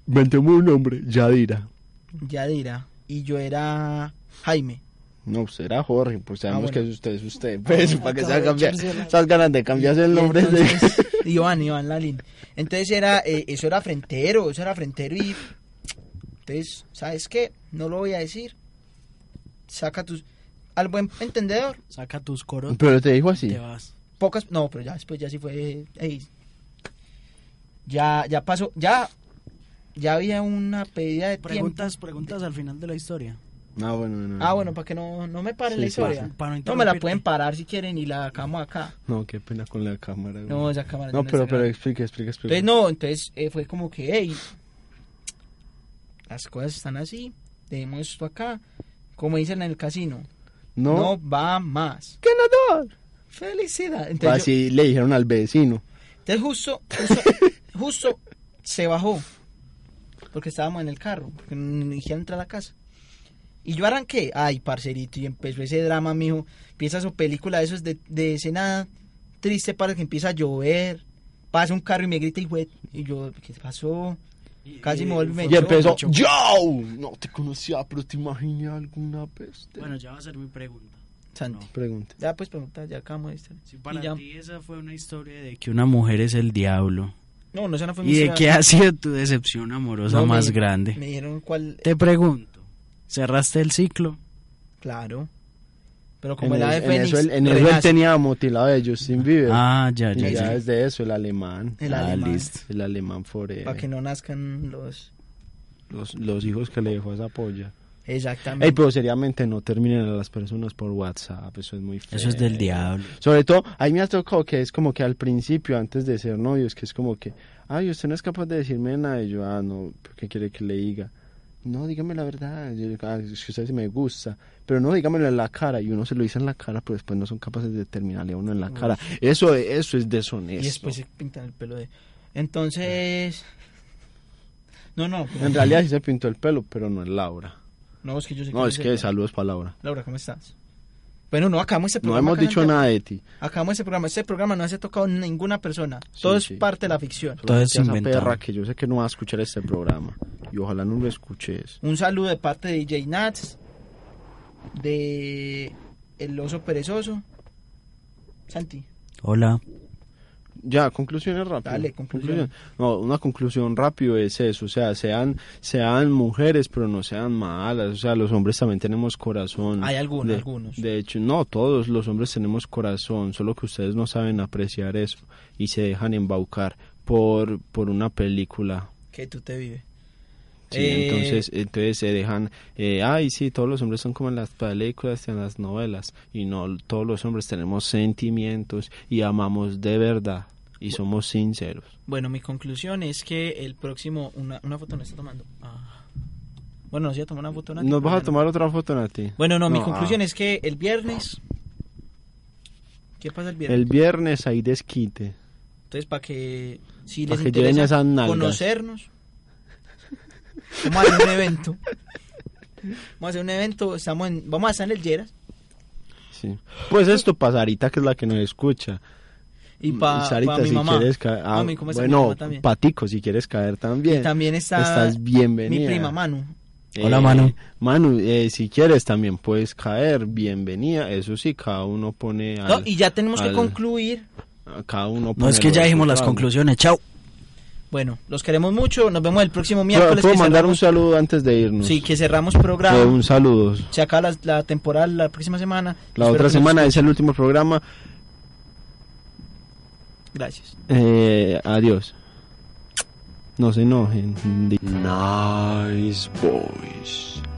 [SPEAKER 3] Inventemos un nombre, Yadira.
[SPEAKER 2] Yadira. Y yo era Jaime.
[SPEAKER 3] No, pues era Jorge, pues
[SPEAKER 2] Ah,
[SPEAKER 3] sabemos
[SPEAKER 2] bueno.
[SPEAKER 3] que es usted, es usted. Pues, para que se
[SPEAKER 2] Acabo
[SPEAKER 3] haga
[SPEAKER 2] de
[SPEAKER 3] cambiar.
[SPEAKER 2] echarse la-
[SPEAKER 3] Esas ganas de cambiarse el
[SPEAKER 2] Y
[SPEAKER 3] nombre. de-
[SPEAKER 2] entonces- Iván, Iván Lalín. Entonces era, eh, eso era frentero, eso era frentero y... Entonces, ¿sabes qué? No lo voy a decir. Saca tus... Al buen entendedor,
[SPEAKER 4] Saca tus coros.
[SPEAKER 3] Pero te dijo así.
[SPEAKER 4] Te vas.
[SPEAKER 2] pocas no pero ya después ya sí fue ey. ya ya pasó ya ya había una pedida de
[SPEAKER 4] Preguntas, preguntas al final de la historia.
[SPEAKER 3] Ah, bueno, no,
[SPEAKER 2] tiempo
[SPEAKER 3] no.
[SPEAKER 2] ah bueno para que no no me paren
[SPEAKER 3] Sí,
[SPEAKER 2] la
[SPEAKER 3] sí,
[SPEAKER 2] historia
[SPEAKER 3] sí.
[SPEAKER 4] Para
[SPEAKER 2] no me la
[SPEAKER 4] no interrumpirte.
[SPEAKER 2] pueden parar si quieren y la acabamos acá
[SPEAKER 3] No, qué pena con la cámara. güey.
[SPEAKER 2] No, esa cámara
[SPEAKER 3] No,
[SPEAKER 2] no
[SPEAKER 3] pero,
[SPEAKER 2] está
[SPEAKER 3] pero
[SPEAKER 2] grabando.
[SPEAKER 3] explique, explique, explique.
[SPEAKER 2] entonces no entonces eh, fue como que hey las cosas están así tenemos esto acá como dicen en el casino
[SPEAKER 3] No.
[SPEAKER 2] va más
[SPEAKER 3] ganador
[SPEAKER 2] felicidad
[SPEAKER 3] Ah,
[SPEAKER 2] entonces, yo-
[SPEAKER 3] Así le dijeron al vecino.
[SPEAKER 2] entonces justo justo, justo se bajó porque estábamos en el carro, porque no quisieron entrar a la casa. Y yo arranqué, ay, parcerito, y empezó ese drama, mijo. Empieza su película, eso es de, de escena triste para que empieza a llover. Pasa un carro y me grita, y Y yo, ¿qué pasó? Casi me vuelve.
[SPEAKER 3] Y empezó, yo no te conocía, pero te imaginé alguna vez.
[SPEAKER 4] Bueno, ya va a ser mi pregunta.
[SPEAKER 2] Santi.
[SPEAKER 3] Pregunta.
[SPEAKER 2] Ya, pues pregunta, ya acabamos de estar.
[SPEAKER 4] para
[SPEAKER 2] Y ya.
[SPEAKER 4] ti esa fue una historia de que una mujer es el diablo.
[SPEAKER 2] No, no, esa no fue mi
[SPEAKER 4] ¿Y de
[SPEAKER 2] historia.
[SPEAKER 4] qué ha sido tu decepción amorosa
[SPEAKER 2] No, me-
[SPEAKER 4] más grande?
[SPEAKER 2] Me dijeron cuál.
[SPEAKER 4] Te pregunto, ¿cerraste el ciclo?
[SPEAKER 2] Claro. Pero como
[SPEAKER 3] En,
[SPEAKER 2] era de
[SPEAKER 3] es- en
[SPEAKER 2] Fénix.
[SPEAKER 3] eso, él- en eso él
[SPEAKER 2] renace.
[SPEAKER 3] tenía mutilado de Justin Bieber.
[SPEAKER 4] Ah, ya,
[SPEAKER 3] Y
[SPEAKER 4] ya,
[SPEAKER 3] ya
[SPEAKER 4] ya.
[SPEAKER 3] desde eso, el alemán.
[SPEAKER 2] El Ah, alemán. listo.
[SPEAKER 3] El alemán forever.
[SPEAKER 2] Para que no nazcan los.
[SPEAKER 3] los, los hijos que le dejó esa polla.
[SPEAKER 2] Exactamente.
[SPEAKER 3] Ey, pero seriamente no terminen a las personas por WhatsApp, eso es muy feo.
[SPEAKER 4] Eso es del diablo.
[SPEAKER 3] Sobre todo, ahí me ha tocado que es como que al principio, antes de ser novios, que es como que, ay, usted no es capaz de decirme nada. Y yo, ah, no, ¿pero ¿qué quiere que le diga? No, dígame la verdad. Yo, ah, es que usted sí me gusta. Pero no, dígamelo en la cara. Y uno se lo dice en la cara, pero después no son capaces de terminarle a uno en la
[SPEAKER 2] Uf.
[SPEAKER 3] cara. Eso, eso es
[SPEAKER 2] Y
[SPEAKER 3] deshonesto.
[SPEAKER 2] después
[SPEAKER 4] pues,
[SPEAKER 2] se pintan el pelo de. Entonces. No, no. pero-
[SPEAKER 3] En realidad sí se pintó el pelo, pero no es Laura.
[SPEAKER 2] No, es que yo sé
[SPEAKER 3] No,
[SPEAKER 2] que
[SPEAKER 3] es
[SPEAKER 2] sé-
[SPEAKER 3] que saludos para Laura.
[SPEAKER 2] Laura, ¿cómo estás? Bueno, no, acabamos este
[SPEAKER 3] No
[SPEAKER 2] programa.
[SPEAKER 3] hemos
[SPEAKER 2] acá en
[SPEAKER 3] dicho
[SPEAKER 2] el-
[SPEAKER 3] nada de ti.
[SPEAKER 2] Acabamos este programa. Este programa no se ha tocado ninguna persona. Todo es
[SPEAKER 3] sí.
[SPEAKER 2] parte de la ficción.
[SPEAKER 4] Todo es
[SPEAKER 3] Esa
[SPEAKER 4] inventado.
[SPEAKER 3] perra que yo sé que no va a escuchar este programa. Y ojalá no lo escuches.
[SPEAKER 2] Un saludo de parte de DJ Nats. De. El oso perezoso. Santi.
[SPEAKER 4] Hola.
[SPEAKER 3] Ya, conclusiones rápidas.
[SPEAKER 2] Dale, conclusión.
[SPEAKER 3] No, una conclusión rápido es eso, o sea, sean, sean mujeres, pero no sean malas, o sea, los hombres también tenemos corazón.
[SPEAKER 2] Hay algunos,
[SPEAKER 3] De-
[SPEAKER 2] algunos.
[SPEAKER 3] De hecho, no, todos los hombres tenemos corazón, solo que ustedes no saben apreciar eso y se dejan embaucar por, por una película.
[SPEAKER 2] Que tú te vives.
[SPEAKER 3] Sí,
[SPEAKER 2] Eh,
[SPEAKER 3] entonces, entonces se dejan, eh, ay, sí, todos los hombres son como en las películas y en las novelas, y no, todos los hombres tenemos sentimientos y amamos de verdad y somos sinceros.
[SPEAKER 2] Bueno, mi conclusión es que el próximo. Una, una foto no está tomando. Ah. Bueno, nos iba a tomar una foto. Nati,
[SPEAKER 3] ¿Nos
[SPEAKER 2] pero
[SPEAKER 3] vas a
[SPEAKER 2] bueno.
[SPEAKER 3] tomar otra foto, Nati?
[SPEAKER 2] Bueno, no, mi
[SPEAKER 3] ah.
[SPEAKER 2] conclusión es que el viernes. ¿Qué pasa el viernes?
[SPEAKER 3] El viernes hay desquite.
[SPEAKER 2] Entonces, para que. Si
[SPEAKER 3] Pa'
[SPEAKER 2] les
[SPEAKER 3] que lleven
[SPEAKER 2] interesa
[SPEAKER 3] esas nalgas.
[SPEAKER 2] conocernos. Vamos a hacer un evento. Vamos a hacer un evento. Estamos en, vamos a estar en el Lleras.
[SPEAKER 3] Sí. Pues esto para Sarita, que es la que nos escucha.
[SPEAKER 2] Y pa-
[SPEAKER 3] Mm, Sarita,
[SPEAKER 2] pa mi
[SPEAKER 3] si
[SPEAKER 2] mamá.
[SPEAKER 3] quieres caer. ah,
[SPEAKER 2] Mami, ¿cómo está mi
[SPEAKER 3] bueno,
[SPEAKER 2] mamá también?
[SPEAKER 3] Patico, si quieres caer también.
[SPEAKER 2] Y también está
[SPEAKER 3] Estás bienvenida.
[SPEAKER 2] Mi prima Manu.
[SPEAKER 3] Eh,
[SPEAKER 4] Hola, Manu.
[SPEAKER 3] Manu, eh, si quieres también puedes caer. Bienvenida. Eso sí, cada uno pone.
[SPEAKER 2] No,
[SPEAKER 3] al-
[SPEAKER 2] y ya tenemos que
[SPEAKER 3] al-
[SPEAKER 2] concluir.
[SPEAKER 3] Cada uno
[SPEAKER 4] No
[SPEAKER 3] pone
[SPEAKER 4] es que
[SPEAKER 3] lo
[SPEAKER 4] ya
[SPEAKER 3] de
[SPEAKER 4] dijimos
[SPEAKER 3] su
[SPEAKER 4] las
[SPEAKER 3] lado.
[SPEAKER 4] conclusiones. Chao.
[SPEAKER 2] Bueno, los queremos mucho. Nos vemos el próximo miércoles.
[SPEAKER 3] ¿Puedo
[SPEAKER 2] que
[SPEAKER 3] mandar
[SPEAKER 2] cerramos-
[SPEAKER 3] un saludo antes de irnos?
[SPEAKER 2] Sí, que cerramos programa.
[SPEAKER 3] Eh, un saludo.
[SPEAKER 2] Se acaba la, la temporada la próxima semana.
[SPEAKER 3] La
[SPEAKER 2] Espero que
[SPEAKER 3] otra
[SPEAKER 2] nos-
[SPEAKER 3] semana es el último programa.
[SPEAKER 2] Gracias.
[SPEAKER 3] Eh, adiós. No se enojen.
[SPEAKER 1] Nice boys.